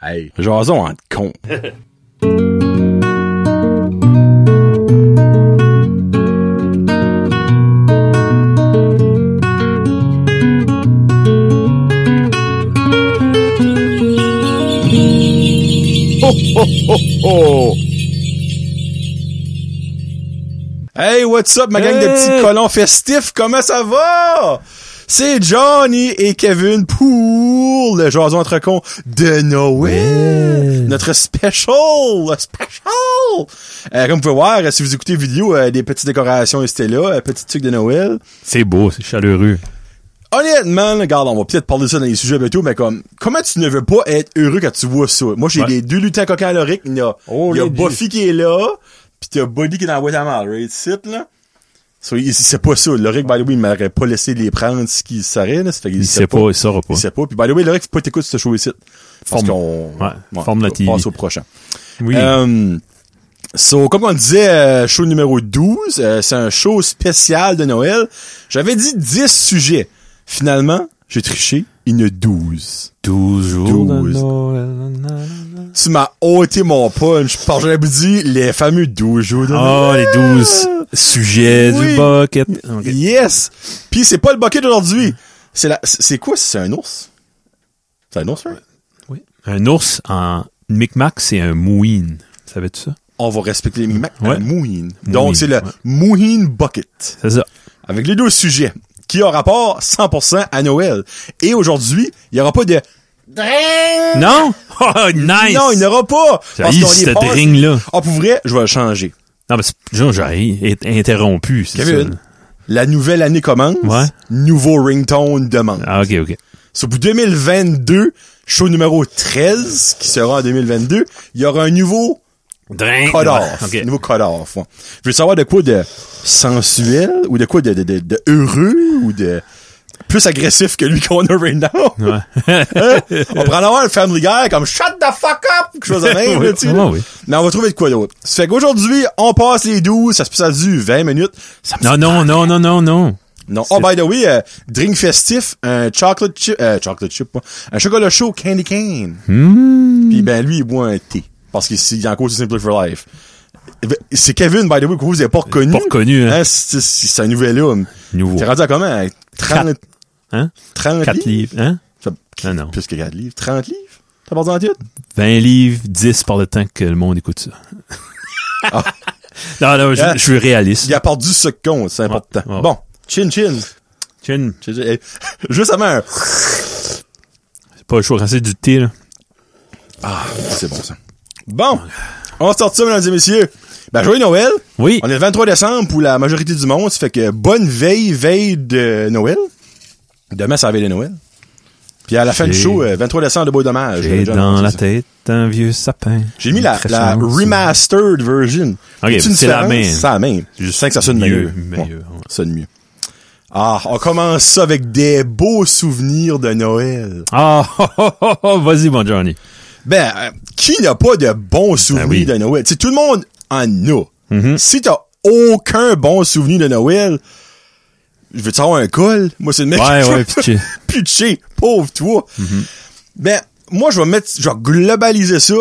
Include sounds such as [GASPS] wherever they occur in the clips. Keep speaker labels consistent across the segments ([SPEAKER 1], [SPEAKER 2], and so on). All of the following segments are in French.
[SPEAKER 1] Hey, jason entre [LAUGHS] con. Hey, what's up, ma gang de petits colons festifs? Comment ça va? C'est Johnny et Kevin pour le Jason entre cons de Noël. Notre special, le special. Euh, comme vous pouvez voir, si vous écoutez vidéo, euh, des petites décorations étaient là, euh, petits trucs de Noël.
[SPEAKER 2] C'est beau, c'est chaleureux.
[SPEAKER 1] Honnêtement, là, regarde, on va peut-être parler de ça dans les sujets bientôt, mais comme, comment tu ne veux pas être heureux quand tu vois ça? Moi, j'ai
[SPEAKER 2] Ouais.
[SPEAKER 1] les deux lutins cocaloriques, il y a,
[SPEAKER 2] Oh,
[SPEAKER 1] il y a
[SPEAKER 2] les deux.
[SPEAKER 1] Buffy qui est là, pis t'as Buddy qui est dans la boîte à mal, right? Sit, là. So, il- c'est pas ça. Loric, by the way, il m'aurait pas laissé les prendre ce qu'il saurait, là. Ça fait qu'il
[SPEAKER 2] Il sait pas, il saura pas.
[SPEAKER 1] Il sait pas. Puis, by the way, Loric, faut pas t'écouter ce show ici. Parce
[SPEAKER 2] Forme-
[SPEAKER 1] qu'on,
[SPEAKER 2] ouais, forme la TV.
[SPEAKER 1] passe au prochain.
[SPEAKER 2] Oui.
[SPEAKER 1] Euh, so, comme on disait, euh, show numéro 12, euh, c'est un show spécial de Noël. J'avais dit 10 sujets. Finalement, j'ai triché, il y en a 12.
[SPEAKER 2] 12
[SPEAKER 1] douze. Tu m'as ôté mon punch. Parce que j'avais dit les fameux 12 jours de
[SPEAKER 2] Oh, les 12 sujets
[SPEAKER 1] Oui.
[SPEAKER 2] du bucket. Ok.
[SPEAKER 1] Yes! Puis c'est pas le bucket d'aujourd'hui. C'est la, c'est c'est quoi? C'est un ours? C'est un ours, right?
[SPEAKER 2] Oui. Un ours en Micmac, c'est un mouine. Savais-tu ça?
[SPEAKER 1] On va respecter les Micmacs.
[SPEAKER 2] Ouais.
[SPEAKER 1] Un mouhin. Donc,
[SPEAKER 2] Mouhin,
[SPEAKER 1] c'est le
[SPEAKER 2] ouais.
[SPEAKER 1] mouhin bucket.
[SPEAKER 2] C'est ça.
[SPEAKER 1] avec les deux sujets qui ont rapport 100% à Noël. Et aujourd'hui, il n'y aura pas de...
[SPEAKER 2] Non? [LAUGHS] Oh, nice!
[SPEAKER 1] Euh. Non, il n'y aura pas!
[SPEAKER 2] J'ai
[SPEAKER 1] Parce
[SPEAKER 2] haï
[SPEAKER 1] qu'on y
[SPEAKER 2] cette
[SPEAKER 1] passe-
[SPEAKER 2] ring-là.
[SPEAKER 1] Ah, pour vrai, je vais le changer.
[SPEAKER 2] Non, mais c'est, genre, j'ai haï être interrompu, c'est
[SPEAKER 1] Kevin,
[SPEAKER 2] ça.
[SPEAKER 1] la nouvelle année commence.
[SPEAKER 2] Ouais.
[SPEAKER 1] Nouveau ringtone demande.
[SPEAKER 2] Ah, ok, ok.
[SPEAKER 1] So, pour 2022, show numéro 13, qui sera en 2022, il y aura un nouveau
[SPEAKER 2] Drain.
[SPEAKER 1] cut-off.
[SPEAKER 2] Ok.
[SPEAKER 1] Nouveau cut-off. ouais. Je veux savoir de quoi de sensuel, ou de quoi de, de, de- de heureux, ou de plus agressif que lui qu'on a right now.
[SPEAKER 2] Ouais. [LAUGHS]
[SPEAKER 1] on prend avoir le Family Guy comme Shut the fuck up! Quelque chose de
[SPEAKER 2] [LAUGHS]
[SPEAKER 1] même,
[SPEAKER 2] Oui, Ah,
[SPEAKER 1] là, tu sais, là.
[SPEAKER 2] oui, oui.
[SPEAKER 1] Mais on va trouver de quoi d'autre. Ça fait qu'aujourd'hui, on passe les 12, ça se passe à du 20 minutes. Ça me-
[SPEAKER 2] non, non, non, non, non, non.
[SPEAKER 1] Non. Oh, by the way, euh, drink festif, un chocolate chip, euh, chocolate chip, pas. un chocolat chaud candy cane.
[SPEAKER 2] Hmm.
[SPEAKER 1] Puis ben, lui, il boit un thé. Parce qu'il est encore sur Simple for Life. C'est Kevin, by the way, que vous n'avez pas reconnu.
[SPEAKER 2] Pas reconnu, hein.
[SPEAKER 1] Hein, c'est c'est- c'est un nouvel homme.
[SPEAKER 2] Nouveau.
[SPEAKER 1] T'es rendu à comment? À 30,
[SPEAKER 2] Hein?
[SPEAKER 1] 30
[SPEAKER 2] 4
[SPEAKER 1] livres? Ah
[SPEAKER 2] livres, hein?
[SPEAKER 1] Ça-
[SPEAKER 2] Non, non.
[SPEAKER 1] Plus que 4 livres. 30 livres? T'as pas dit en tout?
[SPEAKER 2] 20 livres, 10 par le temps que le monde écoute ça. [LAUGHS] Non, non, je,
[SPEAKER 1] Ah.
[SPEAKER 2] je suis réaliste.
[SPEAKER 1] Il apporte du sucre con, c'est important.
[SPEAKER 2] ouais.
[SPEAKER 1] Bon, chin chin.
[SPEAKER 2] Chin,
[SPEAKER 1] Chin, chin. Eh, [LAUGHS] Juste avant un...
[SPEAKER 2] c'est pas chaud, quand c'est du thé, là.
[SPEAKER 1] C'est bon, ça. Bon, on sort ça, mesdames et messieurs. Ben, joyeux Noël.
[SPEAKER 2] Oui.
[SPEAKER 1] On est le 23 décembre pour la majorité du monde, ça fait que bonne veille, veille de Noël. Demain, c'est la veille de Noël. Puis à la fin du
[SPEAKER 2] J'ai-
[SPEAKER 1] show, euh, 23 décembre, de beau dommage.
[SPEAKER 2] J'ai
[SPEAKER 1] John,
[SPEAKER 2] dans
[SPEAKER 1] c'est
[SPEAKER 2] la
[SPEAKER 1] ça.
[SPEAKER 2] tête un vieux sapin.
[SPEAKER 1] J'ai mis la,
[SPEAKER 2] Très
[SPEAKER 1] la
[SPEAKER 2] chance.
[SPEAKER 1] remastered version.
[SPEAKER 2] Ok,
[SPEAKER 1] Y a-t-il une
[SPEAKER 2] c'est la
[SPEAKER 1] différence?
[SPEAKER 2] même.
[SPEAKER 1] C'est la même. Je sens que ça sonne mieux.
[SPEAKER 2] Mieux, meilleur, ouais.
[SPEAKER 1] Ça sonne mieux. Ah, on commence ça avec des beaux souvenirs de Noël.
[SPEAKER 2] Ah, [LAUGHS] oh, oh, oh, oh, vas-y, mon Johnny.
[SPEAKER 1] Ben, euh, qui n'a pas de bons souvenirs
[SPEAKER 2] Ben oui. Mm-hmm.
[SPEAKER 1] de Noël? Tu sais, tout le monde en a. Si t'as aucun bon souvenir de Noël, je veux te savoir un col. Moi, c'est le mec
[SPEAKER 2] Ouais,
[SPEAKER 1] qui
[SPEAKER 2] ouais,
[SPEAKER 1] veut
[SPEAKER 2] pitché.
[SPEAKER 1] [LAUGHS] pitcher. Pauvre toi. Ben, moi, je vais mettre, je vais globaliser ça.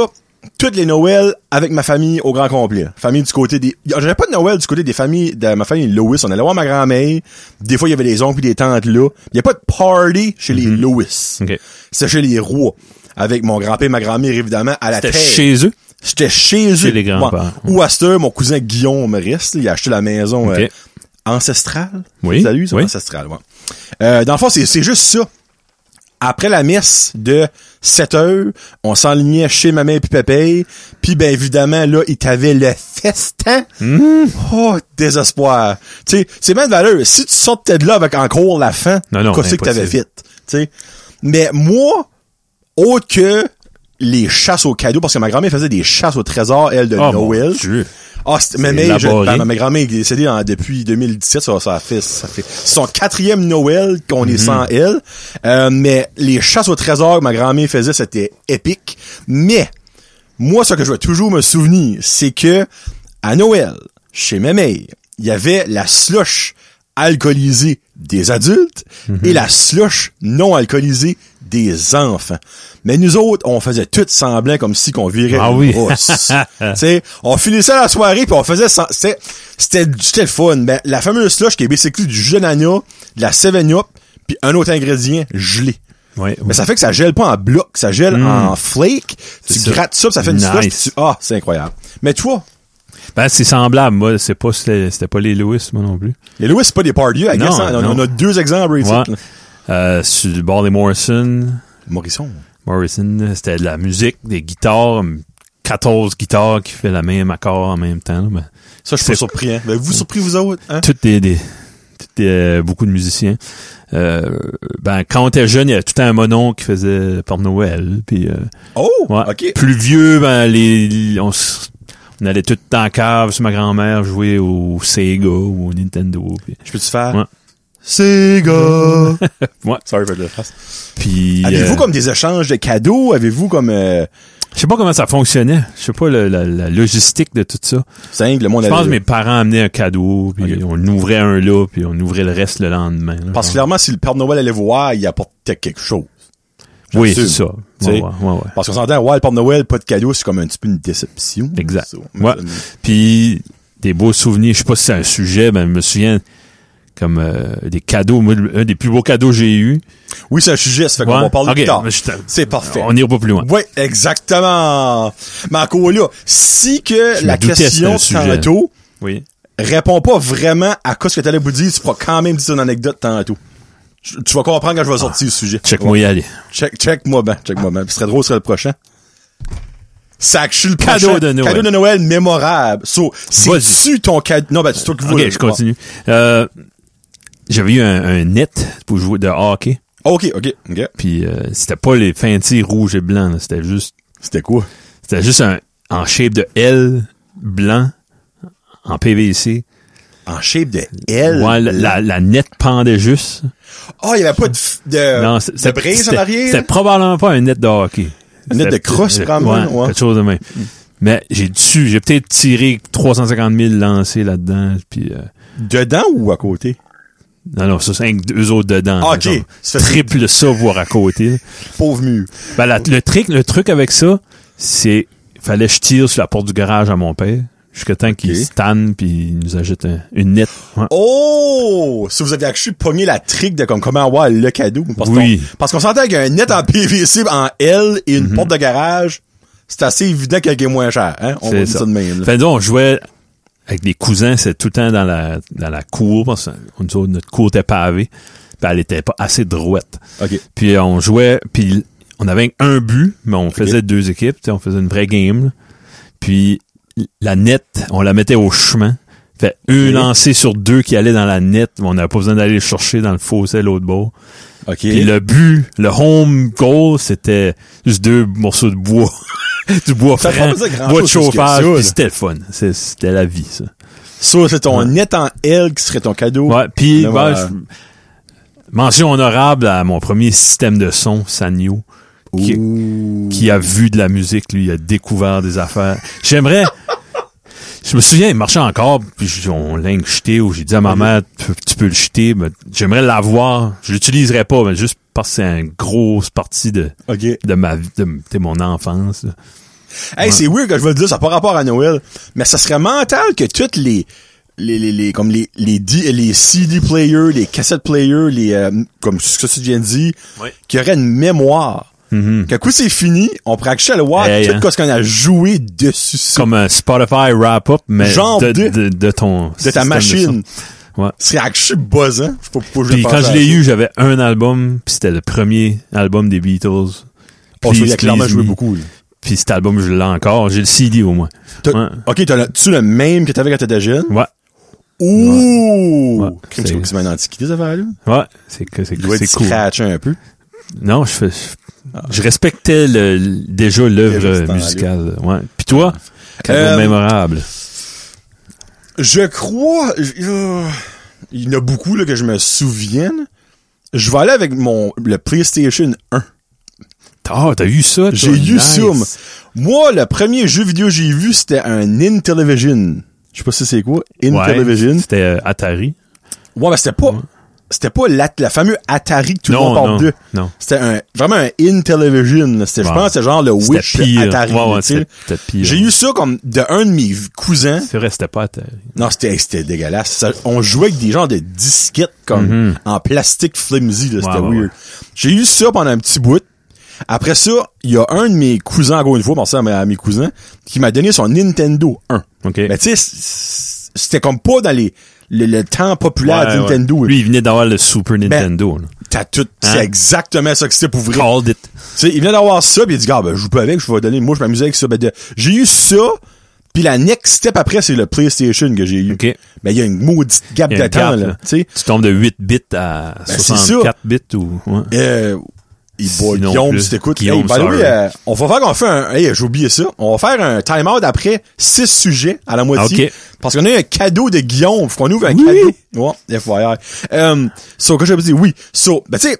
[SPEAKER 1] Toutes les Noëls avec ma famille au grand complet. Famille du côté des, j'avais pas de Noël du côté des familles, de ma famille Lewis. On allait voir ma grand-mère. Des fois, il y avait des oncles et des tantes là. Il y a pas de party chez les Lewis.
[SPEAKER 2] Mhm. Ok.
[SPEAKER 1] C'était chez les rois. Avec mon grand-père et ma grand-mère, évidemment, à la
[SPEAKER 2] T'es
[SPEAKER 1] tête.
[SPEAKER 2] chez eux?
[SPEAKER 1] J'étais chez eux.
[SPEAKER 2] les grands-parents.
[SPEAKER 1] Ouais. Ou à cette heure, mon cousin Guillaume me reste. là, Il a acheté la maison
[SPEAKER 2] Ok.
[SPEAKER 1] euh, ancestrale.
[SPEAKER 2] Oui,
[SPEAKER 1] Salut, c'est
[SPEAKER 2] oui.
[SPEAKER 1] ancestrale, ouais. Euh, dans le fond, c'est c'est juste ça. Après la messe de 7 heures, on s'enlignait chez ma mère puis pépé. Puis ben évidemment, là, il t'avait le festin.
[SPEAKER 2] Hmm.
[SPEAKER 1] Oh, désespoir. Tu sais, c'est même de valeur. Si tu sortais de là avec encore la fin,
[SPEAKER 2] Non, non,
[SPEAKER 1] qu'est-ce que t'avais
[SPEAKER 2] impossible.
[SPEAKER 1] vite? Tu sais. Mais moi, autre que les chasses aux cadeaux, parce que ma grand-mère faisait des chasses au trésor, elle, de
[SPEAKER 2] Oh, mon
[SPEAKER 1] Noël.
[SPEAKER 2] Dieu.
[SPEAKER 1] Ah, c'était- ma
[SPEAKER 2] C'est
[SPEAKER 1] mère, je-
[SPEAKER 2] élaboré.
[SPEAKER 1] ben, ma grand-mère est décédée en- depuis 2017, ça, ça fait, ça fait son quatrième Noël qu'on est
[SPEAKER 2] Mhm.
[SPEAKER 1] sans elle. Euh, mais les chasses au trésor que ma grand-mère faisait, c'était épique. Mais, moi, ce que je vais toujours me souvenir, c'est que, à Noël, chez ma mère, il y avait la
[SPEAKER 2] Mhm.
[SPEAKER 1] slush alcoolisée des adultes et la slush non alcoolisée des enfants. Mais nous autres, on faisait tout semblant comme si qu'on virait
[SPEAKER 2] Ah
[SPEAKER 1] une
[SPEAKER 2] oui. [LAUGHS]
[SPEAKER 1] rousse. Tu sais, on finissait la soirée puis on faisait sem- c'était c'était c'était le fun. Ben, la fameuse slush qui est basically du gelania, de la 7-up puis un autre ingrédient gelé.
[SPEAKER 2] Ouais,
[SPEAKER 1] Mais ça fait que ça gèle pas en bloc, ça gèle
[SPEAKER 2] Mm.
[SPEAKER 1] en flake. Tu
[SPEAKER 2] ça.
[SPEAKER 1] grattes ça, puis ça fait une slush.
[SPEAKER 2] Nice.
[SPEAKER 1] puis tu- Ah, c'est incroyable. Mais toi,
[SPEAKER 2] Ben, c'est semblable. Moi, c'est pas, c'était c'était pas les Lewis, moi non plus.
[SPEAKER 1] les Louis, c'est pas des pardieux, I
[SPEAKER 2] Non,
[SPEAKER 1] guess, hein. On- On
[SPEAKER 2] non.
[SPEAKER 1] a deux exemples, ici.
[SPEAKER 2] Ouais. Euh, sur le bord des Morrison.
[SPEAKER 1] Morrison.
[SPEAKER 2] Morrison, c'était de la musique, des guitares, 14 guitares qui fait la même accord en même temps. là. Ben,
[SPEAKER 1] Ça, je suis pas
[SPEAKER 2] C'est-
[SPEAKER 1] surpris, hein. Ben, vous
[SPEAKER 2] Hmm.
[SPEAKER 1] surpris, vous autres, hein?
[SPEAKER 2] toutes des, des- toutes des- euh, beaucoup de musiciens. Euh, ben, quand on était jeune, il y avait tout le temps un monon qui faisait par Noël. Puis, euh,
[SPEAKER 1] Oh!
[SPEAKER 2] ouais.
[SPEAKER 1] OK.
[SPEAKER 2] Plus vieux, ben, les, les- on, s- on allait tout le temps en cave sur ma grand-mère jouer au Sega ou au Nintendo. Puis,
[SPEAKER 1] Je peux-tu faire?
[SPEAKER 2] Ouais.
[SPEAKER 1] Sega!
[SPEAKER 2] [LAUGHS] Ouais.
[SPEAKER 1] Sorry, je le fasse.
[SPEAKER 2] puis,
[SPEAKER 1] Avez-vous
[SPEAKER 2] euh,
[SPEAKER 1] comme des échanges de cadeaux? Avez-vous comme, euh,
[SPEAKER 2] Je sais pas comment ça fonctionnait. Je sais pas le- la, la logistique de tout ça.
[SPEAKER 1] cinq, le monde
[SPEAKER 2] Je pense que
[SPEAKER 1] avait-
[SPEAKER 2] mes parents amenaient un cadeau, puis
[SPEAKER 1] Ok.
[SPEAKER 2] on ouvrait un là, puis on ouvrait le reste le lendemain. là,
[SPEAKER 1] Parce que
[SPEAKER 2] genre.
[SPEAKER 1] clairement, si le Père Noël allait voir, il apportait quelque chose.
[SPEAKER 2] Oui,
[SPEAKER 1] j'assume,
[SPEAKER 2] c'est ça.
[SPEAKER 1] tu
[SPEAKER 2] Ouais,
[SPEAKER 1] sais.
[SPEAKER 2] ouais, ouais, ouais.
[SPEAKER 1] Parce qu'on s'entend, ouais, le Père Noël, pas de cadeaux, c'est comme un petit peu une déception.
[SPEAKER 2] Exact.
[SPEAKER 1] Ça.
[SPEAKER 2] Ouais. Puis des beaux souvenirs. Je sais pas si c'est un sujet, mais je me souviens comme euh, des cadeaux. Moi, le- un des plus beaux cadeaux que j'ai eu.
[SPEAKER 1] Oui, c'est un sujet, ça fait qu'on
[SPEAKER 2] Ouais.
[SPEAKER 1] va parler
[SPEAKER 2] Ok,
[SPEAKER 1] plus tard.
[SPEAKER 2] mais je t'en-
[SPEAKER 1] C'est parfait.
[SPEAKER 2] On n'ira pas plus loin.
[SPEAKER 1] Oui, exactement. Mais encore là, si que
[SPEAKER 2] Je
[SPEAKER 1] la
[SPEAKER 2] me doutais que
[SPEAKER 1] question
[SPEAKER 2] c'était un sujet.
[SPEAKER 1] tantôt
[SPEAKER 2] Oui.
[SPEAKER 1] répond pas vraiment à quoi ce que t'allais vous dire, tu pourras quand même dire une anecdote tantôt. Je- Tu vas comprendre quand je vais sortir le sujet.
[SPEAKER 2] Check-moi y aller.
[SPEAKER 1] Check, check moi ben, check moi ben. Puis Ce serait drôle, ce serait le prochain. Sac, je suis le
[SPEAKER 2] Cadeau
[SPEAKER 1] prochain.
[SPEAKER 2] de Noël.
[SPEAKER 1] Cadeau de Noël mémorable. So,
[SPEAKER 2] Vas-y.
[SPEAKER 1] c'est-tu ton cadeau? Non, ben, c'est toi qui
[SPEAKER 2] Ok,
[SPEAKER 1] voulais.
[SPEAKER 2] je continue. Euh, j'avais eu un, un net pour jouer de hockey,
[SPEAKER 1] Ah, ok, ok, ok.
[SPEAKER 2] puis euh, c'était pas les fins de tir rouges et blancs, là, c'était juste
[SPEAKER 1] C'était quoi?
[SPEAKER 2] C'était juste un, en shape de L blanc en PVC.
[SPEAKER 1] En shape de L.
[SPEAKER 2] Ouais, la, la, la nette pendait juste.
[SPEAKER 1] Ah, il y avait pas de, f- Euh, de,
[SPEAKER 2] Non,
[SPEAKER 1] de brise en
[SPEAKER 2] c'était-
[SPEAKER 1] arrière?
[SPEAKER 2] C'était
[SPEAKER 1] là?
[SPEAKER 2] probablement pas un net de hockey.
[SPEAKER 1] Une nette de
[SPEAKER 2] C'était-
[SPEAKER 1] crosse,
[SPEAKER 2] euh,
[SPEAKER 1] probablement,
[SPEAKER 2] ouais,
[SPEAKER 1] ouais. Mm.
[SPEAKER 2] quelque chose de même. Mais j'ai dessus, j'ai peut-être tiré 350 000 lancés là-dedans. Puis euh,
[SPEAKER 1] Dedans ou à côté?
[SPEAKER 2] non, non, ça c'est un- deux autres dedans.
[SPEAKER 1] Ah,
[SPEAKER 2] là,
[SPEAKER 1] ok.
[SPEAKER 2] genre,
[SPEAKER 1] Ça fait-
[SPEAKER 2] triple ça voire à côté. là.
[SPEAKER 1] Pauvre mur.
[SPEAKER 2] Ben, la- le trick, le truc avec ça, c'est fallait que je tire sur la porte du garage à mon père jusqu'à temps qu'il
[SPEAKER 1] Ok.
[SPEAKER 2] se tanne puis il nous ajoute un- une nette. Ouais.
[SPEAKER 1] Oh! Si vous avez actually pogné la trick de comme comment avoir le cadeau. Parce
[SPEAKER 2] Oui. Mhm.
[SPEAKER 1] qu'on- Parce qu'on s'entend avec un net en PVC en L et une porte de garage, c'est assez évident qu'il est moins cher, hein? On va
[SPEAKER 2] C'est
[SPEAKER 1] dire ça. de même. là.
[SPEAKER 2] Fait que nous, on jouait avec des cousins, c'était tout le temps dans la, dans la cour, parce que nous autres, notre cour était pavée, puis elle était pas assez droite.
[SPEAKER 1] OK.
[SPEAKER 2] Puis on jouait, puis on avait un but, mais on faisait deux équipes, tu sais, on faisait une vraie game. là. Puis la nette, on la mettait au chemin. Fait un
[SPEAKER 1] Ok.
[SPEAKER 2] lancé sur deux qui allait dans la nette, mais on n'avait pas besoin d'aller le chercher dans le fossé l'autre bord.
[SPEAKER 1] OK.
[SPEAKER 2] Puis le but, le home goal, c'était juste deux morceaux de bois. [LAUGHS] du bois
[SPEAKER 1] Ça
[SPEAKER 2] franc,
[SPEAKER 1] veut pas dire grand-chose,
[SPEAKER 2] bois de
[SPEAKER 1] c'est ce que
[SPEAKER 2] chauffage,
[SPEAKER 1] ça, là.
[SPEAKER 2] puis c'était le fun. C'est- C'était la vie, ça.
[SPEAKER 1] Ça, c'est ton
[SPEAKER 2] Ouais.
[SPEAKER 1] net en L qui serait ton cadeau.
[SPEAKER 2] Ouais, puis
[SPEAKER 1] Là,
[SPEAKER 2] ben,
[SPEAKER 1] voilà.
[SPEAKER 2] je- mention honorable à mon premier système de son, Sanyo, qui,
[SPEAKER 1] Ouh.
[SPEAKER 2] qui a vu de la musique, lui, il a découvert des affaires. J'aimerais... Je me souviens, il marchait encore, puis je- on l'a jeté, ou j'ai dit à ma mère, tu, peux- tu peux le jeter, mais j'aimerais l'avoir. Je l'utiliserai pas, mais juste parce que c'est une grosse partie de,
[SPEAKER 1] OK. Hey,
[SPEAKER 2] de ma vie, de, m- de mon enfance. là.
[SPEAKER 1] c'est weird que je veux le dire, ça n'a pas rapport à Noël. Mais ça serait mental que toutes les, les, les, les- comme les, les, D- les CD players, les cassette players, les, euh, comme ce que tu viens de dire,
[SPEAKER 2] Oui.
[SPEAKER 1] qu'il y aurait une mémoire.
[SPEAKER 2] Mhm.
[SPEAKER 1] Qu'à coup c'est fini, on pourrait accéder à le voir
[SPEAKER 2] Hey,
[SPEAKER 1] tout
[SPEAKER 2] hein.
[SPEAKER 1] ce qu'on a joué dessus. ça.
[SPEAKER 2] Comme un Spotify wrap-up, mais
[SPEAKER 1] Genre
[SPEAKER 2] de,
[SPEAKER 1] de-
[SPEAKER 2] de, de ton
[SPEAKER 1] de ta
[SPEAKER 2] système
[SPEAKER 1] machine.
[SPEAKER 2] son. Ouais.
[SPEAKER 1] C'est actually buzzant. Je sais pas pourquoi je
[SPEAKER 2] Puis
[SPEAKER 1] pense
[SPEAKER 2] quand
[SPEAKER 1] à
[SPEAKER 2] je
[SPEAKER 1] ça.
[SPEAKER 2] l'ai eu, j'avais un album, puis c'était le premier album des Beatles.
[SPEAKER 1] On se
[SPEAKER 2] Please,
[SPEAKER 1] Oh, il a clairement
[SPEAKER 2] Please
[SPEAKER 1] joué
[SPEAKER 2] Me.
[SPEAKER 1] beaucoup. là.
[SPEAKER 2] Puis cet album, je l'ai encore. J'ai le CD au moins.
[SPEAKER 1] T'as-
[SPEAKER 2] Ouais.
[SPEAKER 1] Ok, t'as le- tu le même que t'avais quand t'étais jeune?
[SPEAKER 2] Ouais.
[SPEAKER 1] Ouh!
[SPEAKER 2] Ouais.
[SPEAKER 1] Crime, C'est
[SPEAKER 2] C'est-
[SPEAKER 1] c'est une antiquité, ça va là?
[SPEAKER 2] Ouais, c'est que- c'est
[SPEAKER 1] Il doit être Ah.
[SPEAKER 2] c'est cool.
[SPEAKER 1] scratché un peu.
[SPEAKER 2] Non, je fais, je, je respectais le, le- déjà l'œuvre
[SPEAKER 1] Déjà, c'est en
[SPEAKER 2] musicale. Ouais. Puis toi, cadeau
[SPEAKER 1] Euh,
[SPEAKER 2] mémorable.
[SPEAKER 1] Je crois... je- euh, il y en a beaucoup là, que je me souvienne. Je vais aller avec mon le PlayStation 1.
[SPEAKER 2] Ah, t'as eu ça? toi?
[SPEAKER 1] J'ai eu
[SPEAKER 2] Nice.
[SPEAKER 1] ça. moi. Moi, le premier jeu vidéo que j'ai vu, c'était un Intellivision. Je sais pas si c'est quoi.
[SPEAKER 2] Ouais,
[SPEAKER 1] Intellivision.
[SPEAKER 2] C'était euh, Atari.
[SPEAKER 1] Ouais, mais c'était pas. c'était pas la, la fameux Atari que tout le
[SPEAKER 2] non,
[SPEAKER 1] monde
[SPEAKER 2] non,
[SPEAKER 1] parle de.
[SPEAKER 2] non.
[SPEAKER 1] C'était un, vraiment un in-television. là. C'était, je
[SPEAKER 2] Ouais.
[SPEAKER 1] pense, que c'est genre le
[SPEAKER 2] C'était
[SPEAKER 1] Wish de
[SPEAKER 2] pire.
[SPEAKER 1] Atari.
[SPEAKER 2] Ouais,
[SPEAKER 1] là,
[SPEAKER 2] ouais,
[SPEAKER 1] tu sais.
[SPEAKER 2] c'était c'était pire.
[SPEAKER 1] J'ai eu ça comme de un de mes cousins.
[SPEAKER 2] C'est vrai, c'était pas Atari.
[SPEAKER 1] Non, c'était, c'était dégueulasse. Ça- on jouait avec des genres de disquettes comme en plastique flimsy, là, c'était
[SPEAKER 2] Mhm. Ouais, ouais,
[SPEAKER 1] weird.
[SPEAKER 2] ouais.
[SPEAKER 1] J'ai eu ça pendant un petit bout. Après ça, il y a un de mes cousins, encore une fois, pensez à mes, à mes cousins, qui m'a donné son Nintendo 1.
[SPEAKER 2] OK.
[SPEAKER 1] Mais tu sais, c- c'était comme pas dans les, le, le temps populaire
[SPEAKER 2] Ouais,
[SPEAKER 1] de
[SPEAKER 2] ouais.
[SPEAKER 1] Nintendo. Ben,
[SPEAKER 2] Lui, il venait d'avoir le Super Nintendo. là.
[SPEAKER 1] T'as tout, c'est
[SPEAKER 2] Hein?
[SPEAKER 1] exactement ça que c'était pour vrai.
[SPEAKER 2] Called it.
[SPEAKER 1] Tu sais, il venait d'avoir ça, puis il dit, gars, ben, je joue pas avec, je vais donner, moi, je m'amusais avec ça. Ben, de- j'ai eu ça, puis la next step après, c'est le PlayStation que j'ai eu.
[SPEAKER 2] OK.
[SPEAKER 1] Mais il y a une maudite gap
[SPEAKER 2] Il y a
[SPEAKER 1] de
[SPEAKER 2] une
[SPEAKER 1] temps,
[SPEAKER 2] carte,
[SPEAKER 1] là.
[SPEAKER 2] là.
[SPEAKER 1] Tu sais,
[SPEAKER 2] Tu tombes de 8 bits à
[SPEAKER 1] Ben, c'est
[SPEAKER 2] 64 bits ou... ouais.
[SPEAKER 1] euh, il boit
[SPEAKER 2] Sinon
[SPEAKER 1] Guillaume,
[SPEAKER 2] plus.
[SPEAKER 1] si t'écoutes. Hey,
[SPEAKER 2] Guillaume,
[SPEAKER 1] by the way,
[SPEAKER 2] sorry.
[SPEAKER 1] euh, on va faire qu'on fait un, hey, j'ai oublié ça. On va faire un time-out après six sujets à la moitié.
[SPEAKER 2] Ok.
[SPEAKER 1] Parce qu'on a un cadeau de Guillaume. Faut qu'on ouvre un cadeau. Ouais, FYI. Euh, so, que je veux dire, oui. So, ben, tu sais,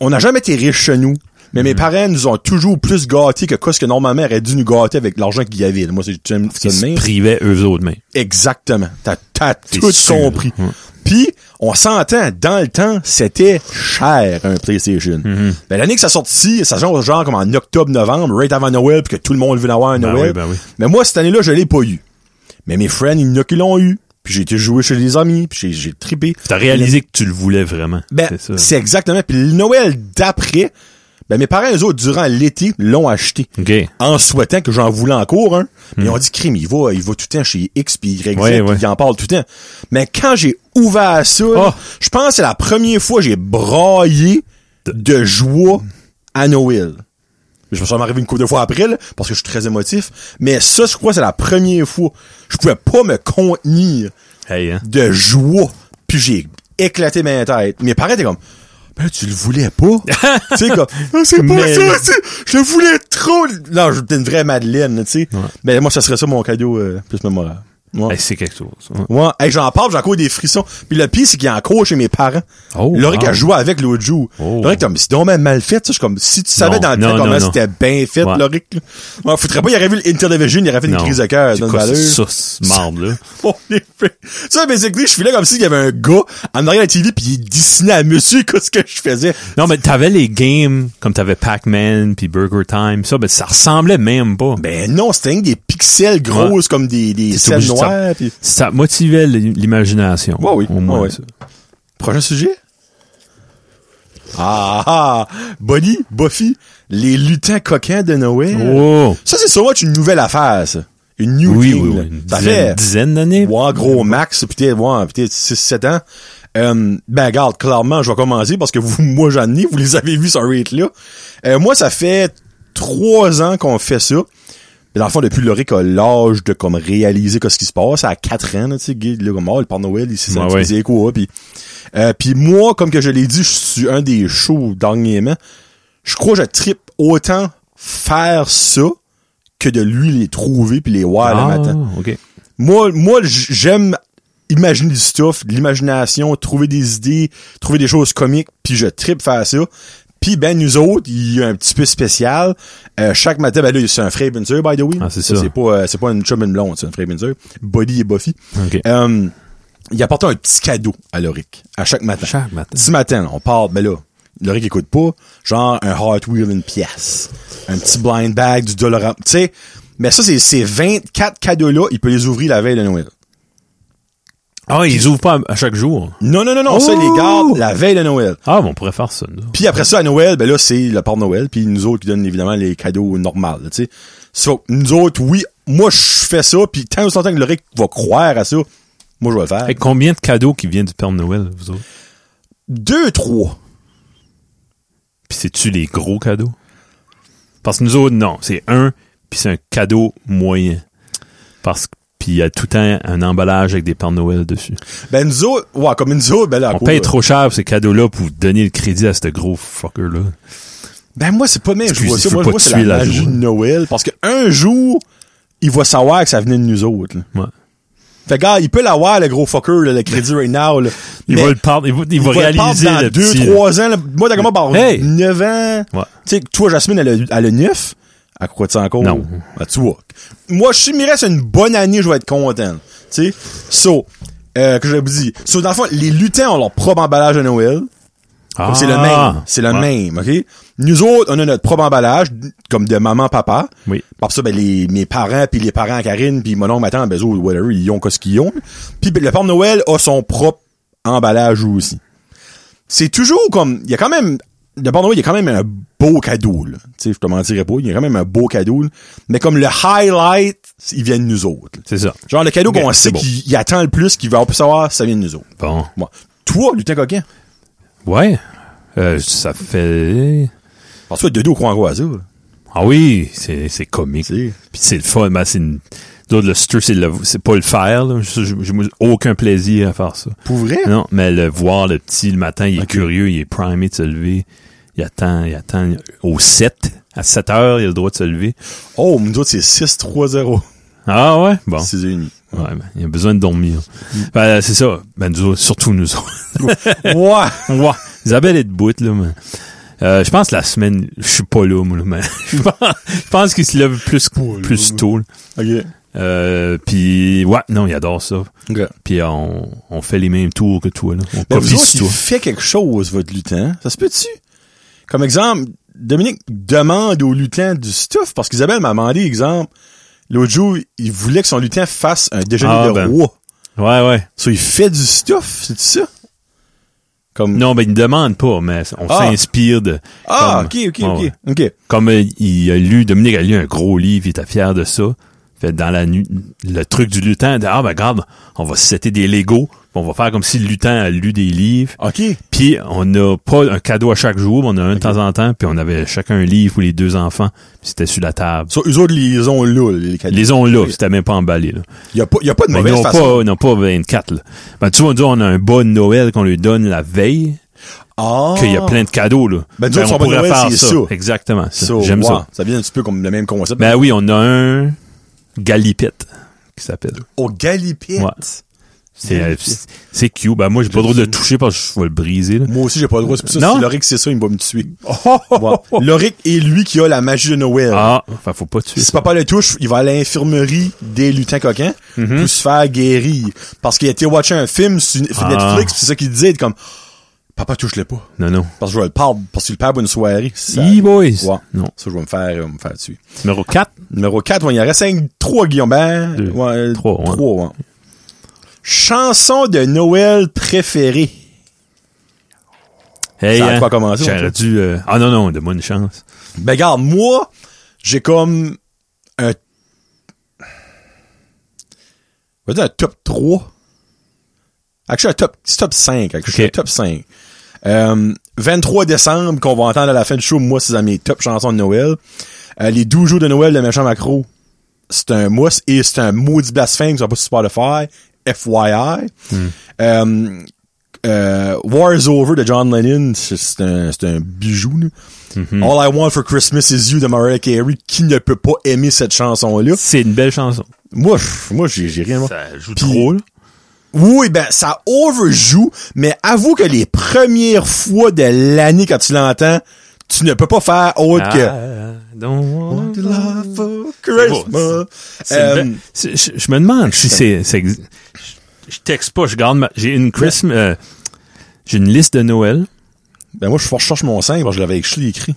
[SPEAKER 1] on n'a jamais été riches chez nous. Mais
[SPEAKER 2] Mm-hmm.
[SPEAKER 1] mes parents nous ont toujours plus gâtés que quoi ce que normalement aurait dû nous gâter avec l'argent qu'ils avaient. Moi, c'est c'est
[SPEAKER 2] Ils
[SPEAKER 1] le
[SPEAKER 2] se
[SPEAKER 1] même.
[SPEAKER 2] privaient eux autres, mais...
[SPEAKER 1] Exactement. T'as, t'as
[SPEAKER 2] C'est
[SPEAKER 1] tout
[SPEAKER 2] sûr. Mm.
[SPEAKER 1] compris.
[SPEAKER 2] Ouais.
[SPEAKER 1] Puis, on s'entend, dans le temps, c'était cher, un PlayStation.
[SPEAKER 2] Mm-hmm.
[SPEAKER 1] Ben, l'année que ça sortit, ça sort genre comme en octobre-novembre, right avant Noël, puis que tout le monde veut l'avoir à
[SPEAKER 2] Ben
[SPEAKER 1] Noël.
[SPEAKER 2] oui, ben oui.
[SPEAKER 1] Mais moi, cette année-là, je l'ai pas eu. Mais mes friends, ils n'ont qu'ils l'ont eu. Puis j'ai été jouer chez des amis, puis j'ai, j'ai trippé.
[SPEAKER 2] T'as réalisé que tu le voulais vraiment.
[SPEAKER 1] Ben,
[SPEAKER 2] c'est ça.
[SPEAKER 1] c'est exactement. Puis le Noël d'après, ben mes parents, eux autres, durant l'été, l'ont acheté
[SPEAKER 2] OK.
[SPEAKER 1] en souhaitant que j'en voulais encore un. Mais on dit, crime, il va, il va tout le temps chez X, puis Y, Z,
[SPEAKER 2] Hmm. Ouais,
[SPEAKER 1] puis
[SPEAKER 2] ouais.
[SPEAKER 1] il en parle tout le temps. Mais quand j'ai ouvert ça, là,
[SPEAKER 2] Ah!
[SPEAKER 1] je pense que c'est la première fois que j'ai braillé de joie à Noël. Je me suis arrivé une couple de fois après, là, parce que je suis très émotif. Mais ça, je crois que c'est la première fois. Je pouvais pas me contenir
[SPEAKER 2] Hey, hein.
[SPEAKER 1] de joie. Puis j'ai éclaté ma tête. Mes parents étaient comme, ben là, tu le voulais
[SPEAKER 2] [LAUGHS]
[SPEAKER 1] pas. tu sais, comme, Ah, c'est pas
[SPEAKER 2] Mais-
[SPEAKER 1] ça, c'est- je le voulais trop. Non, j'étais une vraie Madeleine, là, tu sais. Ben moi, ça serait ça mon cadeau euh, plus mémorable. Ouais.
[SPEAKER 2] Hey, c'est quelque chose. hein. ouais.
[SPEAKER 1] Ouais, Hey, j'en parle, j'ai encore des frissons. Puis le pire, c'est qu'il est encore chez mes parents.
[SPEAKER 2] Oh,
[SPEAKER 1] L'aurait
[SPEAKER 2] wow.
[SPEAKER 1] qu'à jouer avec l'autre jour.
[SPEAKER 2] Oh.
[SPEAKER 1] L'aurait comme, c'est donc même mal fait, ça. Je suis comme, si tu savais
[SPEAKER 2] Non,
[SPEAKER 1] dans le temps
[SPEAKER 2] non, non,
[SPEAKER 1] comment
[SPEAKER 2] non.
[SPEAKER 1] c'était bien fait,
[SPEAKER 2] Ouais.
[SPEAKER 1] Loric. là. Ouais, faudrait pas, il aurait vu l'Interdivision, il aurait fait une
[SPEAKER 2] Non.
[SPEAKER 1] crise de cœur.
[SPEAKER 2] C'est
[SPEAKER 1] dans le
[SPEAKER 2] quoi
[SPEAKER 1] Valeur.
[SPEAKER 2] cette sauce marde, là?
[SPEAKER 1] [LAUGHS] Mon effet. Ça, basically, je filais comme s'il y avait un gars en arrière de la TV puis il dessinait à monsieur [LAUGHS] qu'est-ce que je faisais.
[SPEAKER 2] Non, mais t'avais les games, comme t'avais Pac-Man, puis Burger Time, ça, ben ça ressemblait même pas.
[SPEAKER 1] Ben non, c'était rien que des pixels grosses comme des, des
[SPEAKER 2] T'es
[SPEAKER 1] selles
[SPEAKER 2] obligé de ça-
[SPEAKER 1] noires. Pis...
[SPEAKER 2] Ça motivait l- l'imagination.
[SPEAKER 1] Ouais, oui.
[SPEAKER 2] Au moins,
[SPEAKER 1] Ouais, ouais.
[SPEAKER 2] ça.
[SPEAKER 1] Prochain sujet? Ah ah! Bonnie, Buffy, les lutins coquins de Noël.
[SPEAKER 2] Oh!
[SPEAKER 1] Ça, c'est sûrement une nouvelle affaire, ça. Une new
[SPEAKER 2] Oui, oui,
[SPEAKER 1] thing,
[SPEAKER 2] oui.
[SPEAKER 1] là.
[SPEAKER 2] Une
[SPEAKER 1] Ça
[SPEAKER 2] dizaine,
[SPEAKER 1] fait-
[SPEAKER 2] dizaine d'années.
[SPEAKER 1] Ouais, en gros max, pis t'es, ouais, pis t'es 6-7 ans. Euh, ben, regarde, clairement, je vais commencer parce que vous, [LAUGHS] moi, j'en ai, vous les avez vus, ce rate-là. Euh, moi, ça fait trois ans qu'on fait ça. Mais dans le fond, depuis Laurie a l'âge de comme réaliser que ce qui se passe, à 4 ans, là, tu sais, Guy, là, comme, oh, le Père Noël, il s'est
[SPEAKER 2] Ouais,
[SPEAKER 1] senti
[SPEAKER 2] ouais.
[SPEAKER 1] faisait quoi, pis, euh, pis moi, comme que je l'ai dit, je suis un des shows dernièrement, je crois que je trippe autant faire ça que de lui les trouver puis les voir
[SPEAKER 2] Ah,
[SPEAKER 1] le matin.
[SPEAKER 2] OK.
[SPEAKER 1] Moi, moi, j- j'aime imaginer du stuff, de l'imagination, trouver des idées, trouver des choses comiques, puis je tripe faire ça. Puis ben nous autres, il y a un petit peu spécial. Euh, chaque matin, ben là, c'est un frère et une sœur, by the way.
[SPEAKER 2] Ah, c'est ça.
[SPEAKER 1] C'est pas, euh, c'est pas une chum et une blonde, c'est un frère et une sœur. Buddy et Buffy.
[SPEAKER 2] OK.
[SPEAKER 1] Euh, il apportait un petit cadeau à Loric à chaque matin.
[SPEAKER 2] Chaque matin.
[SPEAKER 1] Ce matin, là, on part, ben là, Loric écoute pas, genre un Hot Wheel une pièce, un petit blind bag du dollar, tu sais. Mais ça, c'est ces 24 cadeaux-là, il peut les ouvrir la veille de Noël.
[SPEAKER 2] Ah, ils ouvrent pas à- à chaque jour.
[SPEAKER 1] Non, non, non, non, ça, il les garde
[SPEAKER 2] Oh!
[SPEAKER 1] la veille de Noël.
[SPEAKER 2] Ah, ben, on pourrait faire ça, nous.
[SPEAKER 1] Puis après ça, à Noël, ben là, c'est le port Noël, puis nous autres qui donnent évidemment les cadeaux normaux, là, tu sais. So, nous autres, oui, moi, je fais ça, puis tant que longtemps que Loric va croire à ça, moi, je vais le faire.
[SPEAKER 2] Hey, combien de cadeaux qui viennent du Père Noël, vous autres?
[SPEAKER 1] Deux, trois.
[SPEAKER 2] Puis c'est-tu les gros cadeaux? Parce que nous autres, non. C'est un, puis c'est un cadeau moyen. Parce que, puis il y a tout le temps un emballage avec des Pères Noël dessus.
[SPEAKER 1] Ben, nous autres, ouais, comme nous autres, ben là, à
[SPEAKER 2] On
[SPEAKER 1] quoi,
[SPEAKER 2] paye
[SPEAKER 1] là?
[SPEAKER 2] trop cher pour ces cadeaux-là pour donner le crédit à ce gros fucker-là.
[SPEAKER 1] Ben moi c'est pas même je
[SPEAKER 2] Excuse,
[SPEAKER 1] vois ça,
[SPEAKER 2] il faut
[SPEAKER 1] moi je
[SPEAKER 2] pas
[SPEAKER 1] vois c'est
[SPEAKER 2] tuer
[SPEAKER 1] la
[SPEAKER 2] la
[SPEAKER 1] magie
[SPEAKER 2] joie.
[SPEAKER 1] de Noël parce que un jour il va savoir que ça venait de nous autres. là.
[SPEAKER 2] Ouais.
[SPEAKER 1] Fait que, gars, il peut l'avoir le gros fucker là, le crédit right now là.
[SPEAKER 2] Il
[SPEAKER 1] Mais
[SPEAKER 2] va le perdre, il va, il
[SPEAKER 1] il
[SPEAKER 2] va
[SPEAKER 1] va le perdre
[SPEAKER 2] réaliser
[SPEAKER 1] dans
[SPEAKER 2] le
[SPEAKER 1] 2
[SPEAKER 2] petit,
[SPEAKER 1] 3 ans là. moi d'accord moi par
[SPEAKER 2] Hey!
[SPEAKER 1] 9 ans.
[SPEAKER 2] Ouais.
[SPEAKER 1] Tu sais toi Jasmine elle a, elle a 9 à quoi tu encore
[SPEAKER 2] Non.
[SPEAKER 1] Ben, tu vois. Moi je si il me reste une bonne année je vais être content. Tu sais so euh, que je vous dis. So, dans le fond, les lutins ont leur propre emballage de Noël. Comme C'est le même. C'est le
[SPEAKER 2] Ah! Ouais.
[SPEAKER 1] même, OK? Nous autres, on a notre propre emballage, comme de maman, papa.
[SPEAKER 2] Oui.
[SPEAKER 1] Par ça, ben, les, mes parents, puis les parents à Karine, puis mon oncle, ma tante, ben, eux, whatever, ils ont quoi ce qu'ils ont. Puis ben, le Père Noël a son propre emballage aussi. C'est toujours comme... Il y a quand même... Le Père Noël, il y a quand même un beau cadeau, là. Tu sais, je te mentirais pas, il y a quand même un beau cadeau, là. Mais comme le highlight, il vient de nous autres. là.
[SPEAKER 2] C'est ça.
[SPEAKER 1] Genre le cadeau qu'on
[SPEAKER 2] Ok, c'est
[SPEAKER 1] sait
[SPEAKER 2] beau.
[SPEAKER 1] qu'il il attend le plus, qu'il va plus savoir, ça vient de nous autres.
[SPEAKER 2] Bon.
[SPEAKER 1] Bon. Toi, lutin coquin,
[SPEAKER 2] Ouais. Euh, ça fait...
[SPEAKER 1] parce que Dodo croit en quoi, ça? là?
[SPEAKER 2] Ah oui, c'est c'est comique.
[SPEAKER 1] Si.
[SPEAKER 2] Puis c'est le fun. Ben, c'est une... D'autres, le stir, c'est le- c'est pas le faire. là. Je- je- J'ai aucun plaisir à faire ça.
[SPEAKER 1] Pour vrai?
[SPEAKER 2] Non, mais le voir le petit le matin, il est
[SPEAKER 1] Ok.
[SPEAKER 2] curieux, il est primé de se lever. Il attend, il attend au 7. À 7 heures, il a le droit de se lever.
[SPEAKER 1] Oh, nous autres, c'est 6-3-0.
[SPEAKER 2] Ah ouais? Bon.
[SPEAKER 1] 6 et demi.
[SPEAKER 2] Ouais, ben, il a besoin de dormir.
[SPEAKER 1] Mm.
[SPEAKER 2] Ben, c'est ça. Ben, nous autres, surtout nous autres.
[SPEAKER 1] Ouais!
[SPEAKER 2] Ouah, Isabelle est debout, là, mais... Euh, je pense la semaine, je suis pas là, moi, là, mais [LAUGHS] je pense, je pense qu'il se lève plus, plus tôt. là.
[SPEAKER 1] [LAUGHS] OK.
[SPEAKER 2] Euh, puis ouais, non, il adore ça.
[SPEAKER 1] OK.
[SPEAKER 2] Puis on, on fait les mêmes tours que toi, là. On
[SPEAKER 1] Ben, vous
[SPEAKER 2] copie
[SPEAKER 1] autres,
[SPEAKER 2] sur
[SPEAKER 1] il
[SPEAKER 2] toi.
[SPEAKER 1] fait quelque chose, votre lutin. Ça se peut-tu? Comme exemple, Dominique demande au lutin du stuff, parce qu'Isabelle m'a demandé, exemple, l'autre jour, il voulait que son lutin fasse un déjeuner
[SPEAKER 2] Ah,
[SPEAKER 1] de
[SPEAKER 2] ben.
[SPEAKER 1] roi.
[SPEAKER 2] Ouais, ouais.
[SPEAKER 1] So, il fait du stuff, c'est ça? Comme...
[SPEAKER 2] Non, ben, il ne demande pas, mais on
[SPEAKER 1] Mm. Ah.
[SPEAKER 2] s'inspire de...
[SPEAKER 1] Ah,
[SPEAKER 2] comme-
[SPEAKER 1] ok, ok,
[SPEAKER 2] ouais,
[SPEAKER 1] ok.
[SPEAKER 2] ouais.
[SPEAKER 1] OK.
[SPEAKER 2] Comme euh, il a lu, Dominique a lu un gros livre, il était fier de ça. Fait dans la nuit, le truc du lutin, de, ah ben regarde, on va setter des Legos, puis on va faire comme si le lutin a lu des livres.
[SPEAKER 1] OK.
[SPEAKER 2] Puis on n'a pas un cadeau à chaque jour, mais on en a un de temps en temps, puis on avait chacun un livre pour les deux enfants, puis c'était sur la table.
[SPEAKER 1] So, eux autres, ils ont là, les
[SPEAKER 2] Ils
[SPEAKER 1] cadeaux.
[SPEAKER 2] Les ont là, c'était même pas emballé. Là.
[SPEAKER 1] Il y a pas, il y a pas de
[SPEAKER 2] Mais ils
[SPEAKER 1] mauvaise
[SPEAKER 2] n'ont
[SPEAKER 1] façon.
[SPEAKER 2] pas, ils n'ont pas 24. Là. Ben, tu vois, nous, on a un bon Noël qu'on lui donne la veille,
[SPEAKER 1] Ah!
[SPEAKER 2] qu'il y a plein de cadeaux. Là.
[SPEAKER 1] Ben, nous autres,
[SPEAKER 2] on
[SPEAKER 1] son bon
[SPEAKER 2] pourrait
[SPEAKER 1] Noël,
[SPEAKER 2] faire
[SPEAKER 1] c'est
[SPEAKER 2] ça.
[SPEAKER 1] ça.
[SPEAKER 2] Exactement. ça.
[SPEAKER 1] So,
[SPEAKER 2] J'aime
[SPEAKER 1] wow.
[SPEAKER 2] ça.
[SPEAKER 1] Ça vient un petit peu comme le même concept.
[SPEAKER 2] Ben oui, on a un galipette qui s'appelle.
[SPEAKER 1] Au galipette.
[SPEAKER 2] Ouais. C'est euh, c'est- c'est cute. Ben moi, j'ai pas le droit de le toucher parce que je vais le briser. Là.
[SPEAKER 1] Moi aussi, j'ai pas le droit. C'est pour ça
[SPEAKER 2] Non?
[SPEAKER 1] si Loric, c'est ça, il va me
[SPEAKER 2] [LAUGHS]
[SPEAKER 1] tuer. Ouais. Loric est lui qui a la magie de Noël.
[SPEAKER 2] Ah, enfin, faut pas tuer.
[SPEAKER 1] Si
[SPEAKER 2] ça.
[SPEAKER 1] papa le touche, il va à l'infirmerie des lutins coquins
[SPEAKER 2] Mhm.
[SPEAKER 1] pour se faire guérir. Parce qu'il a été watcher un film sur sur
[SPEAKER 2] Ah.
[SPEAKER 1] Netflix, pis c'est ça qu'il disait, il était comme, papa touche-le pas.
[SPEAKER 2] Non, non.
[SPEAKER 1] Parce que je vais le perdre, parce qu'il le perd pour une soirée. Ça-
[SPEAKER 2] E-boys.
[SPEAKER 1] Ouais.
[SPEAKER 2] Non.
[SPEAKER 1] Ça, je vais me faire, euh, me faire tuer.
[SPEAKER 2] Numéro 4.
[SPEAKER 1] Numéro 4, il y en reste 5, 3 Guillaume Ben.
[SPEAKER 2] Deux.
[SPEAKER 1] Ouais,
[SPEAKER 2] Trois, ouais.
[SPEAKER 1] trois, ouais. Chanson de Noël préférée.
[SPEAKER 2] Hey, hein.
[SPEAKER 1] Ça a quoi commencer,
[SPEAKER 2] J'aurais
[SPEAKER 1] on
[SPEAKER 2] dû... euh, Ah non, non, donne-moi une chance.
[SPEAKER 1] Ben, regarde, moi, j'ai comme un. On va dire un top 3. Actually, un top, c'est top 5. Actually, un
[SPEAKER 2] Ok.
[SPEAKER 1] top 5. Euh, 23 décembre, qu'on va entendre à la fin du show, moi, c'est dans mes top chansons de Noël. Euh, les 12 jours de Noël de Méchant Macro, c'est un mousse et c'est un maudit blasphème qui sont pas sur Spotify. FYI.
[SPEAKER 2] Hmm.
[SPEAKER 1] Euh, euh, War's Over de John Lennon, c'est- c'est un, c'est un bijou. là.
[SPEAKER 2] Mm-hmm.
[SPEAKER 1] All I Want for Christmas is You de Mariah Carey, qui ne peut pas aimer cette chanson-là.
[SPEAKER 2] C'est une belle chanson.
[SPEAKER 1] Moi, pff, moi j'ai j'ai rien.
[SPEAKER 2] Ça joue
[SPEAKER 1] Puis-
[SPEAKER 2] trop, là.
[SPEAKER 1] Oui, ben ça overjoue, mais avoue que les premières fois de l'année quand tu l'entends, tu ne peux pas faire autre
[SPEAKER 2] Ah.
[SPEAKER 1] que
[SPEAKER 2] I don't want to
[SPEAKER 1] Love
[SPEAKER 2] love.
[SPEAKER 1] for Christmas.
[SPEAKER 2] C'est une
[SPEAKER 1] Euh,
[SPEAKER 2] belle- c'est- Je je me demande si c'est... c'est ex- Je je texte pas, je garde ma... J'ai une Christmas... euh, J'ai une liste de Noël.
[SPEAKER 1] ben moi, je recherche mon 5 parce que je l'avais écrit- écrit.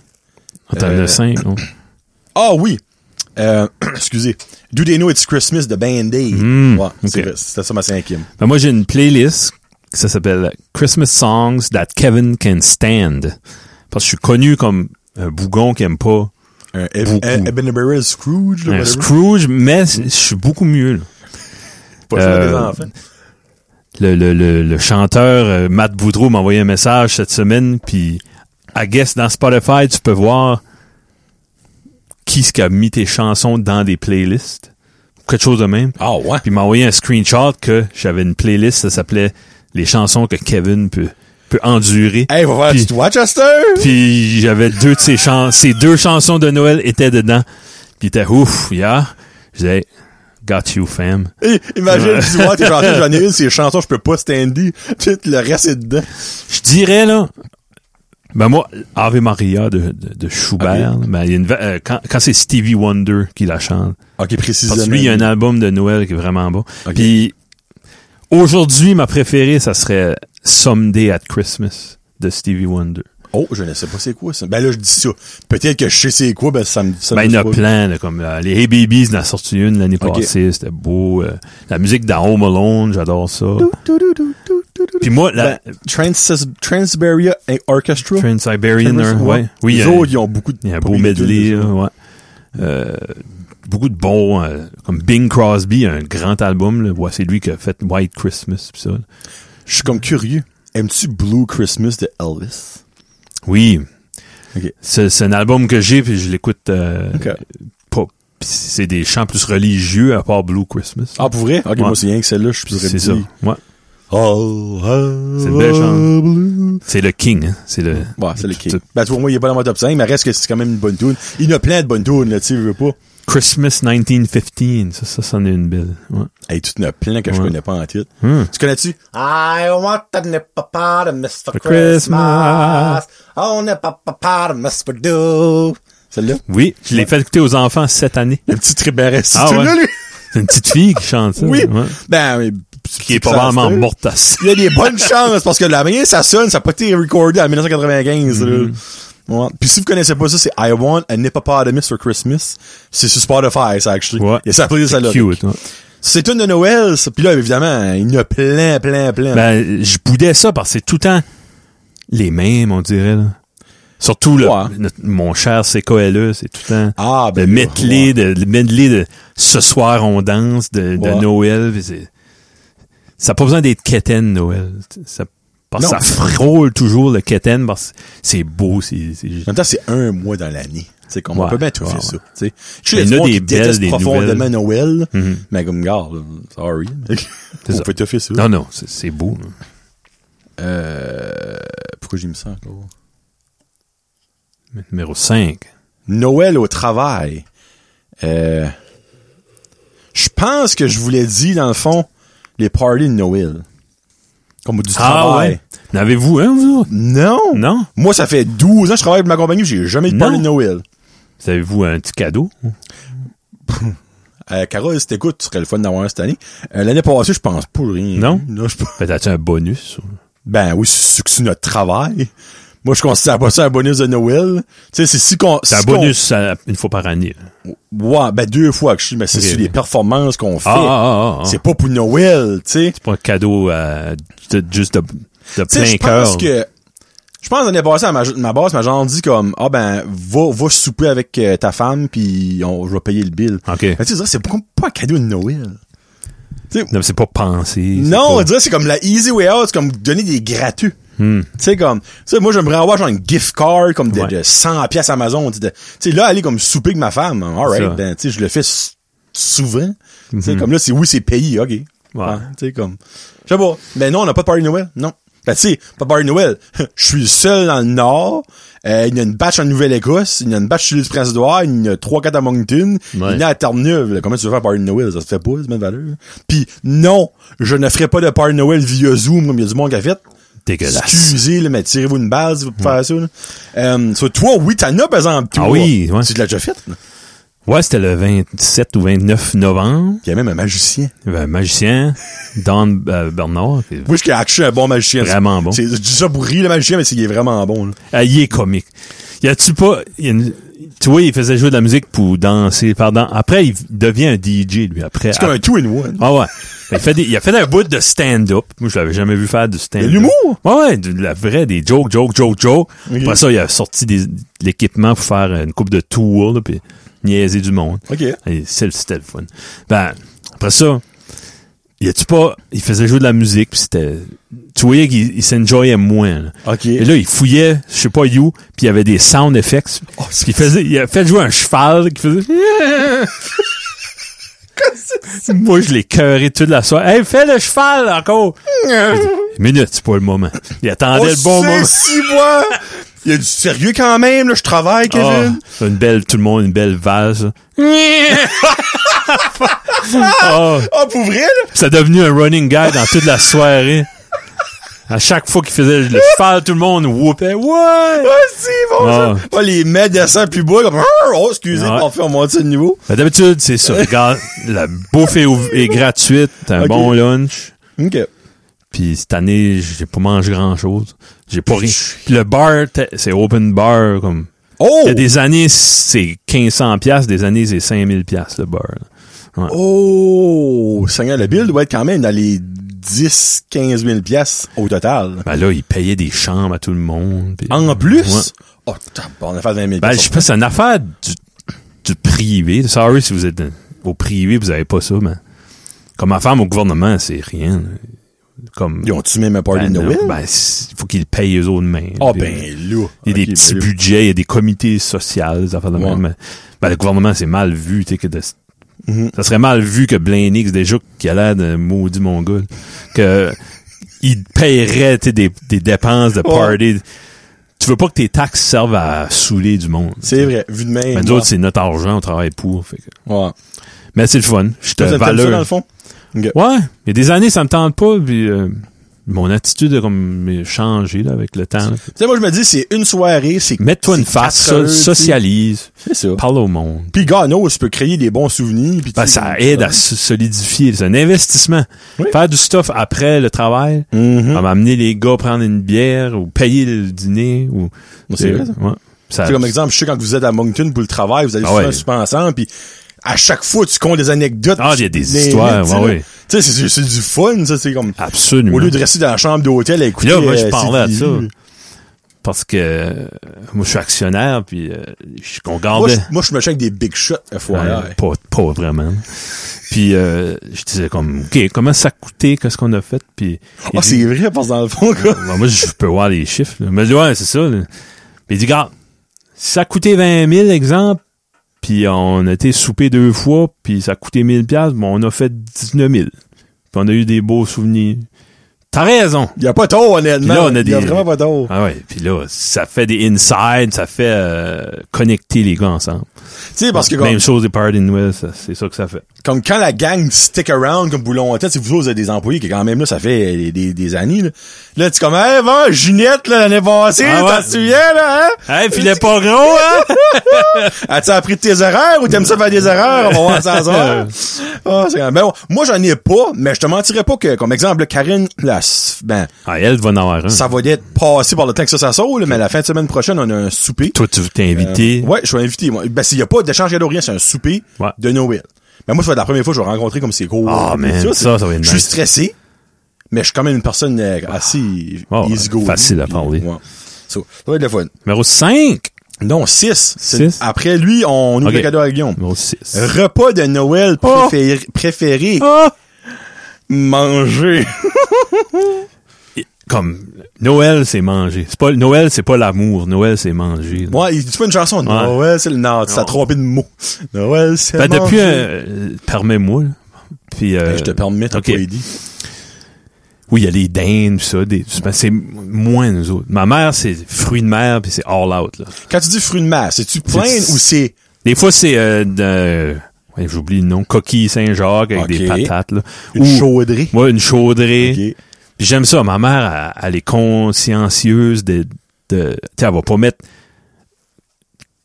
[SPEAKER 2] Oh, T'en
[SPEAKER 1] Euh,
[SPEAKER 2] as cinq, non?
[SPEAKER 1] Ah oui. Euh, [CLEARS THROAT] excusez. Do They Know It's Christmas de Band Aid.
[SPEAKER 2] Hmm,
[SPEAKER 1] ouais, c'est
[SPEAKER 2] ok.
[SPEAKER 1] vrai, c'était ça ma cinquième.
[SPEAKER 2] Ben, moi, j'ai une playlist qui ça s'appelle Christmas Songs That Kevin Can Stand. Parce que je suis connu comme un bougon qui aime pas
[SPEAKER 1] Un Eb-
[SPEAKER 2] Beaucoup.
[SPEAKER 1] Eb- Ebenezer Scrooge, là,
[SPEAKER 2] un
[SPEAKER 1] whatever.
[SPEAKER 2] Scrooge, mais je suis beaucoup mieux. là.
[SPEAKER 1] Pas ça,
[SPEAKER 2] Euh,
[SPEAKER 1] des enfants.
[SPEAKER 2] Le, le, le, le chanteur euh, Matt Boudreau m'a envoyé un message cette semaine, puis I guess dans Spotify, tu peux voir qui ce qui a mis tes chansons dans des playlists. Quelque chose de même.
[SPEAKER 1] Ah ouais.
[SPEAKER 2] Puis il m'a envoyé un screenshot que j'avais une playlist, ça s'appelait Les chansons que Kevin peut, peut endurer.
[SPEAKER 1] Hey, va faire
[SPEAKER 2] Puis-
[SPEAKER 1] du Watchester!
[SPEAKER 2] Puis j'avais deux de ces chansons. Ces deux chansons de Noël étaient dedans. Puis il était ouf, yeah. Je disais, got you, fam.
[SPEAKER 1] Hey, Imagine, tu vois, t'es
[SPEAKER 2] [LAUGHS]
[SPEAKER 1] chanté, j'en ai une, ces chansons, je peux pas standy. Tout le reste est dedans.
[SPEAKER 2] Je dirais, là, ben moi, Ave Maria de, de, de Schubert,
[SPEAKER 1] Ah
[SPEAKER 2] là, ben, il y a une va- euh, quand, quand c'est Stevie Wonder qui la chante.
[SPEAKER 1] Ok,
[SPEAKER 2] Parce
[SPEAKER 1] précisément.
[SPEAKER 2] que lui, il y a un album de Noël qui est vraiment bon.
[SPEAKER 1] Ok.
[SPEAKER 2] Puis, Aujourd'hui, ma préférée, ça serait Someday at Christmas de Stevie Wonder.
[SPEAKER 1] Oh, je ne sais pas c'est quoi ça. Ben là, je dis ça. Peut-être que je sais c'est quoi, ben ça me ça
[SPEAKER 2] ben,
[SPEAKER 1] me
[SPEAKER 2] il y en a
[SPEAKER 1] pas.
[SPEAKER 2] plein, là, comme euh, les Hey Babies, il en a sorti une l'année
[SPEAKER 1] Ok.
[SPEAKER 2] passée, c'était beau. euh, la musique dans Home Alone, j'adore ça.
[SPEAKER 1] Dou, dou, dou, dou, dou, dou.
[SPEAKER 2] Puis moi, la
[SPEAKER 1] Ben, Trans- Trans-Siberia and Orchestra.
[SPEAKER 2] Trans-Siberian,
[SPEAKER 1] Trans-
[SPEAKER 2] ouais. Oui, il y
[SPEAKER 1] Les
[SPEAKER 2] a-
[SPEAKER 1] autres, ils ont beaucoup de...
[SPEAKER 2] il y a un
[SPEAKER 1] pas
[SPEAKER 2] beau
[SPEAKER 1] beaucoup de
[SPEAKER 2] medley,
[SPEAKER 1] tunes,
[SPEAKER 2] là, ouais. Euh, beaucoup de bons, euh, comme Bing Crosby, un grand album, là. Ouais, c'est lui qui a fait White Christmas, pis ça. là.
[SPEAKER 1] ça. Je suis comme curieux. Aimes-tu Blue Christmas de Elvis?
[SPEAKER 2] Oui.
[SPEAKER 1] Ok.
[SPEAKER 2] C'est c'est un album que j'ai, puis je l'écoute euh,
[SPEAKER 1] Ok.
[SPEAKER 2] pas. Puis C'est des chants plus religieux à part Blue Christmas.
[SPEAKER 1] Ah, pour vrai? Ok,
[SPEAKER 2] Ouais.
[SPEAKER 1] moi, c'est rien que celle-là, je suis
[SPEAKER 2] c'est ça. Ouais.
[SPEAKER 1] C'est
[SPEAKER 2] C'est une belle chanson.
[SPEAKER 1] Blue.
[SPEAKER 2] C'est le King, hein. C'est le.
[SPEAKER 1] Ouais, c'est le
[SPEAKER 2] Tout-
[SPEAKER 1] kick. Ben, tu vois, moi, il est pas dans mon top 5, mais reste que c'est quand même une bonne tune. Il y en a plein de bonnes tunes, là, tu sais, je veux pas.
[SPEAKER 2] Christmas 1915. Ça, ça, c'en est une belle. Ouais.
[SPEAKER 1] Hey, tu en as plein que je
[SPEAKER 2] Ouais.
[SPEAKER 1] connais pas en titre.
[SPEAKER 2] Hmm.
[SPEAKER 1] Tu connais-tu? I want a nippopotamus for
[SPEAKER 2] Christmas.
[SPEAKER 1] Oh, nippopotamus for do. Celle-là?
[SPEAKER 2] Oui, je l'ai fait écouter aux enfants cette année.
[SPEAKER 1] Le petit tribéret, c'est
[SPEAKER 2] Ah,
[SPEAKER 1] là
[SPEAKER 2] ouais.
[SPEAKER 1] lui?
[SPEAKER 2] C'est une petite fille qui chante ça.
[SPEAKER 1] Oui. hein.
[SPEAKER 2] ouais.
[SPEAKER 1] Ben, mais...
[SPEAKER 2] Qui est probablement morte à ça.
[SPEAKER 1] Il y a des bonnes [LAUGHS] chances, parce que la manière que ça sonne, ça a pas été recordé en 1995, là.
[SPEAKER 2] Mm-hmm.
[SPEAKER 1] Ouais. Puis si vous connaissez pas ça, c'est I Want a Nippopotamus for Christmas. C'est sur Spotify, ça, actually.
[SPEAKER 2] Ouais.
[SPEAKER 1] Et ça playlist ça là.
[SPEAKER 2] Cute, ouais.
[SPEAKER 1] C'est une de Noël, ça. Puis là, évidemment, il y en a plein, plein, plein.
[SPEAKER 2] Ben, je boudais ça parce que c'est tout le temps les mêmes, on dirait. là. Surtout le,
[SPEAKER 1] Ouais.
[SPEAKER 2] notre- mon cher CKLE, c'est tout le temps
[SPEAKER 1] ah,
[SPEAKER 2] le
[SPEAKER 1] ben,
[SPEAKER 2] medley, de, le medley de ce soir on danse, de, de
[SPEAKER 1] Ouais.
[SPEAKER 2] Noël. puis c'est- Ça n'a pas besoin d'être quétaine, Noël. Ça, parce que
[SPEAKER 1] Non.
[SPEAKER 2] ça frôle toujours le quétaine parce que c'est beau. c'est c'est
[SPEAKER 1] En même temps, c'est un mois dans l'année. C'est comme on
[SPEAKER 2] Ouais,
[SPEAKER 1] peut bien tout
[SPEAKER 2] ouais,
[SPEAKER 1] faire
[SPEAKER 2] ouais.
[SPEAKER 1] ça. tu sais. Je
[SPEAKER 2] Mais
[SPEAKER 1] suis
[SPEAKER 2] il y en a
[SPEAKER 1] des
[SPEAKER 2] des
[SPEAKER 1] qui
[SPEAKER 2] belles,
[SPEAKER 1] détestent
[SPEAKER 2] des
[SPEAKER 1] profondément
[SPEAKER 2] nouvelles.
[SPEAKER 1] Noël,
[SPEAKER 2] Mhm.
[SPEAKER 1] mais comme gars, là, sorry.
[SPEAKER 2] C'est
[SPEAKER 1] on
[SPEAKER 2] ça.
[SPEAKER 1] peut tout faire ça.
[SPEAKER 2] Non, non, c'est c'est beau. là.
[SPEAKER 1] Euh, pourquoi j'ai mis ça encore?
[SPEAKER 2] Numéro 5.
[SPEAKER 1] Noël au travail. Euh, je pense que je vous l'ai dit, dans le fond, les parties de Noël. Comme du travail.
[SPEAKER 2] N'avez-vous un, vous autres?
[SPEAKER 1] Non!
[SPEAKER 2] Ah Non?
[SPEAKER 1] Moi, ça fait 12 ans que je travaille pour ma compagnie, j'ai jamais eu de party
[SPEAKER 2] Non.
[SPEAKER 1] de Noël.
[SPEAKER 2] Vous Avez-vous un petit cadeau?
[SPEAKER 1] Euh, Carole, si t'écoutes, ce serait le fun d'avoir un cette année. Euh, L'année passée, je pense pas rien.
[SPEAKER 2] Non?
[SPEAKER 1] Là, je-
[SPEAKER 2] Peut-être as-tu un bonus? ou-
[SPEAKER 1] Ben oui, c'est c'est notre travail. Moi, je considère pas ça un bonus de Noël. Tu sais, c'est si qu'on...
[SPEAKER 2] C'est un
[SPEAKER 1] si
[SPEAKER 2] bonus à- une fois par année. là.
[SPEAKER 1] qu'on- Ouais, ben deux fois que je suis, mais c'est
[SPEAKER 2] Ok.
[SPEAKER 1] sur les performances qu'on fait.
[SPEAKER 2] Ah, ah, ah, ah.
[SPEAKER 1] C'est pas pour Noël, tu sais.
[SPEAKER 2] C'est pas un cadeau euh, de- juste de, de
[SPEAKER 1] Tu sais,
[SPEAKER 2] plein
[SPEAKER 1] je pense
[SPEAKER 2] cœur.
[SPEAKER 1] que... Je pense l'année passée, à ma, ma boss m'a genre dit comme, ah ben, va, va souper avec euh, ta femme, puis on, je vais payer le bill.
[SPEAKER 2] OK.
[SPEAKER 1] Mais tu sais, c'est pas, pas un cadeau de Noël.
[SPEAKER 2] Non, mais c'est pas pensé. c'est
[SPEAKER 1] Non, on
[SPEAKER 2] pas- Hmm.
[SPEAKER 1] dirait que c'est comme la easy way out, c'est comme donner des gratuits. Tu sais, comme, tu sais, moi, j'aimerais avoir genre une gift card, comme de,
[SPEAKER 2] Ouais.
[SPEAKER 1] de 100 pièces Amazon. Tu sais, de- tu sais, là, aller comme souper avec ma femme,
[SPEAKER 2] C'est ça. Mhm.
[SPEAKER 1] alright, ben, tu sais, je le fais s- souvent. Tu sais, comme là, c'est oui, c'est payé, ok.
[SPEAKER 2] Ouais.
[SPEAKER 1] tu sais, comme, je sais pas. Mais non, on n'a pas de party de Noël, non. Ben, tu sais, pas de party de Noël. [LAUGHS] Je suis le seul dans le Nord. Euh, il y a une batch en Nouvelle-Écosse. Il y a une batch sur l'île du Prince-Édouard. Il y en a 3-4 à Moncton.
[SPEAKER 2] Ouais.
[SPEAKER 1] Il y en a à Terre-Neuve. là. Comment tu veux faire party de Noël? Ça se fait pas, c'est même valeur. Puis, non, je ne ferai pas de party de Noël via Zoom comme il y a du monde qui a fait.
[SPEAKER 2] Dégueulasse.
[SPEAKER 1] Excusez, là, mais tirez-vous une base, vous pouvez faire ça. Là. Euh, so, toi, oui, t'en as, par exemple. Toi.
[SPEAKER 2] Ah oui, ouais.
[SPEAKER 1] Tu l'as déjà fait. là.
[SPEAKER 2] Ouais, c'était le 27 ou 29 novembre.
[SPEAKER 1] Il y a même un magicien.
[SPEAKER 2] Il y avait
[SPEAKER 1] [LAUGHS]
[SPEAKER 2] un magicien, Don euh, Bernard. qui-
[SPEAKER 1] Moi, je suis actually un bon magicien.
[SPEAKER 2] Vraiment bon.
[SPEAKER 1] C'est- Je dis ça pour rire, le magicien, mais c'est qu'il est vraiment bon. là.
[SPEAKER 2] Ah, il est comique. Y a-tu pas... y a une- Tu vois, il faisait jouer de la musique pour danser. Pardon. Après, il devient un DJ, lui. Après,
[SPEAKER 1] C'est comme un two-in-one.
[SPEAKER 2] Ah ouais. [LAUGHS] Il, fait des- il a fait un bout de stand-up. Moi, je l'avais jamais vu faire de stand-up.
[SPEAKER 1] De l'humour?
[SPEAKER 2] Ouais, ouais, de la vraie, des jokes, jokes, jokes, jokes.
[SPEAKER 1] Ok.
[SPEAKER 2] Après ça, il a sorti des- l'équipement pour faire une coupe de tour, là, puis niaiser du monde.
[SPEAKER 1] OK.
[SPEAKER 2] Et c'est- C'était le fun. Ben, après ça, il a-tu pas... Il faisait jouer de la musique, puis c'était... Tu voyais qu'il il s'enjoyait moins, là.
[SPEAKER 1] OK.
[SPEAKER 2] Et là, il fouillait, je sais pas où, puis il y avait des sound effects.
[SPEAKER 1] Oh,
[SPEAKER 2] Ce qu'il faisait, il a fait jouer un cheval qui faisait. Moi, je l'ai cœuré toute la soirée. Hey, fais le cheval
[SPEAKER 1] [LAUGHS]
[SPEAKER 2] encore! Une minute, c'est pas le moment. Il attendait le bon moment.
[SPEAKER 1] Oh, six mois. Il y a du sérieux quand même, là. Je travaille, Kevin.
[SPEAKER 2] Ah, une belle, tout le monde, une
[SPEAKER 1] [LAUGHS]
[SPEAKER 2] belle valse. Ah,
[SPEAKER 1] Ah, pour vrai, là?
[SPEAKER 2] ça a devenu un running guy dans toute la soirée. À chaque fois qu'il faisait le cheval, tout le monde whoopait. Ouais!
[SPEAKER 1] Ah, si, bon,
[SPEAKER 2] Ah.
[SPEAKER 1] ça. Ah, les médecins plus bas, comme, Ah, oh, excusez,
[SPEAKER 2] Ah.
[SPEAKER 1] on fait on monte de niveau.
[SPEAKER 2] Ben, D'habitude, c'est ça. Regarde, la bouffe est, ouv- est gratuite, t'as un
[SPEAKER 1] Ok.
[SPEAKER 2] bon lunch.
[SPEAKER 1] OK.
[SPEAKER 2] Puis cette année, j'ai pas mangé grand-chose. J'ai pas rien. Puis le bar, t'es- c'est open bar, comme...
[SPEAKER 1] Oh!
[SPEAKER 2] Il y a des années, c'est 1500 pièces, des années, c'est 5000 pièces le bar. là.
[SPEAKER 1] Oh! Seigneur, le bill doit être quand même dans les 10, 15 000 piastres au total.
[SPEAKER 2] Ben là, ils payaient des chambres à tout le monde. puis-
[SPEAKER 1] En
[SPEAKER 2] Ouais.
[SPEAKER 1] plus? Oh, tab- on a fait 20 000
[SPEAKER 2] Ben, je sais pas, c'est une affaire du, du privé. Sorry si vous êtes dans- au privé, vous avez pas ça, mais comme affaire au gouvernement, c'est rien. là. Comme,
[SPEAKER 1] Ils ont-tu même un party
[SPEAKER 2] ben,
[SPEAKER 1] de Noël?
[SPEAKER 2] non, ben, c'est- faut qu'ils payent eux autres de main.
[SPEAKER 1] Ah,
[SPEAKER 2] Puis, euh,
[SPEAKER 1] ben, là.
[SPEAKER 2] Il y a des
[SPEAKER 1] Ok,
[SPEAKER 2] petits
[SPEAKER 1] ben, là.
[SPEAKER 2] budgets, il y a des comités sociaux, des affaires de
[SPEAKER 1] Ouais.
[SPEAKER 2] même. mais- ben, le gouvernement, c'est mal vu, tu sais, que de-
[SPEAKER 1] Mhm.
[SPEAKER 2] ça serait mal vu que Blainix, déjà, qui a l'air de maudit mongol, que il paierait, tu sais, des, des dépenses de party. Tu veux pas que tes taxes servent à saouler du monde.
[SPEAKER 1] C'est vrai. Vu de même.
[SPEAKER 2] Mais Ben, nous
[SPEAKER 1] ouais.
[SPEAKER 2] autres, c'est notre argent, on travaille pour. fait que-
[SPEAKER 1] Ouais.
[SPEAKER 2] Mais c'est le fun. Je te
[SPEAKER 1] Toi, t'aimes ça, dans le
[SPEAKER 2] valeur.
[SPEAKER 1] fond?
[SPEAKER 2] Ouais. Il y a des années, ça me tente pas, puis euh, mon attitude a comme changé là, avec le temps. là.
[SPEAKER 1] Tu sais, moi, je me dis, c'est une soirée, c'est...
[SPEAKER 2] Mets-toi
[SPEAKER 1] c'est
[SPEAKER 2] une face,
[SPEAKER 1] quatre heures,
[SPEAKER 2] so- socialise,
[SPEAKER 1] tu sais. C'est ça.
[SPEAKER 2] parle au monde.
[SPEAKER 1] Puis Gano, tu peux créer des bons souvenirs. Puis
[SPEAKER 2] Ben,
[SPEAKER 1] tu-
[SPEAKER 2] ça aide à se solidifier. C'est un investissement.
[SPEAKER 1] Oui.
[SPEAKER 2] Faire du stuff après le travail,
[SPEAKER 1] Mhm.
[SPEAKER 2] va m'amener les gars prendre une bière ou payer le dîner ou.
[SPEAKER 1] C'est vrai, ça.
[SPEAKER 2] Ouais. Ça-
[SPEAKER 1] Tu sais, comme exemple, je sais quand vous êtes à Moncton pour le travail, vous allez
[SPEAKER 2] ben, Ah
[SPEAKER 1] faire
[SPEAKER 2] ouais.
[SPEAKER 1] un souper ensemble, puis à chaque fois, tu comptes des anecdotes.
[SPEAKER 2] Ah, il y a des
[SPEAKER 1] tu-
[SPEAKER 2] histoires,
[SPEAKER 1] tu sais,
[SPEAKER 2] ouais,
[SPEAKER 1] là.
[SPEAKER 2] ouais.
[SPEAKER 1] Tu sais, c'est- c'est du fun, ça, c'est comme...
[SPEAKER 2] Absolument.
[SPEAKER 1] Au lieu de rester dans la chambre d'hôtel à écouter...
[SPEAKER 2] Puis là, moi, je
[SPEAKER 1] euh,
[SPEAKER 2] parlais à
[SPEAKER 1] CTV.
[SPEAKER 2] ça. Parce que euh, moi, je suis actionnaire, puis euh, je- qu'on
[SPEAKER 1] Moi,
[SPEAKER 2] gardait.
[SPEAKER 1] je, moi, je me chante avec des big shots, euh, FYI.
[SPEAKER 2] Ouais, pas, pas vraiment. Puis euh, je disais comme, OK, comment ça a coûté? Qu'est-ce qu'on a fait? Puis,
[SPEAKER 1] Ah,
[SPEAKER 2] il dit-
[SPEAKER 1] c'est vrai, parce que dans le fond, [LAUGHS] quoi.
[SPEAKER 2] Ouais, moi, je peux voir les chiffres. là. Mais ouais, c'est ça. là. Puis il dit, regarde, si ça a coûté 20 000, exemple, puis on a été souper deux fois, puis ça a coûté 1000 pièces, bon, on a fait 19 000. Puis on a eu des beaux souvenirs. T'as raison.
[SPEAKER 1] Il y a pas tort, honnêtement.
[SPEAKER 2] Puis là, on a
[SPEAKER 1] Il y a
[SPEAKER 2] des-
[SPEAKER 1] vraiment pas tort.
[SPEAKER 2] Ah ouais, puis là, ça fait des inside, ça fait euh, connecter les gars ensemble.
[SPEAKER 1] Tu sais, parce que comme,
[SPEAKER 2] Même chose des Party in West, ça, c'est ça que ça fait.
[SPEAKER 1] comme quand la gang stick around comme boulon en tête, c'est vous autres, vous avez des employés qui, quand même, là, ça fait euh, des, des, des années, là. Là, tu es comme, hey, va, Ginette, là, l'année passée,
[SPEAKER 2] Ah
[SPEAKER 1] t'en
[SPEAKER 2] ouais.
[SPEAKER 1] souviens, là, hein?
[SPEAKER 2] Hey, puis il est pas gros, hein?
[SPEAKER 1] As-tu appris de tes erreurs ou t'aimes ça faire des erreurs? On va voir ça ce
[SPEAKER 2] [LAUGHS]
[SPEAKER 1] soir. Ah, c'est- ben, moi, j'en ai pas, mais je te mentirais pas que, comme exemple, là, Karine, là, s- ben,
[SPEAKER 2] Ah, elle va en avoir un.
[SPEAKER 1] ça va être passé par le temps que ça, ça sort, là, mais la fin de semaine prochaine, on a un souper.
[SPEAKER 2] Toi, tu veux t'inviter.
[SPEAKER 1] Euh, ouais, je suis invité. Moi. Ben, s'il n'y a pas d'échange cadeau, rien, c'est un souper
[SPEAKER 2] Ouais.
[SPEAKER 1] de Noël. Mais moi, ça va être la première fois que je vais rencontrer comme ces gros.
[SPEAKER 2] Ah,
[SPEAKER 1] euh,
[SPEAKER 2] man,
[SPEAKER 1] tu vois,
[SPEAKER 2] ça,
[SPEAKER 1] c'est-
[SPEAKER 2] ça va être
[SPEAKER 1] Je suis
[SPEAKER 2] nice.
[SPEAKER 1] stressé, mais je suis quand même une personne euh, assez
[SPEAKER 2] Oh,
[SPEAKER 1] easygoing,
[SPEAKER 2] facile à
[SPEAKER 1] puis,
[SPEAKER 2] parler.
[SPEAKER 1] ouais. So, ça va être le fun.
[SPEAKER 2] Numéro 5.
[SPEAKER 1] Non, 6.
[SPEAKER 2] Six?
[SPEAKER 1] Après lui, on ouvre
[SPEAKER 2] Ok.
[SPEAKER 1] le cadeau à Guillaume.
[SPEAKER 2] Numéro 6.
[SPEAKER 1] Repas de Noël
[SPEAKER 2] Oh!
[SPEAKER 1] préféré, préféré
[SPEAKER 2] Ah!
[SPEAKER 1] manger.
[SPEAKER 2] Comme, Noël, c'est manger. C'est pas, Noël, c'est pas l'amour. Noël, c'est manger.
[SPEAKER 1] Moi, il dit pas une chanson.
[SPEAKER 2] Ouais.
[SPEAKER 1] Noël, c'est le Nord. Ça a
[SPEAKER 2] Non.
[SPEAKER 1] trompé de mots. Noël, c'est
[SPEAKER 2] Ben,
[SPEAKER 1] le
[SPEAKER 2] depuis,
[SPEAKER 1] manger.
[SPEAKER 2] euh, permets-moi, là. Puis, euh,
[SPEAKER 1] Hey, je te permets, t'as
[SPEAKER 2] ok.
[SPEAKER 1] pas dit.
[SPEAKER 2] Oui, il y a les dindes, pis ça. Des, ben, c'est moins nous autres. Ma mère, c'est fruits de mer, puis c'est all out, là.
[SPEAKER 1] Quand tu dis fruits de mer, c'est-tu plein
[SPEAKER 2] C'est-
[SPEAKER 1] ou c'est
[SPEAKER 2] Des fois, c'est euh, de- ouais, j'oublie le nom, coquille Saint-Jacques avec
[SPEAKER 1] Ok.
[SPEAKER 2] des patates. Là.
[SPEAKER 1] une
[SPEAKER 2] Ou-
[SPEAKER 1] chauderie?
[SPEAKER 2] Ouais, une chaudrée.
[SPEAKER 1] Ok.
[SPEAKER 2] Puis J'aime ça. Ma mère, elle, elle est consciencieuse de... de tu sais, elle va pas mettre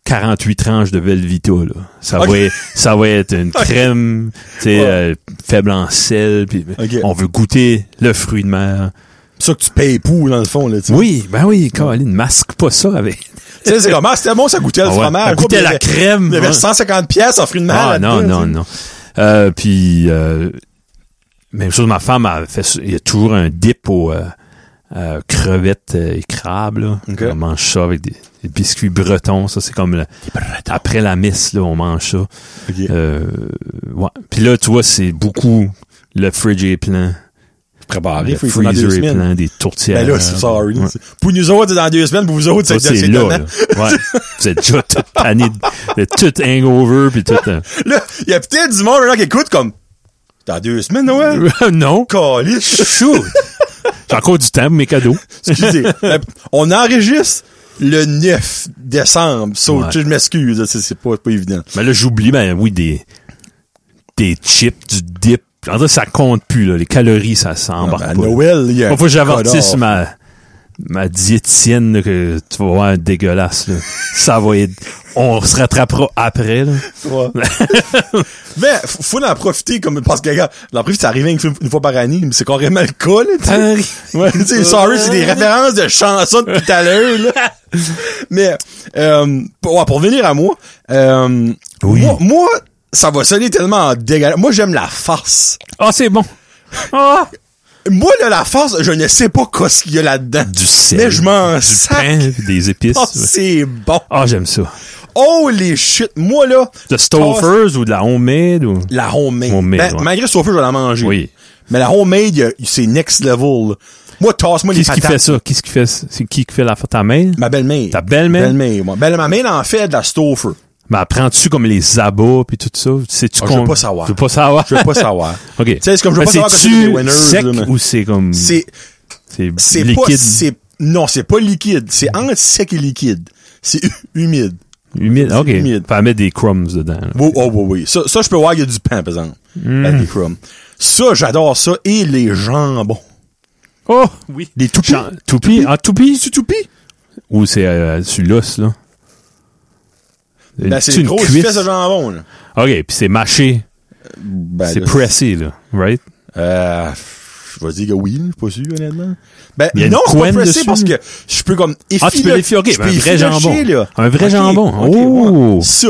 [SPEAKER 2] 48 tranches de Velvita. Là. Ça,
[SPEAKER 1] Ok.
[SPEAKER 2] va être, ça va
[SPEAKER 1] [LAUGHS]
[SPEAKER 2] être une crème tu sais,
[SPEAKER 1] Ouais.
[SPEAKER 2] euh, faible en sel. Puis
[SPEAKER 1] Ok.
[SPEAKER 2] On veut goûter le fruit de mer.
[SPEAKER 1] ça que tu payes pour, dans le fond, là, tu sais.
[SPEAKER 2] Oui, ben oui, Caroline, masque pas ça avec...
[SPEAKER 1] Tu sais, c'est comme, ah, c'était bon, ça goûtait le
[SPEAKER 2] Ah ouais,
[SPEAKER 1] fromage. Quoi,
[SPEAKER 2] ça goûtait
[SPEAKER 1] puis il y
[SPEAKER 2] la
[SPEAKER 1] avait-
[SPEAKER 2] crème,
[SPEAKER 1] Il y avait
[SPEAKER 2] hein.
[SPEAKER 1] 150 pièces en fruits de mer.
[SPEAKER 2] Ah non,
[SPEAKER 1] là-dedans,
[SPEAKER 2] non,
[SPEAKER 1] tu sais.
[SPEAKER 2] non. Euh, puis, euh, même chose, ma femme, elle fait, ça- il y a toujours un dip aux euh, euh, crevettes euh, et crabes. Là.
[SPEAKER 1] Ok.
[SPEAKER 2] On mange ça avec des, des biscuits bretons. Ça, c'est comme le- après la messe, là, on mange ça.
[SPEAKER 1] Ok.
[SPEAKER 2] Euh, ouais. Puis là, tu vois, c'est beaucoup le fridge est plein.
[SPEAKER 1] Préparé,
[SPEAKER 2] le
[SPEAKER 1] faut y faire dans deux
[SPEAKER 2] freezer est
[SPEAKER 1] semaines.
[SPEAKER 2] plein, des tourtières.
[SPEAKER 1] Mais Ben là, c'est sorry.
[SPEAKER 2] euh, Ouais.
[SPEAKER 1] Pour nous autres, c'est dans deux semaines. Pour vous autres,
[SPEAKER 2] Ça,
[SPEAKER 1] c'est
[SPEAKER 2] c'est là,
[SPEAKER 1] donnant.
[SPEAKER 2] là. Ouais. Vous êtes déjà tout tanné, de- de tout hangover, puis tout... euh,
[SPEAKER 1] Là, il y a peut-être du monde maintenant qui écoute comme, dans deux semaines, Noël?
[SPEAKER 2] euh, [LAUGHS] non.
[SPEAKER 1] Calice.
[SPEAKER 2] Shoot! J'ai encore du temps pour mes cadeaux. [LAUGHS]
[SPEAKER 1] Excusez. Euh, On enregistre le 9 décembre. So,
[SPEAKER 2] Ouais.
[SPEAKER 1] tu sais, je m'excuse, là, c'est c'est pas, pas évident.
[SPEAKER 2] Mais là, j'oublie, ben oui, des, des chips, du dip. En tout cas, ça compte plus, là. Les calories, ça
[SPEAKER 1] Ah,
[SPEAKER 2] s'embarque
[SPEAKER 1] ben, à
[SPEAKER 2] pas.
[SPEAKER 1] Noël, il y a
[SPEAKER 2] Faut
[SPEAKER 1] un
[SPEAKER 2] que j'avertisse
[SPEAKER 1] codard.
[SPEAKER 2] ma, ma diététicienne, là, que tu vas voir, dégueulasse. là. Ça va être... On se rattrapera après. Là.
[SPEAKER 1] Ouais. [LAUGHS] mais faut, faut en profiter comme parce que regarde, l'en profiter, ça arrive une, fois- une fois par année, mais c'est carrément le cas là. tu sais.
[SPEAKER 2] Hein? [LAUGHS]
[SPEAKER 1] Ouais, tu sais, sorry, c'est des références de chansons depuis tout à l'heure, là.
[SPEAKER 2] [LAUGHS]
[SPEAKER 1] Mais, euh, pour, ouais, pour venir à moi, euh,
[SPEAKER 2] Oui.
[SPEAKER 1] moi, moi, ça va sonner tellement dégueulasse. Moi, j'aime la farce.
[SPEAKER 2] Ah, c'est bon. Ah!
[SPEAKER 1] Moi, là, la farce, je ne sais pas quoi ce qu'il y a là-dedans.
[SPEAKER 2] Du sel.
[SPEAKER 1] Mais je m'en
[SPEAKER 2] du
[SPEAKER 1] sac.
[SPEAKER 2] pain, puis des épices.
[SPEAKER 1] Oh,
[SPEAKER 2] ouais.
[SPEAKER 1] c'est bon.
[SPEAKER 2] Ah, j'aime ça.
[SPEAKER 1] Oh, les shit. Moi, là,
[SPEAKER 2] De
[SPEAKER 1] Ah,
[SPEAKER 2] Stouffer's ou de la homemade ou...
[SPEAKER 1] la homemade.
[SPEAKER 2] Homemade,
[SPEAKER 1] Ben,
[SPEAKER 2] ouais.
[SPEAKER 1] Malgré ce feu, je vais la manger.
[SPEAKER 2] Oui.
[SPEAKER 1] Mais la homemade, y a- c'est next level. là. Moi, tasse-moi les
[SPEAKER 2] Qu'est-ce qui
[SPEAKER 1] patates.
[SPEAKER 2] fait ça? Qu'est-ce qui fait ça? C'est qui qui fait la ta mère?
[SPEAKER 1] Ma belle-mère.
[SPEAKER 2] Ta belle-mère?
[SPEAKER 1] Belle-mère, moi. Belle- ma mère en fait de la stouffer.
[SPEAKER 2] Ben, prends-tu comme les abats puis tout ça? Sais-tu
[SPEAKER 1] Ah, je veux
[SPEAKER 2] qu'on-
[SPEAKER 1] pas savoir.
[SPEAKER 2] Tu veux pas savoir?
[SPEAKER 1] Je veux pas savoir.
[SPEAKER 2] [LAUGHS] OK.
[SPEAKER 1] Tu sais, c'est comme je veux
[SPEAKER 2] Ben,
[SPEAKER 1] pas savoir que c'est
[SPEAKER 2] c'est-tu
[SPEAKER 1] des winners,
[SPEAKER 2] sec
[SPEAKER 1] là, mais-
[SPEAKER 2] ou c'est comme...
[SPEAKER 1] C'est,
[SPEAKER 2] C'est
[SPEAKER 1] c'est
[SPEAKER 2] liquide, Hmm.
[SPEAKER 1] pas, c'est, non, c'est pas liquide. C'est entre sec et liquide. C'est hu- humide.
[SPEAKER 2] humide. OK.
[SPEAKER 1] humide.
[SPEAKER 2] Faut mettre des crumbs dedans. là.
[SPEAKER 1] Oui, oh, oui, oui. Ça, ça, je peux voir, il y a du pain, par exemple.
[SPEAKER 2] Hmm.
[SPEAKER 1] Avec des crumbs. Ça, j'adore ça. Et les jambons.
[SPEAKER 2] Oh! Oui.
[SPEAKER 1] Les toupies.
[SPEAKER 2] Jean- toupie? Ah, toupie?
[SPEAKER 1] Tu toupies?
[SPEAKER 2] Ou c'est euh, sur l'os, là?
[SPEAKER 1] Ben, c'est une grosse fesse de jambon, là.
[SPEAKER 2] OK, puis c'est mâché.
[SPEAKER 1] Ben,
[SPEAKER 2] c'est
[SPEAKER 1] là,
[SPEAKER 2] pressé, là. Right?
[SPEAKER 1] Euh, je vais dire que oui, je suis pas sûr, honnêtement. Ben,
[SPEAKER 2] Il y a une
[SPEAKER 1] non, c'est pas
[SPEAKER 2] couenne
[SPEAKER 1] pressé
[SPEAKER 2] dessus?
[SPEAKER 1] parce que je peux comme effilocher.
[SPEAKER 2] Ah, tu peux l'effilocher,
[SPEAKER 1] je
[SPEAKER 2] ben,
[SPEAKER 1] peux
[SPEAKER 2] un vrai
[SPEAKER 1] effilocher,
[SPEAKER 2] jambon.
[SPEAKER 1] là.
[SPEAKER 2] Un vrai
[SPEAKER 1] Ok,
[SPEAKER 2] jambon.
[SPEAKER 1] ok,
[SPEAKER 2] Oh!
[SPEAKER 1] ouais. Ça.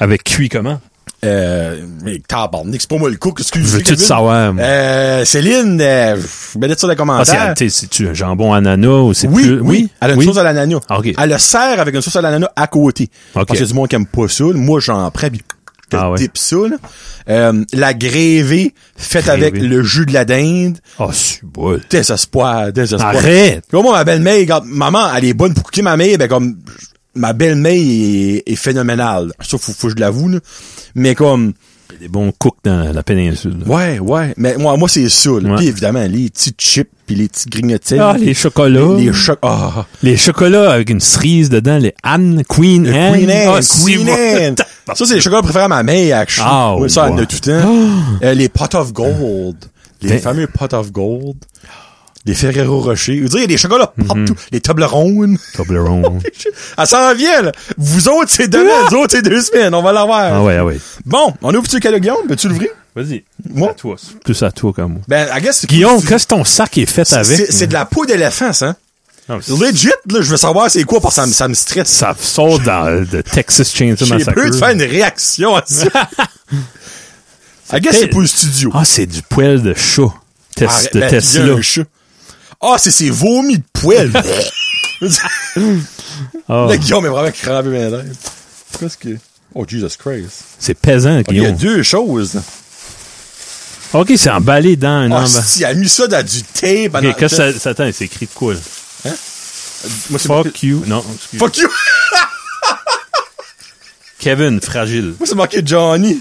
[SPEAKER 2] Avec cuit comment?
[SPEAKER 1] Euh, mais tabarnak, c'est pas moi le cook, excuse-moi.
[SPEAKER 2] Je veux tout
[SPEAKER 1] Kevin.
[SPEAKER 2] savoir. moi.
[SPEAKER 1] Euh, Céline, euh, je vais mettre ça dans les
[SPEAKER 2] Ah, c'est,
[SPEAKER 1] commentaires.
[SPEAKER 2] tu sais, c'est-tu un jambon ananas ou c'est
[SPEAKER 1] oui,
[SPEAKER 2] plus...
[SPEAKER 1] oui, Elle a une sauce à l'ananas.
[SPEAKER 2] Ah, ok.
[SPEAKER 1] Elle le sert avec une sauce à l'ananas à côté. Parce
[SPEAKER 2] Ok.
[SPEAKER 1] qu'il y a du monde qui aime pas ça. Moi, j'en prends puis je
[SPEAKER 2] Ah ouais.
[SPEAKER 1] dip ça, là. Euh, la grévée faite
[SPEAKER 2] Grévée.
[SPEAKER 1] avec le jus de la dinde.
[SPEAKER 2] Ah, c'est bon.
[SPEAKER 1] Désespoir,
[SPEAKER 2] Ah,
[SPEAKER 1] désespoir.
[SPEAKER 2] Arrête!
[SPEAKER 1] Puis moi, ma belle-mère, quand- maman, elle est bonne pour qui ma mère, ben comme, ma belle-mère est, est phénoménale. Ça, faut, faut que je l'avoue, là. Mais comme,
[SPEAKER 2] Il y a Des bons cooks dans la péninsule. là.
[SPEAKER 1] ouais, ouais. Mais moi, moi, c'est ça, là.
[SPEAKER 2] Ouais.
[SPEAKER 1] Puis évidemment, les petits chips, puis les petites grignotines.
[SPEAKER 2] Ah, les chocolats.
[SPEAKER 1] Les chocs. Ah,
[SPEAKER 2] Les chocolats avec une cerise dedans, les Anne, Queen
[SPEAKER 1] le
[SPEAKER 2] Anne.
[SPEAKER 1] Queen
[SPEAKER 2] Ah,
[SPEAKER 1] Anne,
[SPEAKER 2] c'est
[SPEAKER 1] Queen
[SPEAKER 2] bon. [LAUGHS]
[SPEAKER 1] Anne. Ça, c'est les chocolats préférés à ma mère, actually.
[SPEAKER 2] Ah,
[SPEAKER 1] oui, ça, elle en
[SPEAKER 2] ouais. Ah.
[SPEAKER 1] a tout le temps. Euh, les pot of gold. Les
[SPEAKER 2] Ben-
[SPEAKER 1] fameux pot of gold. Les Ferrero Rocher. Je veux dire, il y a des chocolats
[SPEAKER 2] Mm-hmm.
[SPEAKER 1] partout. Les Toblerones.
[SPEAKER 2] Toblerone.
[SPEAKER 1] [LAUGHS] Elle s'en vient, là. Vous autres, c'est demain. Vous autres, c'est deux semaines. On va l'avoir.
[SPEAKER 2] ah ouais, ah ouais.
[SPEAKER 1] Bon, on ouvre-tu le cadeau, Guillaume? Peux-tu l'ouvrir?
[SPEAKER 2] Vas-y.
[SPEAKER 1] Moi?
[SPEAKER 2] À toi. c'est Plus à toi comme moi.
[SPEAKER 1] Ben, I guess... c'est-
[SPEAKER 2] Guillaume, qu'est-ce que ton sac est fait
[SPEAKER 1] c'est-
[SPEAKER 2] avec?
[SPEAKER 1] C'est c'est de la peau d'éléphant, ça. hein.
[SPEAKER 2] Ah, c'est-
[SPEAKER 1] Legit, là, je veux savoir c'est quoi, parce que ça me, ça me stresse.
[SPEAKER 2] Ça sort dans le Texas Chainsaw
[SPEAKER 1] J'ai
[SPEAKER 2] Massacre.
[SPEAKER 1] peur de faire une réaction à ça.
[SPEAKER 2] [LAUGHS]
[SPEAKER 1] I guess c'est pour le studio.
[SPEAKER 2] Ah, c'est du poêle de chat. Test,
[SPEAKER 1] Arrête,
[SPEAKER 2] de
[SPEAKER 1] ben, il y a
[SPEAKER 2] Tesla.
[SPEAKER 1] un chat. Ah, c'est ses vomis de poêle. [LAUGHS]
[SPEAKER 2] Ah,
[SPEAKER 1] Là, Guillaume est vraiment crampé mes lèvres. Qu'est-ce que... Oh, Jesus Christ.
[SPEAKER 2] c'est pesant,
[SPEAKER 1] Il y a
[SPEAKER 2] Guillaume.
[SPEAKER 1] deux choses.
[SPEAKER 2] OK, c'est emballé dans un
[SPEAKER 1] Ah,
[SPEAKER 2] envoi-
[SPEAKER 1] si, elle a mis ça dans du tape.
[SPEAKER 2] ben. OK,
[SPEAKER 1] dans-
[SPEAKER 2] qu'est-ce que ça... Attends, c'est écrit de quoi, là?
[SPEAKER 1] Moi, c'est-
[SPEAKER 2] Fuck you. Non, excuse.
[SPEAKER 1] Fuck you!
[SPEAKER 2] Kevin, fragile.
[SPEAKER 1] Moi, c'est marqué Johnny.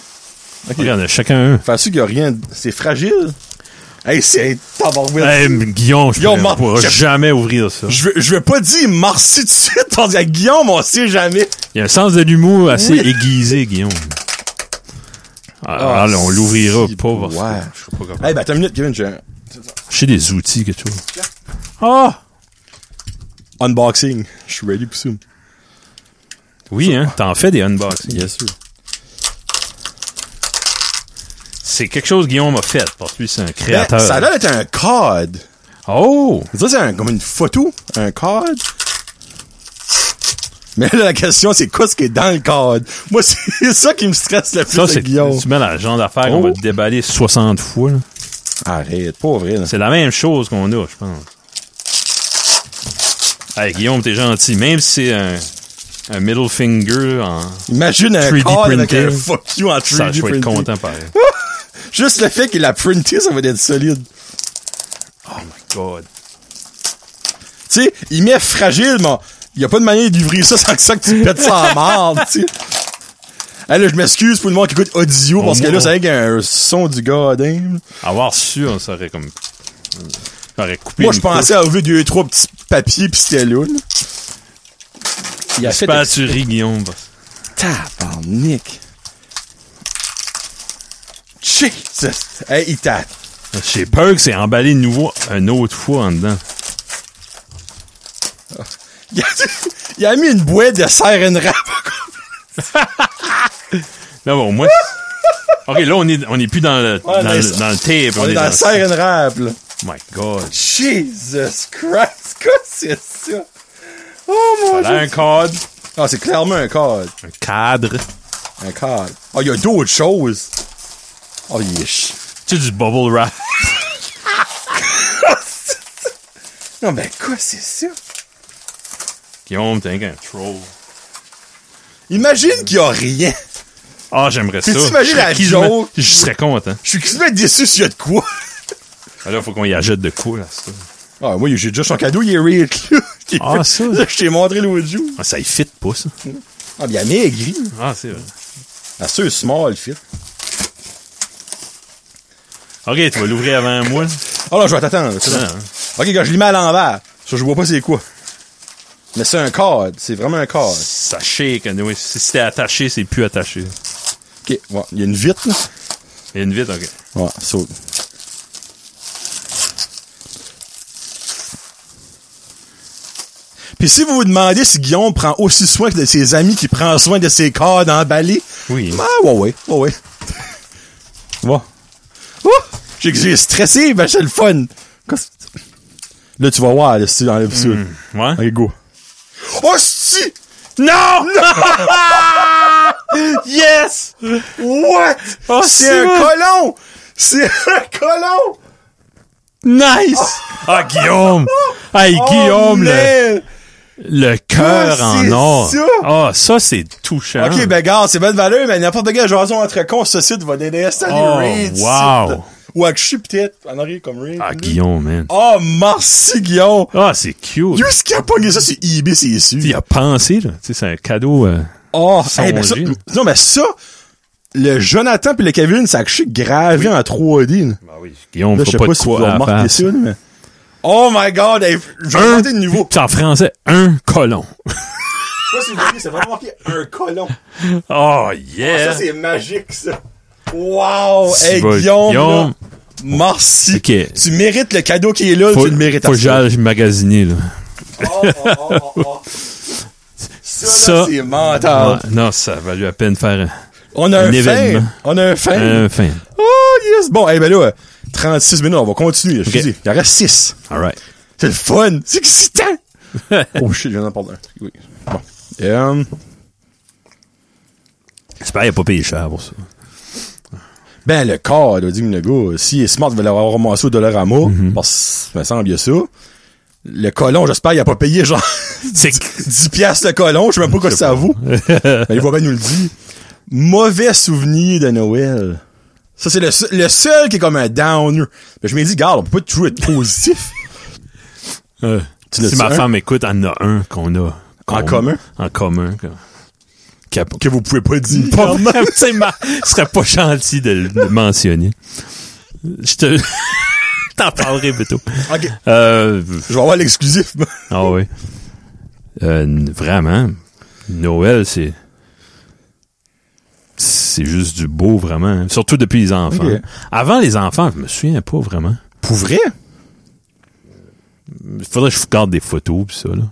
[SPEAKER 2] Regarde, on a chacun un.
[SPEAKER 1] Faire sûr qu'il y a rien. de- C'est fragile. Hey, c'est tabarouette.
[SPEAKER 2] Hey, Guillaume, je
[SPEAKER 1] Guillaume,
[SPEAKER 2] pourrais-
[SPEAKER 1] man,
[SPEAKER 2] pourrais
[SPEAKER 1] je-
[SPEAKER 2] jamais ouvrir ça.
[SPEAKER 1] Je vais, je vais pas dire merci tout de suite, tandis à Guillaume, on sait jamais.
[SPEAKER 2] Il y a un sens de l'humour assez
[SPEAKER 1] Oui.
[SPEAKER 2] aiguisé, Guillaume. Ah, alors, on
[SPEAKER 1] si,
[SPEAKER 2] l'ouvrira pas parce que
[SPEAKER 1] ouais.
[SPEAKER 2] je serais pas capable.
[SPEAKER 1] Hey, ben, attends une minute, Kevin, j'ai un
[SPEAKER 2] Je sais des outils que tu Ah!
[SPEAKER 1] unboxing. Je suis ready pour ça.
[SPEAKER 2] Oui, hein, t'en fais des unboxings.
[SPEAKER 1] Bien sûr.
[SPEAKER 2] C'est quelque chose que Guillaume a fait, parce que lui, c'est un
[SPEAKER 1] Ben,
[SPEAKER 2] créateur.
[SPEAKER 1] ça a l'air d'être un code.
[SPEAKER 2] oh!
[SPEAKER 1] Ça, c'est un- comme une photo, un code. Mais là, la question, c'est quoi ce qui est dans le code? Moi, [LAUGHS] c'est ça qui me stresse le plus
[SPEAKER 2] Ça,
[SPEAKER 1] de
[SPEAKER 2] c'est,
[SPEAKER 1] Guillaume.
[SPEAKER 2] tu mets la genre d'affaires qu'on
[SPEAKER 1] Oh.
[SPEAKER 2] va déballer 60 fois, là.
[SPEAKER 1] Arrête, pas vrai, là.
[SPEAKER 2] C'est la même chose qu'on a, je pense. Hey, Guillaume, t'es gentil. Même si c'est un, un middle finger en...
[SPEAKER 1] Imagine un
[SPEAKER 2] 3D
[SPEAKER 1] code avec un
[SPEAKER 2] printing.
[SPEAKER 1] fuck you en 3D
[SPEAKER 2] Ça, je vais être
[SPEAKER 1] printing.
[SPEAKER 2] content, pareil.
[SPEAKER 1] [LAUGHS] Juste le fait qu'il a printé, ça va être solide.
[SPEAKER 2] Oh my god.
[SPEAKER 1] Tu sais, il met fragile, mais il y a pas de manière d'ouvrir ça sans que, sans que tu pètes ça en marde, tu sais. Hey, là, je m'excuse pour le monde qui écoute audio,
[SPEAKER 2] Au
[SPEAKER 1] parce que là,
[SPEAKER 2] moins.
[SPEAKER 1] c'est vrai qu'il y a un son du gars, dingue.
[SPEAKER 2] Avoir su, on serait comme. On aurait coupé.
[SPEAKER 1] Moi,
[SPEAKER 2] une
[SPEAKER 1] je pensais à ouvrir deux, trois petits papiers, pis c'était là, là. Il
[SPEAKER 2] couche. J'espère que tu ris, Guillaume.
[SPEAKER 1] Tabarnak. Jesus! Hey, il t'a... [LAUGHS]
[SPEAKER 2] J'ai peur que c'est emballé de nouveau une autre fois en dedans.
[SPEAKER 1] Il a, il a mis une boîte de serre rap.
[SPEAKER 2] Non,
[SPEAKER 1] [LAUGHS]
[SPEAKER 2] bon, moi. Ok, là, on est, on est plus dans le,
[SPEAKER 1] Ouais,
[SPEAKER 2] dans,
[SPEAKER 1] mais-
[SPEAKER 2] le, dans le tape.
[SPEAKER 1] On est dans serre rap, là.
[SPEAKER 2] My God.
[SPEAKER 1] Jesus Christ, [LAUGHS] quoi c'est ça? Oh mon
[SPEAKER 2] Voilà
[SPEAKER 1] dieu!
[SPEAKER 2] un cadre.
[SPEAKER 1] Ah, c'est clairement un cadre.
[SPEAKER 2] Un cadre.
[SPEAKER 1] Un cadre. Ah, il y a d'autres choses. Oh, il est chi-
[SPEAKER 2] Tu sais, du bubble wrap.
[SPEAKER 1] Non, mais quoi c'est ça?
[SPEAKER 2] Guillaume, t'es un troll.
[SPEAKER 1] Imagine qu'il y a rien.
[SPEAKER 2] Ah, j'aimerais ça.
[SPEAKER 1] Tu t'imagines
[SPEAKER 2] Je serais
[SPEAKER 1] la
[SPEAKER 2] quasiment-
[SPEAKER 1] joke?
[SPEAKER 2] Je serais content.
[SPEAKER 1] Je suis quasiment déçu s'il y a de quoi. [LAUGHS]
[SPEAKER 2] Alors, faut qu'on y achète de quoi, là, ça.
[SPEAKER 1] Ah, moi, j'ai déjà son cadeau, il est real [LAUGHS] cute.
[SPEAKER 2] Ah, ça.
[SPEAKER 1] Là, [LAUGHS] je t'ai montré l'audio.
[SPEAKER 2] Ah, ça y fit pas, ça.
[SPEAKER 1] Ah, bien, maigri.
[SPEAKER 2] Ah, c'est vrai.
[SPEAKER 1] Ah, c'est small fit.
[SPEAKER 2] Ok, tu vas l'ouvrir avant moi. là.
[SPEAKER 1] Ah non, je vais t'attendre. c'est
[SPEAKER 2] Ah,
[SPEAKER 1] bon.
[SPEAKER 2] hein.
[SPEAKER 1] Ok, quand je l'ai mis à l'envers, ça, je vois pas c'est quoi. Mais c'est un cadre. C'est vraiment un cadre.
[SPEAKER 2] Ça shake. anyway. Si c'était attaché, c'est plus attaché.
[SPEAKER 1] Ok, ouais, il y a une vitre, là.
[SPEAKER 2] Il y a une vitre, ok.
[SPEAKER 1] Ouais, saute. Puis si vous vous demandez si Guillaume prend aussi soin que de ses amis qui prend soin de ses cordes emballés,
[SPEAKER 2] Oui.
[SPEAKER 1] ah ouais ouais, ouais
[SPEAKER 2] [LAUGHS]
[SPEAKER 1] ouais. Bon. Ouh! J'ai j'ai stressé, mais c'est le fun. Qu'est-ce que- Là tu vas voir là, si tu enlèves ça.
[SPEAKER 2] Ouais?
[SPEAKER 1] Allez go. Oh si!
[SPEAKER 2] Non!
[SPEAKER 1] Yes! [LAUGHS] What?
[SPEAKER 2] Oh,
[SPEAKER 1] c'est
[SPEAKER 2] c'est
[SPEAKER 1] un
[SPEAKER 2] vrai.
[SPEAKER 1] colon! C'est un [LAUGHS] colon!
[SPEAKER 2] Nice! Ah, Guillaume! Hey, Guillaume, le,
[SPEAKER 1] Oh, man!
[SPEAKER 2] le cœur
[SPEAKER 1] Ah,
[SPEAKER 2] en
[SPEAKER 1] c'est
[SPEAKER 2] or.
[SPEAKER 1] ça!
[SPEAKER 2] Ah, ça, c'est touchant.
[SPEAKER 1] Ok, ben garde, c'est bonne valeur, mais n'importe quel jason entre cons, ce site va désinstaller
[SPEAKER 2] Oh,
[SPEAKER 1] Reed. ce
[SPEAKER 2] wow.
[SPEAKER 1] site. Ou Akshi peut-être, en arrière comme Reed.
[SPEAKER 2] Ah, Guillaume, man.
[SPEAKER 1] Oh, merci Guillaume!
[SPEAKER 2] Ah, c'est cute.
[SPEAKER 1] Lui, ce qui a pogné ça, c'est eBay, c'est
[SPEAKER 2] Il
[SPEAKER 1] sûr.
[SPEAKER 2] a pensé, là. Tu sais, c'est un cadeau. euh,
[SPEAKER 1] Oh,
[SPEAKER 2] Son
[SPEAKER 1] hey, ben ça,
[SPEAKER 2] Gilles.
[SPEAKER 1] non, mais ça, le Jonathan puis le Kevin, ça a Akshi gravé en 3D. là.
[SPEAKER 2] Guillaume,
[SPEAKER 1] Là, je
[SPEAKER 2] faut
[SPEAKER 1] sais
[SPEAKER 2] pas
[SPEAKER 1] pas
[SPEAKER 2] de
[SPEAKER 1] si vous
[SPEAKER 2] quoi à la
[SPEAKER 1] remarquez
[SPEAKER 2] face.
[SPEAKER 1] ça, là, mais... Oh my god, hey, je vais monter de niveau.
[SPEAKER 2] C'est en français, un colon.
[SPEAKER 1] Je sais pas si vous voyez, c'est vraiment marqué un colon.
[SPEAKER 2] Oh, yeah!
[SPEAKER 1] Ah, Ça, c'est magique, ça. Wow!
[SPEAKER 2] Si
[SPEAKER 1] Hey,
[SPEAKER 2] bon.
[SPEAKER 1] Guillaume,
[SPEAKER 2] Guillaume.
[SPEAKER 1] là, merci.
[SPEAKER 2] Ok.
[SPEAKER 1] Tu mérites le cadeau qui est là,
[SPEAKER 2] faut,
[SPEAKER 1] tu le mérites.
[SPEAKER 2] faut que j'aille magasiner, là.
[SPEAKER 1] Oh, oh, oh, oh, oh. Ça, là,
[SPEAKER 2] Ça-
[SPEAKER 1] c'est mental.
[SPEAKER 2] Ouais, non, ça a valu à peine faire
[SPEAKER 1] On a un,
[SPEAKER 2] Un événement.
[SPEAKER 1] fin. On a un fin.
[SPEAKER 2] un, un fin.
[SPEAKER 1] Oh, yes! Bon, eh ben là, euh, 36 minutes, on va continuer. Je te
[SPEAKER 2] Ok.
[SPEAKER 1] dis, il en reste 6.
[SPEAKER 2] All right.
[SPEAKER 1] C'est le fun! C'est
[SPEAKER 2] [LAUGHS]
[SPEAKER 1] excitant! oh shit, je viens d'en parler. Oui. Bon. Euh,
[SPEAKER 2] J'espère qu'il a pas payé cher pour ça.
[SPEAKER 1] ben, le corps, là, digne le gars, s'il est smart, il va l'avoir ramassé au dollar à mot.
[SPEAKER 2] Mm-hmm.
[SPEAKER 1] Parce que, ça me semble, il y a ça. Le colon, j'espère, il a pas payé genre
[SPEAKER 2] C'est
[SPEAKER 1] 10 piastres le colon, je sais même pas quoi
[SPEAKER 2] Je sais
[SPEAKER 1] ça
[SPEAKER 2] pas. [LAUGHS]
[SPEAKER 1] vaut. Mais il va bien nous le dire. Mauvais souvenir de Noël. Ça, c'est le, seul- le seul qui est comme un downer. Mais je me dis, garde, on peut pas toujours être positif.
[SPEAKER 2] Euh,
[SPEAKER 1] Tu l'as
[SPEAKER 2] si
[SPEAKER 1] dit,
[SPEAKER 2] ma
[SPEAKER 1] un?
[SPEAKER 2] femme écoute, elle en a un qu'on a.
[SPEAKER 1] En
[SPEAKER 2] qu'on-
[SPEAKER 1] commun?
[SPEAKER 2] En commun. que- qu'elle-
[SPEAKER 1] que vous pouvez pas dire.
[SPEAKER 2] Pas même, [LAUGHS] tu sais, ma- ce serait pas gentil de le de le mentionner. Je te, [LAUGHS] je t'en parlerai plutôt.
[SPEAKER 1] Ok,
[SPEAKER 2] Euh,
[SPEAKER 1] je vais avoir
[SPEAKER 2] [LAUGHS]
[SPEAKER 1] l'exclusif.
[SPEAKER 2] ah oui. Euh, n- vraiment, Noël, c'est, c'est juste du beau, vraiment. hein. Surtout depuis les enfants.
[SPEAKER 1] Ok.
[SPEAKER 2] Avant les enfants, je me souviens pas vraiment.
[SPEAKER 1] Pour vrai?
[SPEAKER 2] Faudrait que je regarde des photos pis ça, là.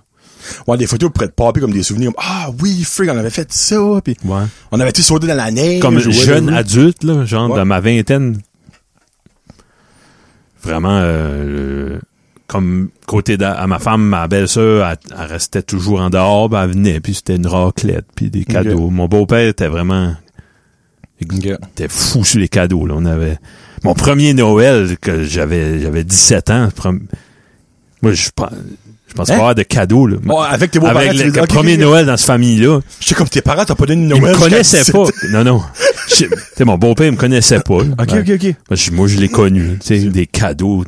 [SPEAKER 1] Ouais, des photos pourraient être papées comme des souvenirs. Comme, ah oui, frig, on avait fait ça, puis
[SPEAKER 2] Ouais.
[SPEAKER 1] on avait été sauté dans la neige.
[SPEAKER 2] comme
[SPEAKER 1] ou
[SPEAKER 2] jeune
[SPEAKER 1] whatever.
[SPEAKER 2] adulte, là, genre
[SPEAKER 1] Ouais.
[SPEAKER 2] dans ma vingtaine. Vraiment, euh, le- comme côté d'a- à ma femme, ma belle-sœur, elle, elle restait toujours en dehors, ben, elle venait, puis c'était une raclette, puis des cadeaux. Mon beau-père était vraiment était fou sur les cadeaux. Là. On avait mon premier Noël que j'avais j'avais 17 ans. prom- Moi, je pense, je pense
[SPEAKER 1] Hein?
[SPEAKER 2] pas avoir de cadeaux. Là.
[SPEAKER 1] Bon, Ah, avec tes beaux-parents,
[SPEAKER 2] Avec
[SPEAKER 1] tu
[SPEAKER 2] le,
[SPEAKER 1] veux dire,
[SPEAKER 2] le
[SPEAKER 1] ok,
[SPEAKER 2] premier
[SPEAKER 1] ok.
[SPEAKER 2] Noël dans cette famille-là.
[SPEAKER 1] Je sais comme tes parents, t'as pas donné de Noël.
[SPEAKER 2] Il me
[SPEAKER 1] jusqu'à
[SPEAKER 2] connaissait
[SPEAKER 1] 17.
[SPEAKER 2] pas. Non, non. Je- tu sais, mon beau-père, il me connaissait pas. là.
[SPEAKER 1] Ok,
[SPEAKER 2] Ouais.
[SPEAKER 1] ok, ok.
[SPEAKER 2] Moi, je, moi, je l'ai connu. Tu sais, des cadeaux.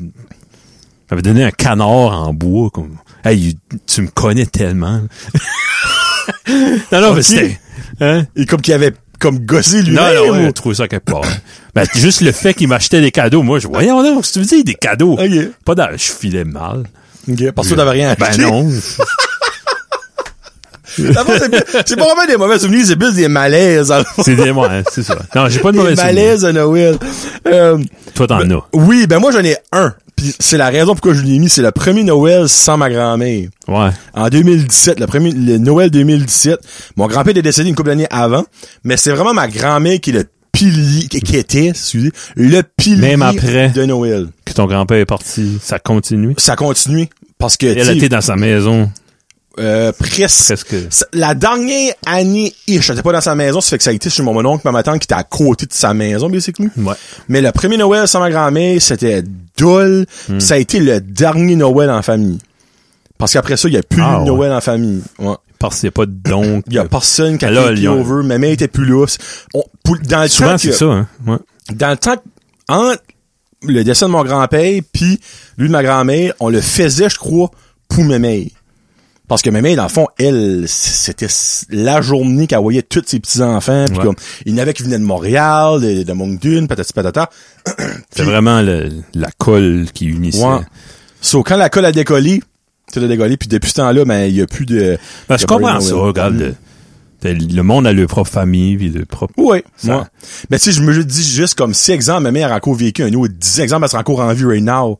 [SPEAKER 2] J'avais donné un canard en bois. Comme, hey, tu me connais tellement. [LAUGHS] non, non, mais
[SPEAKER 1] Ok.
[SPEAKER 2] c'était... Hein?
[SPEAKER 1] Et comme qu'il avait comme gossé lui
[SPEAKER 2] Non, non,
[SPEAKER 1] ou-
[SPEAKER 2] ouais, trouvé ça quelque part. ben, juste le fait qu'il m'achetait des cadeaux. Moi, je voyons donc, si tu veux dire des cadeaux.
[SPEAKER 1] Ok.
[SPEAKER 2] Pas dans, je filais mal.
[SPEAKER 1] Ok, Parce que t'avais rien
[SPEAKER 2] Ben
[SPEAKER 1] acheté. [LAUGHS]
[SPEAKER 2] non.
[SPEAKER 1] Dans le fond, c'est plus- c'est pas vraiment des mauvais souvenirs, c'est plus des malaises. dans le fond.
[SPEAKER 2] C'est des moi, hein, c'est ça. Non, j'ai pas de
[SPEAKER 1] Des
[SPEAKER 2] mauvais souvenirs.
[SPEAKER 1] malaises à Noël. Euh,
[SPEAKER 2] Toi, t'en as.
[SPEAKER 1] oui, ben moi j'en ai un Puis c'est la raison pourquoi je l'ai mis, c'est le premier Noël sans ma grand-mère.
[SPEAKER 2] Ouais.
[SPEAKER 1] En 2017, le premier le Noël 2017, mon grand-père est décédé une couple d'années avant, mais c'est vraiment ma grand-mère qui est le pilier, qui, qui était, excusez, le pilier
[SPEAKER 2] Même après.
[SPEAKER 1] de Noël.
[SPEAKER 2] Que ton grand-père est parti, ça continue.
[SPEAKER 1] Ça continue, parce que,
[SPEAKER 2] Elle était
[SPEAKER 1] tu sais,
[SPEAKER 2] dans sa maison.
[SPEAKER 1] euh, presque,
[SPEAKER 2] Presque.
[SPEAKER 1] Ça- La dernière année, ish, j'étais pas dans sa maison, ça fait que ça a été chez mon oncle, ma tante qui était à côté de sa maison, basically.
[SPEAKER 2] Ouais.
[SPEAKER 1] Mais le premier Noël sans ma grand-mère, c'était dole.
[SPEAKER 2] Hmm.
[SPEAKER 1] Ça a été le dernier Noël en famille. Parce qu'après ça, il n'y a plus
[SPEAKER 2] Ah,
[SPEAKER 1] de
[SPEAKER 2] ouais.
[SPEAKER 1] Noël en famille. Ouais.
[SPEAKER 2] Parce qu'il n'y a pas de don.
[SPEAKER 1] Il y a personne qui a
[SPEAKER 2] Là,
[SPEAKER 1] fait
[SPEAKER 2] ils ont-
[SPEAKER 1] over. Ma mère était plus là. C'est- on- pour- dans le
[SPEAKER 2] Souvent,
[SPEAKER 1] temps
[SPEAKER 2] c'est
[SPEAKER 1] que-
[SPEAKER 2] ça, hein. Ouais.
[SPEAKER 1] dans le temps que- entre le décès de mon grand-père puis lui de ma grand-mère, on le faisait, je crois, pour ma mère. Parce que ma mère, dans le fond, elle, c'était s- la journée qu'elle voyait tous ses petits-enfants. Puis
[SPEAKER 2] Ouais.
[SPEAKER 1] comme, il y en avait qui venaient de Montréal, de, de Moncton, patati patata.
[SPEAKER 2] C'est vraiment le- la colle qui unissait.
[SPEAKER 1] Ouais. So, quand la colle a décollé, tu a décollé, puis depuis ce temps-là, ben, il y a plus de...
[SPEAKER 2] Ben, je
[SPEAKER 1] de Barry
[SPEAKER 2] comprends ça,
[SPEAKER 1] Noël.
[SPEAKER 2] regarde. Le, t'as- le monde a leur propre famille, puis leur propre...
[SPEAKER 1] Oui,
[SPEAKER 2] Ça-
[SPEAKER 1] moi. Mm. Mais tu sais, je me dis juste comme si, exemple, ma mère a encore vécu un autre 10 exemples, elle sera encore en vie right now.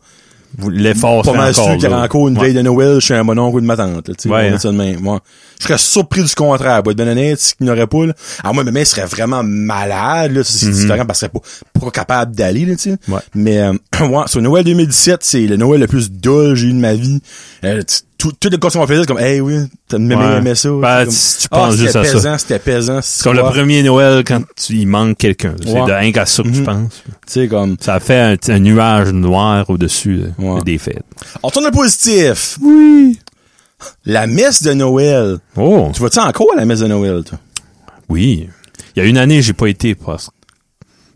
[SPEAKER 2] L'effort,
[SPEAKER 1] pas
[SPEAKER 2] serait
[SPEAKER 1] mal sûr
[SPEAKER 2] encore
[SPEAKER 1] qu'il y
[SPEAKER 2] là.
[SPEAKER 1] a encore une
[SPEAKER 2] Ouais.
[SPEAKER 1] veille de Noël chez un mononcle ou une ma tante. Là, tu sais,
[SPEAKER 2] Ouais,
[SPEAKER 1] on
[SPEAKER 2] hein.
[SPEAKER 1] dit ça de même, ouais. Je serais surpris du contraire. Pour être bien honnête, s'il n'y aurait pas... Là. Ah, Alors moi, ma mère serait vraiment malade. Là, ça, c'est différent parce qu'elle serait pas, pas capable d'aller. Là, tu sais.
[SPEAKER 2] Mm-hmm. Ouais.
[SPEAKER 1] Mais euh, [CLEARS THROAT] ouais, sur Noël 2017, c'est le Noël le plus dull que j'ai eu de ma vie. Euh, tu- tout, tout le cas qu'on faisait, c'est comme « Hey, oui, t'as même
[SPEAKER 2] Ouais.
[SPEAKER 1] aimé ça. C'est
[SPEAKER 2] Ben,
[SPEAKER 1] comme,
[SPEAKER 2] si tu
[SPEAKER 1] Ah,
[SPEAKER 2] penses juste à ça.
[SPEAKER 1] C'était pesant, c'était pesant.
[SPEAKER 2] C'est comme le premier Noël quand tu, il manque quelqu'un. C'est
[SPEAKER 1] Ouais.
[SPEAKER 2] de rien qu'à ça que je
[SPEAKER 1] Mhm.
[SPEAKER 2] pense.
[SPEAKER 1] Tu sais, comme...
[SPEAKER 2] Ça fait un, un nuage noir au-dessus euh,
[SPEAKER 1] Ouais.
[SPEAKER 2] des fêtes.
[SPEAKER 1] On tourne le positif.
[SPEAKER 2] Oui.
[SPEAKER 1] La messe de Noël.
[SPEAKER 2] Oh,
[SPEAKER 1] Tu vas-tu encore à la messe de Noël, toi?
[SPEAKER 2] oui. Il y a une année, j'ai pas été parce que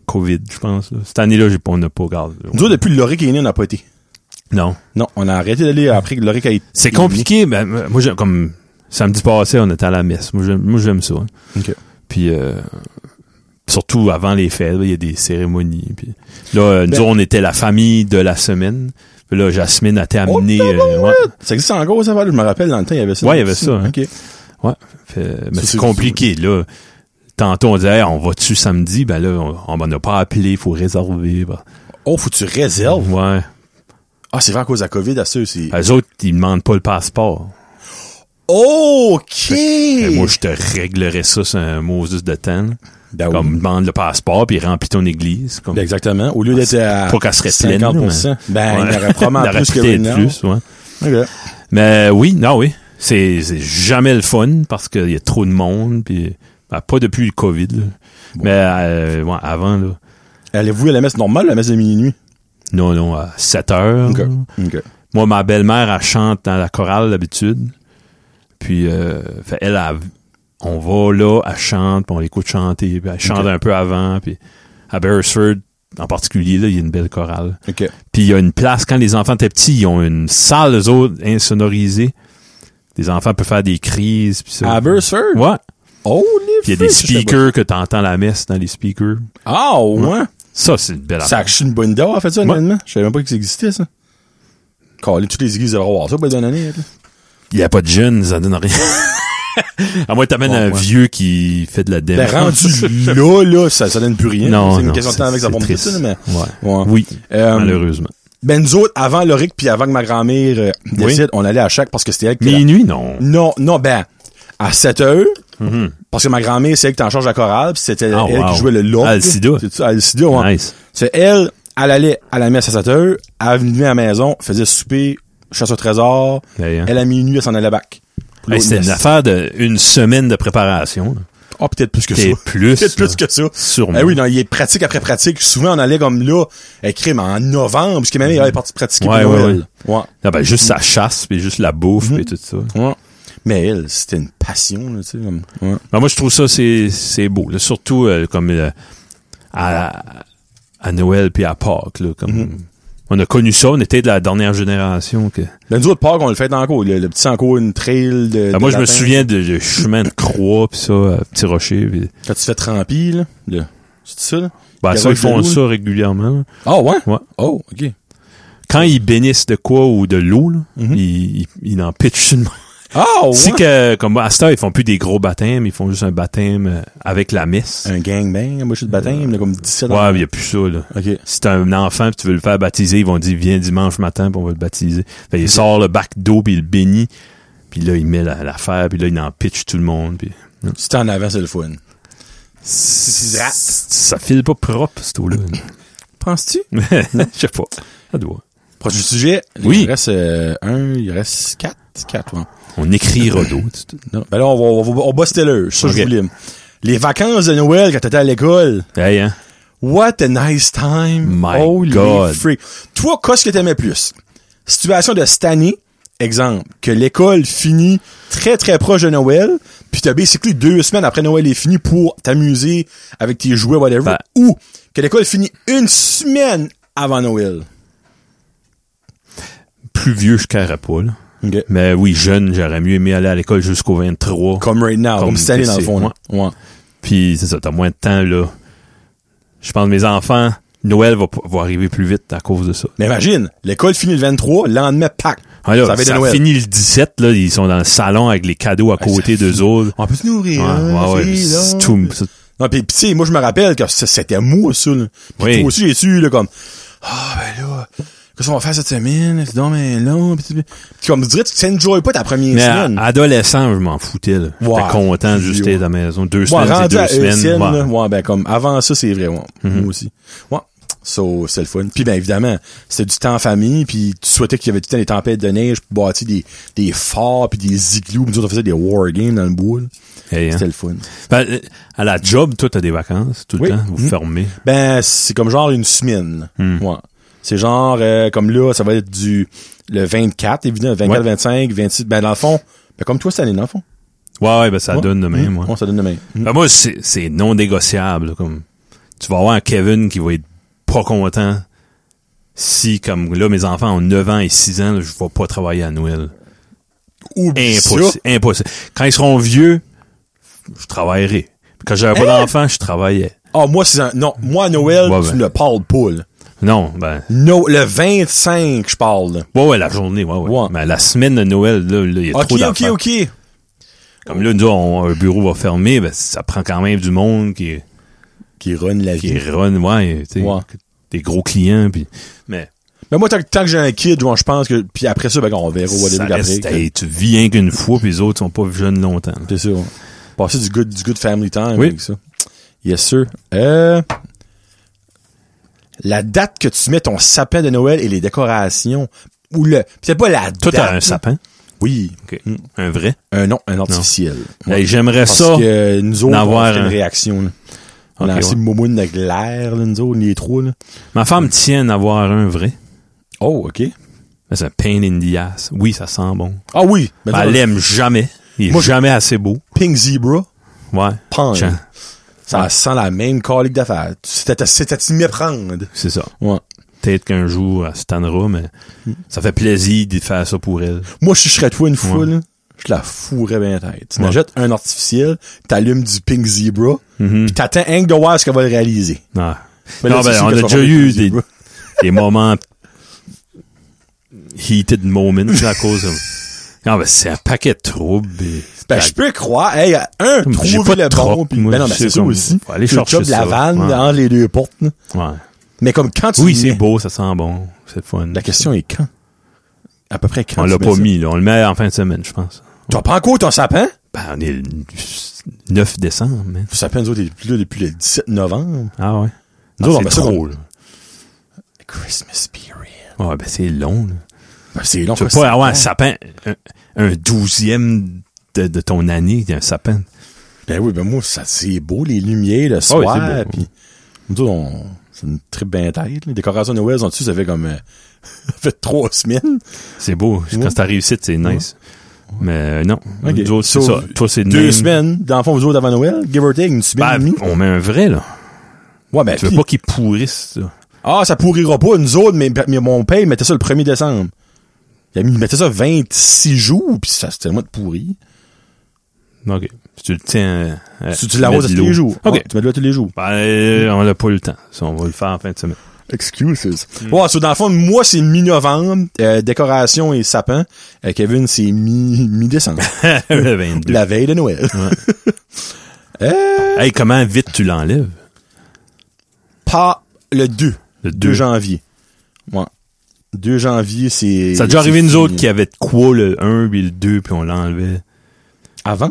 [SPEAKER 2] COVID, je pense. là. Cette année-là, j'ai pas, on n'a pas regardé.
[SPEAKER 1] Nous autres, depuis le Loric est né, on n'a pas été.
[SPEAKER 2] Non.
[SPEAKER 1] Non, on a arrêté d'aller après que Loric a été.
[SPEAKER 2] C'est compliqué. Ben, moi, j'ai- comme samedi passé, on était à la messe. Moi, j'aime moi, j'aime ça. hein.
[SPEAKER 1] Ok.
[SPEAKER 2] Puis euh, surtout avant les fêtes, il y a des cérémonies. Puis là, euh, nous
[SPEAKER 1] Ben-
[SPEAKER 2] autres, on était la famille de la semaine. Puis là, Jasmine a été
[SPEAKER 1] Oh,
[SPEAKER 2] amenée. euh, ouais.
[SPEAKER 1] Ça existe encore, ça, Val? Je me rappelle, dans le temps, il y avait ça.
[SPEAKER 2] Ouais, il y avait ça, hein.
[SPEAKER 1] OK.
[SPEAKER 2] Fait, euh, mais
[SPEAKER 1] Ça,
[SPEAKER 2] c'est
[SPEAKER 1] c'est-
[SPEAKER 2] compliqué, là. Tantôt, on disait, Hey, on va-tu samedi? Ben là, on- on m'en a pas appelé, il faut réserver. Ben,
[SPEAKER 1] Oh, faut que tu réserves.
[SPEAKER 2] Ouais.
[SPEAKER 1] Ah, c'est vrai, à cause de la COVID, à ceux, c'est...
[SPEAKER 2] Eux autres, ils demandent pas le passeport.
[SPEAKER 1] OK!
[SPEAKER 2] Ben, moi, je te réglerais ça sur un Moses de temps. là.
[SPEAKER 1] Ben oui.
[SPEAKER 2] Comme, demande le passeport, puis remplis ton église. Comme,
[SPEAKER 1] Ben, Exactement. Au lieu d'être à
[SPEAKER 2] Ah, Faut qu'elle serait pleine, hein.
[SPEAKER 1] 50%, ben, il y aurait
[SPEAKER 2] [LAUGHS]
[SPEAKER 1] probablement
[SPEAKER 2] T'aurais
[SPEAKER 1] plus que
[SPEAKER 2] peut-être
[SPEAKER 1] maintenant.
[SPEAKER 2] plus, ouais.
[SPEAKER 1] OK.
[SPEAKER 2] Mais oui, non, oui. C'est c'est jamais le fun parce qu'il y a trop de monde. Puis, ben, pas depuis le COVID. là. Mais euh, ouais, avant, là.
[SPEAKER 1] Allez-vous à la messe normale, la messe de minuit?
[SPEAKER 2] Non, non, à 7 heures.
[SPEAKER 1] OK.
[SPEAKER 2] là.
[SPEAKER 1] OK.
[SPEAKER 2] Moi, ma belle-mère, elle chante dans la chorale d'habitude. Puis, euh, fait, elle, elle- on va là, elle chante, puis on l'écoute chanter. Puis elle chante
[SPEAKER 1] Ok.
[SPEAKER 2] un peu avant. Puis à Beresford, en particulier, là, il y a une belle chorale.
[SPEAKER 1] OK.
[SPEAKER 2] Puis il y a une place, quand les enfants étaient petits, ils ont une salle, eux autres, insonorisée. Les enfants peuvent faire des crises. Pis ça.
[SPEAKER 1] À Bursford?
[SPEAKER 2] Ouais.
[SPEAKER 1] Oh, les
[SPEAKER 2] Puis il y a des
[SPEAKER 1] feux, ça, je sais pas.
[SPEAKER 2] speakers que t'entends la messe dans les speakers.
[SPEAKER 1] Ah, ouais.
[SPEAKER 2] Ça, c'est une belle
[SPEAKER 1] Ça a
[SPEAKER 2] affaire.
[SPEAKER 1] acheté une bonne idée d'avoir fait ça,
[SPEAKER 2] Ouais.
[SPEAKER 1] honnêtement. Je savais même pas que ça existait, ça. Calé, toutes les églises devraient avoir ça, pour être bien honnête, là.
[SPEAKER 2] Il n'y a pas de jeunes, ça donne rien. [LAUGHS] à moins que t'amènes
[SPEAKER 1] Ouais,
[SPEAKER 2] un
[SPEAKER 1] ouais.
[SPEAKER 2] vieux qui fait de la
[SPEAKER 1] Ben,
[SPEAKER 2] démence.
[SPEAKER 1] rendu
[SPEAKER 2] [LAUGHS]
[SPEAKER 1] là, là, ça, ça donne plus rien.
[SPEAKER 2] non,
[SPEAKER 1] C'est une
[SPEAKER 2] non,
[SPEAKER 1] question de
[SPEAKER 2] c'est-
[SPEAKER 1] temps avec sa
[SPEAKER 2] c'est
[SPEAKER 1] pompe
[SPEAKER 2] triste.
[SPEAKER 1] ça, mais.
[SPEAKER 2] Ouais.
[SPEAKER 1] Ouais.
[SPEAKER 2] Oui,
[SPEAKER 1] Euh,
[SPEAKER 2] malheureusement.
[SPEAKER 1] ben, nous autres, avant Loric puis avant que ma grand-mère euh, décide, on allait à chaque parce que c'était elle qui.
[SPEAKER 2] Minuit, non.
[SPEAKER 1] Non, non, ben, à 7 heures, parce que ma grand-mère, c'est elle qui t'en charge la chorale, puis c'était
[SPEAKER 2] Mm-hmm. Ah,
[SPEAKER 1] elle
[SPEAKER 2] wow.
[SPEAKER 1] qui jouait le lot.
[SPEAKER 2] Alcida.
[SPEAKER 1] C'est Alcida, ouais.
[SPEAKER 2] Nice.
[SPEAKER 1] C'est elle, elle allait à la messe à 7 heures, elle venait à la maison, faisait souper, chasse au trésor,
[SPEAKER 2] Ouais, hein.
[SPEAKER 1] elle à minuit, elle s'en allait back. Pour
[SPEAKER 2] Hey,
[SPEAKER 1] l'autre
[SPEAKER 2] c'est
[SPEAKER 1] messe.
[SPEAKER 2] une affaire d'une semaine de préparation. là.
[SPEAKER 1] Ah, peut-être plus que ça.
[SPEAKER 2] T'es
[SPEAKER 1] [LAUGHS]
[SPEAKER 2] plus.
[SPEAKER 1] Peut-être
[SPEAKER 2] là.
[SPEAKER 1] plus que ça.
[SPEAKER 2] Sûrement.
[SPEAKER 1] Eh oui, non, il est pratique après pratique. Souvent, on allait comme là, écrit, mais en novembre, parce que même, il est parti pratiquer
[SPEAKER 2] Ouais,
[SPEAKER 1] pour
[SPEAKER 2] ouais,
[SPEAKER 1] Noël. Ouais.
[SPEAKER 2] Ah ben, juste sa chasse, puis juste la
[SPEAKER 1] Mm-hmm.
[SPEAKER 2] bouffe, puis tout ça.
[SPEAKER 1] Ouais. Mais elle, c'était une passion, là, tu sais, comme, ouais.
[SPEAKER 2] Ben, moi, je trouve ça, c'est, c'est beau. là. Surtout euh, comme euh, à, à Noël puis à Pâques. là, comme,
[SPEAKER 1] Mm-hmm.
[SPEAKER 2] On a connu ça, on était de la dernière génération. Que...
[SPEAKER 1] Ben, nous autres, Pâques, on le fait encore. Le, le petit encore, une trail de.
[SPEAKER 2] Ben,
[SPEAKER 1] de
[SPEAKER 2] moi, je me
[SPEAKER 1] lapin.
[SPEAKER 2] souviens de, de chemin de croix, puis ça, à Petit Rocher. puis-
[SPEAKER 1] Quand tu fais tremper, là. le- C'est ça, là?
[SPEAKER 2] Ben,
[SPEAKER 1] Des
[SPEAKER 2] ça, ils
[SPEAKER 1] roches de
[SPEAKER 2] font
[SPEAKER 1] loup,
[SPEAKER 2] ça régulièrement.
[SPEAKER 1] Ah, ouais?
[SPEAKER 2] Ouais.
[SPEAKER 1] Oh, ok. Mhm.
[SPEAKER 2] Quand ils bénissent de quoi ou de l'eau, là, ils, ils, ils en pitchent sur le monde.
[SPEAKER 1] Oh,
[SPEAKER 2] Si
[SPEAKER 1] ouais.
[SPEAKER 2] Ah, que, comme à cette heure, ils font plus des gros baptêmes, ils font juste un baptême euh, avec la messe.
[SPEAKER 1] Un gangbang, moi je suis de baptême, là, comme 17 ans.
[SPEAKER 2] Ouais, il y a plus ça, là.
[SPEAKER 1] Ok.
[SPEAKER 2] Si t'as un enfant pis tu veux le faire baptiser, ils vont dire viens dimanche matin puis on va le baptiser. Fait, il sort le bac d'eau puis il le bénit. Puis là, il met la- l'affaire, puis là, il en pitch tout le monde. Puis...
[SPEAKER 1] Si t'es en avant, c'est le fun. Si-
[SPEAKER 2] Ça, file pas propre, cette eau-là.
[SPEAKER 1] Penses-tu?
[SPEAKER 2] Je sais pas. Ça doit.
[SPEAKER 1] Prochain sujet.
[SPEAKER 2] Oui.
[SPEAKER 1] Il reste euh, un, il reste quatre. Quatre, ouais.
[SPEAKER 2] On écrira d'autres.
[SPEAKER 1] Non. Ben là, on va, on va, on bosse Taylor. Ça,
[SPEAKER 2] Ok.
[SPEAKER 1] je vous lime. Les vacances de Noël quand t'étais à l'école.
[SPEAKER 2] Hey, hein?
[SPEAKER 1] What a nice time.
[SPEAKER 2] My
[SPEAKER 1] Holy
[SPEAKER 2] God.
[SPEAKER 1] freak. Toi, qu'est-ce que t'aimais plus? Situation de cette année, exemple, que l'école finit très très proche de Noël, puis t'as basically deux semaines après Noël est fini pour t'amuser avec tes jouets, whatever,
[SPEAKER 2] Ben.
[SPEAKER 1] ou que l'école finit une semaine avant Noël.
[SPEAKER 2] Plus vieux, je carrais pas, là.
[SPEAKER 1] Ok.
[SPEAKER 2] Mais oui, jeune, j'aurais mieux aimé aller à l'école jusqu'au 23.
[SPEAKER 1] Comme right now, comme,
[SPEAKER 2] Comme
[SPEAKER 1] cette année dans le
[SPEAKER 2] c'est-
[SPEAKER 1] fond. là. Ouais.
[SPEAKER 2] Puis c'est ça, t'as moins de temps, là. Je pense que mes enfants, Noël va, pas- va arriver plus vite à cause de ça.
[SPEAKER 1] Mais imagine, l'école finit le 23, lendemain, pack.
[SPEAKER 2] Ah, là,
[SPEAKER 1] ça va être de
[SPEAKER 2] ça
[SPEAKER 1] Noël.
[SPEAKER 2] finit le 17, là, ils sont dans le salon avec les cadeaux à côté d'eux autres.
[SPEAKER 1] On peut se nourrir.
[SPEAKER 2] Ouais,
[SPEAKER 1] hein,
[SPEAKER 2] ouais, ouais,
[SPEAKER 1] c'est
[SPEAKER 2] c'est
[SPEAKER 1] là.
[SPEAKER 2] tout- c'est-
[SPEAKER 1] Non, pis, pis tu sais, moi, je me rappelle que c- c'était mou, ça, là. Pis
[SPEAKER 2] Oui.
[SPEAKER 1] toi aussi, j'ai su, là, comme, ah, ben là, qu'est-ce qu'on va faire cette semaine? C'est donc bien long, pis tu- pis comme, tu dirais, tu t'enjoy pas ta première
[SPEAKER 2] Mais à-
[SPEAKER 1] semaine.
[SPEAKER 2] adolescent, je m'en foutais, là.
[SPEAKER 1] Ouais,
[SPEAKER 2] J'étais content
[SPEAKER 1] c'est
[SPEAKER 2] juste
[SPEAKER 1] vieux.
[SPEAKER 2] d'être à la maison. Deux
[SPEAKER 1] Ouais,
[SPEAKER 2] semaines, c'est
[SPEAKER 1] rendu
[SPEAKER 2] deux
[SPEAKER 1] à
[SPEAKER 2] semaines.
[SPEAKER 1] ESN,
[SPEAKER 2] Ouais. Mhm.
[SPEAKER 1] là, ouais, ben, comme, avant ça, c'est vrai, ouais. Moi aussi. Ouais. So, c'est le fun. Puis ben évidemment, c'était du temps en famille, puis tu souhaitais qu'il y avait tout le temps des tempêtes de neige, puis bâtir des, des forts, puis des igloos, puis nous autres, on faisait des war games dans le bois. là.
[SPEAKER 2] Hey, hein.
[SPEAKER 1] C'était le fun.
[SPEAKER 2] Ben, euh, à la job, toi, t'as des vacances tout le
[SPEAKER 1] Oui.
[SPEAKER 2] temps. Vous
[SPEAKER 1] Mhm.
[SPEAKER 2] fermez.
[SPEAKER 1] Ben, c'est comme genre une semaine.
[SPEAKER 2] Hmm.
[SPEAKER 1] Ouais. C'est genre, euh, comme là, ça va être du le 24, évidemment, 24,
[SPEAKER 2] Ouais.
[SPEAKER 1] 25, 26. Ben, dans le fond, ben, comme toi cette année, dans le fond.
[SPEAKER 2] Ouais, ouais, ben ça
[SPEAKER 1] Ouais.
[SPEAKER 2] donne de même.
[SPEAKER 1] Mm.
[SPEAKER 2] ouais.
[SPEAKER 1] Ouais, ça donne demain.
[SPEAKER 2] Ben, moi, c'est c'est non négociable. là, Comme tu vas avoir un Kevin qui va être pas content si, comme là, mes enfants ont 9 ans et 6 ans, là, je vais pas travailler à Noël.
[SPEAKER 1] Oublie ça.
[SPEAKER 2] Impossible. Impossible. Quand ils seront vieux, je travaillerai. Quand j'avais
[SPEAKER 1] Hein?
[SPEAKER 2] pas d'enfants, je travaillais.
[SPEAKER 1] Ah, moi, c'est un... Non, moi, à Noël,
[SPEAKER 2] Ouais,
[SPEAKER 1] tu
[SPEAKER 2] ben.
[SPEAKER 1] ne parles pas, là.
[SPEAKER 2] Non, ben.
[SPEAKER 1] No, le 25, je parle, là.
[SPEAKER 2] Ouais, ouais, la journée, ouais, ouais.
[SPEAKER 1] Ouais.
[SPEAKER 2] Mais la semaine de Noël, là, là, il y a
[SPEAKER 1] Ok,
[SPEAKER 2] trop
[SPEAKER 1] ok,
[SPEAKER 2] d'enfants.
[SPEAKER 1] ok.
[SPEAKER 2] Comme là, nous, on- un bureau va fermer, ben, ça prend quand même du monde qui est
[SPEAKER 1] Qui run la vie.
[SPEAKER 2] qui run, ouais, tu sais,
[SPEAKER 1] Ouais.
[SPEAKER 2] des gros clients, puis mais
[SPEAKER 1] Mais moi, tant, que- tant que j'ai un kid, bon, je pense que... Puis après ça, ben, on verra au
[SPEAKER 2] ça
[SPEAKER 1] début
[SPEAKER 2] reste,
[SPEAKER 1] après.
[SPEAKER 2] hey, tu viens qu'une fois, puis les autres sont pas jeunes longtemps. là.
[SPEAKER 1] C'est ça. ouais. Passer du good, du good family time
[SPEAKER 2] Oui.
[SPEAKER 1] avec ça. Yes, sir. Euh, la date que tu mets ton sapin de Noël et les décorations, ou le... C'est pas la
[SPEAKER 2] Toi,
[SPEAKER 1] date.
[SPEAKER 2] t'as un sapin,
[SPEAKER 1] Oui.
[SPEAKER 2] Mm. un vrai.
[SPEAKER 1] Un non, un artificiel. Ouais.
[SPEAKER 2] Hey, J'aimerais
[SPEAKER 1] Parce
[SPEAKER 2] ça.
[SPEAKER 1] que nous autres, on
[SPEAKER 2] d'avoir
[SPEAKER 1] fait une
[SPEAKER 2] un-
[SPEAKER 1] réaction. Là. On a
[SPEAKER 2] Ok,
[SPEAKER 1] assez
[SPEAKER 2] ouais.
[SPEAKER 1] de moumoune avec l'air, là, nous autres, les trois. Là.
[SPEAKER 2] Ma femme tient à avoir un vrai.
[SPEAKER 1] Oh, OK.
[SPEAKER 2] Mais C'est un pain in the ass. Oui, ça sent bon.
[SPEAKER 1] Ah oui! Ben,
[SPEAKER 2] Ben,
[SPEAKER 1] toi,
[SPEAKER 2] elle l'aime jamais. Il est
[SPEAKER 1] Moi, je-
[SPEAKER 2] jamais assez beau.
[SPEAKER 1] Pink Zebra,
[SPEAKER 2] Ouais.
[SPEAKER 1] Pend.
[SPEAKER 2] Tiens,
[SPEAKER 1] ça sent la même calique d'affaires. C'était à c'était à t'y méprendre.
[SPEAKER 2] C'est ça.
[SPEAKER 1] Ouais.
[SPEAKER 2] Peut-être qu'un jour, elle se tannera, mais
[SPEAKER 1] Mm.
[SPEAKER 2] ça fait plaisir de faire ça pour elle.
[SPEAKER 1] Moi, si je serais toi une fois,
[SPEAKER 2] Ouais.
[SPEAKER 1] là, je la fourrais bien la tête. Tu
[SPEAKER 2] Ouais.
[SPEAKER 1] m'achètes un artificiel, t'allumes du Pink Zebra,
[SPEAKER 2] Mhm.
[SPEAKER 1] pis t'attends rien que de voir ce qu'elle va le réaliser.
[SPEAKER 2] Ah.
[SPEAKER 1] Mais
[SPEAKER 2] non,
[SPEAKER 1] là, c'est
[SPEAKER 2] ben,
[SPEAKER 1] sûr
[SPEAKER 2] on
[SPEAKER 1] qu'elle
[SPEAKER 2] a
[SPEAKER 1] va
[SPEAKER 2] déjà
[SPEAKER 1] faire
[SPEAKER 2] eu
[SPEAKER 1] Pink
[SPEAKER 2] des,
[SPEAKER 1] Zebra.
[SPEAKER 2] des moments heated moments à cause de... Non, ben, c'est un paquet de troubles. et-
[SPEAKER 1] Ben, je peux croire, hey, un,
[SPEAKER 2] Comme j'ai
[SPEAKER 1] trouver
[SPEAKER 2] pas de
[SPEAKER 1] le bon,
[SPEAKER 2] troc,
[SPEAKER 1] pis,
[SPEAKER 2] moi,
[SPEAKER 1] ben non,
[SPEAKER 2] je
[SPEAKER 1] ben,
[SPEAKER 2] sais
[SPEAKER 1] c'est ça
[SPEAKER 2] comme-
[SPEAKER 1] aussi.
[SPEAKER 2] faut aller
[SPEAKER 1] Tu
[SPEAKER 2] chercher
[SPEAKER 1] chopes de la
[SPEAKER 2] ça,
[SPEAKER 1] vanne
[SPEAKER 2] ouais.
[SPEAKER 1] entre les deux portes, là.
[SPEAKER 2] Ouais.
[SPEAKER 1] Mais comme quand tu
[SPEAKER 2] Oui,
[SPEAKER 1] le
[SPEAKER 2] c'est
[SPEAKER 1] mets-
[SPEAKER 2] beau, ça sent bon. C'est le fun.
[SPEAKER 1] La question est quand? À peu près quand?
[SPEAKER 2] on
[SPEAKER 1] tu
[SPEAKER 2] l'a
[SPEAKER 1] mets
[SPEAKER 2] pas
[SPEAKER 1] ça?
[SPEAKER 2] mis, là. On le met en fin de semaine, je pense.
[SPEAKER 1] T'as pas encore ton sapin?
[SPEAKER 2] Ben, on est le 9 décembre, mais...
[SPEAKER 1] Ton sapin, nous autres, est plus là depuis le 17 novembre.
[SPEAKER 2] Ah ouais.
[SPEAKER 1] Nous
[SPEAKER 2] Ah,
[SPEAKER 1] autres, on
[SPEAKER 2] c'est
[SPEAKER 1] met ça
[SPEAKER 2] trop,
[SPEAKER 1] The Christmas spirit.
[SPEAKER 2] là. Ouais, ben, c'est long, là.
[SPEAKER 1] Ben, c'est long.
[SPEAKER 2] Tu peux
[SPEAKER 1] quoi,
[SPEAKER 2] pas avoir un
[SPEAKER 1] c'est
[SPEAKER 2] sapin, un, un douzième de, de ton année, il y a un sapin.
[SPEAKER 1] long. Ben oui, ben moi, ça, c'est beau, les lumières, le soir,
[SPEAKER 2] Ah c'est beau.
[SPEAKER 1] pis nous autres, on, c'est une très bien tête, Les décorations de Noël, en dessus, ça fait comme, euh, [LAUGHS] ça fait trois semaines.
[SPEAKER 2] C'est beau.
[SPEAKER 1] Ouais.
[SPEAKER 2] Quand t'as réussi, c'est nice. Mais euh, non.
[SPEAKER 1] Ok.
[SPEAKER 2] Nous autres,
[SPEAKER 1] So,
[SPEAKER 2] c'est ça. Toi, c'est
[SPEAKER 1] Deux
[SPEAKER 2] même-
[SPEAKER 1] semaines, dans le fond, vous autres, avant Noël, give or take, une semaine et
[SPEAKER 2] Mm. Ben,
[SPEAKER 1] demie.
[SPEAKER 2] on met un vrai, là.
[SPEAKER 1] Ouais, ben,
[SPEAKER 2] Tu veux
[SPEAKER 1] pis-
[SPEAKER 2] pas qu'il pourrisse, ça.
[SPEAKER 1] Ah, ça pourrira pas, nous autres, mais, mais mon père, il mettait ça le 1er décembre. Il a mis- il mettait ça 26 jours, puis ça, c'était moi de pourri.
[SPEAKER 2] OK. Puis tu le tiens... euh,
[SPEAKER 1] Tu, tu
[SPEAKER 2] mets
[SPEAKER 1] l'arroses à
[SPEAKER 2] de
[SPEAKER 1] tous
[SPEAKER 2] l'eau.
[SPEAKER 1] les jours.
[SPEAKER 2] OK. euh,
[SPEAKER 1] Ouais, tu mets de l'eau tous les jours.
[SPEAKER 2] Ben, on n'a pas eu le temps. Ça, on va le faire en fin de semaine. [LAUGHS]
[SPEAKER 1] Excuses.
[SPEAKER 2] Hmm.
[SPEAKER 1] Ouais, so, dans le fond, moi, c'est mi-novembre, euh, décoration et sapin. Euh, Kevin, c'est mi-
[SPEAKER 2] [LAUGHS]
[SPEAKER 1] mi-décembre.
[SPEAKER 2] le 22.
[SPEAKER 1] la veille de [LAUGHS] Noël. Euh,
[SPEAKER 2] Hey, comment vite tu l'enlèves?
[SPEAKER 1] pas le 2.
[SPEAKER 2] Le
[SPEAKER 1] 2
[SPEAKER 2] 2.
[SPEAKER 1] janvier. Ouais. 2 janvier, c'est...
[SPEAKER 2] Ça a déjà
[SPEAKER 1] c'est
[SPEAKER 2] arrivé nous
[SPEAKER 1] fini.
[SPEAKER 2] autres qui avaient de quoi le 1 puis le 2 puis on l'enlevait.
[SPEAKER 1] Avant?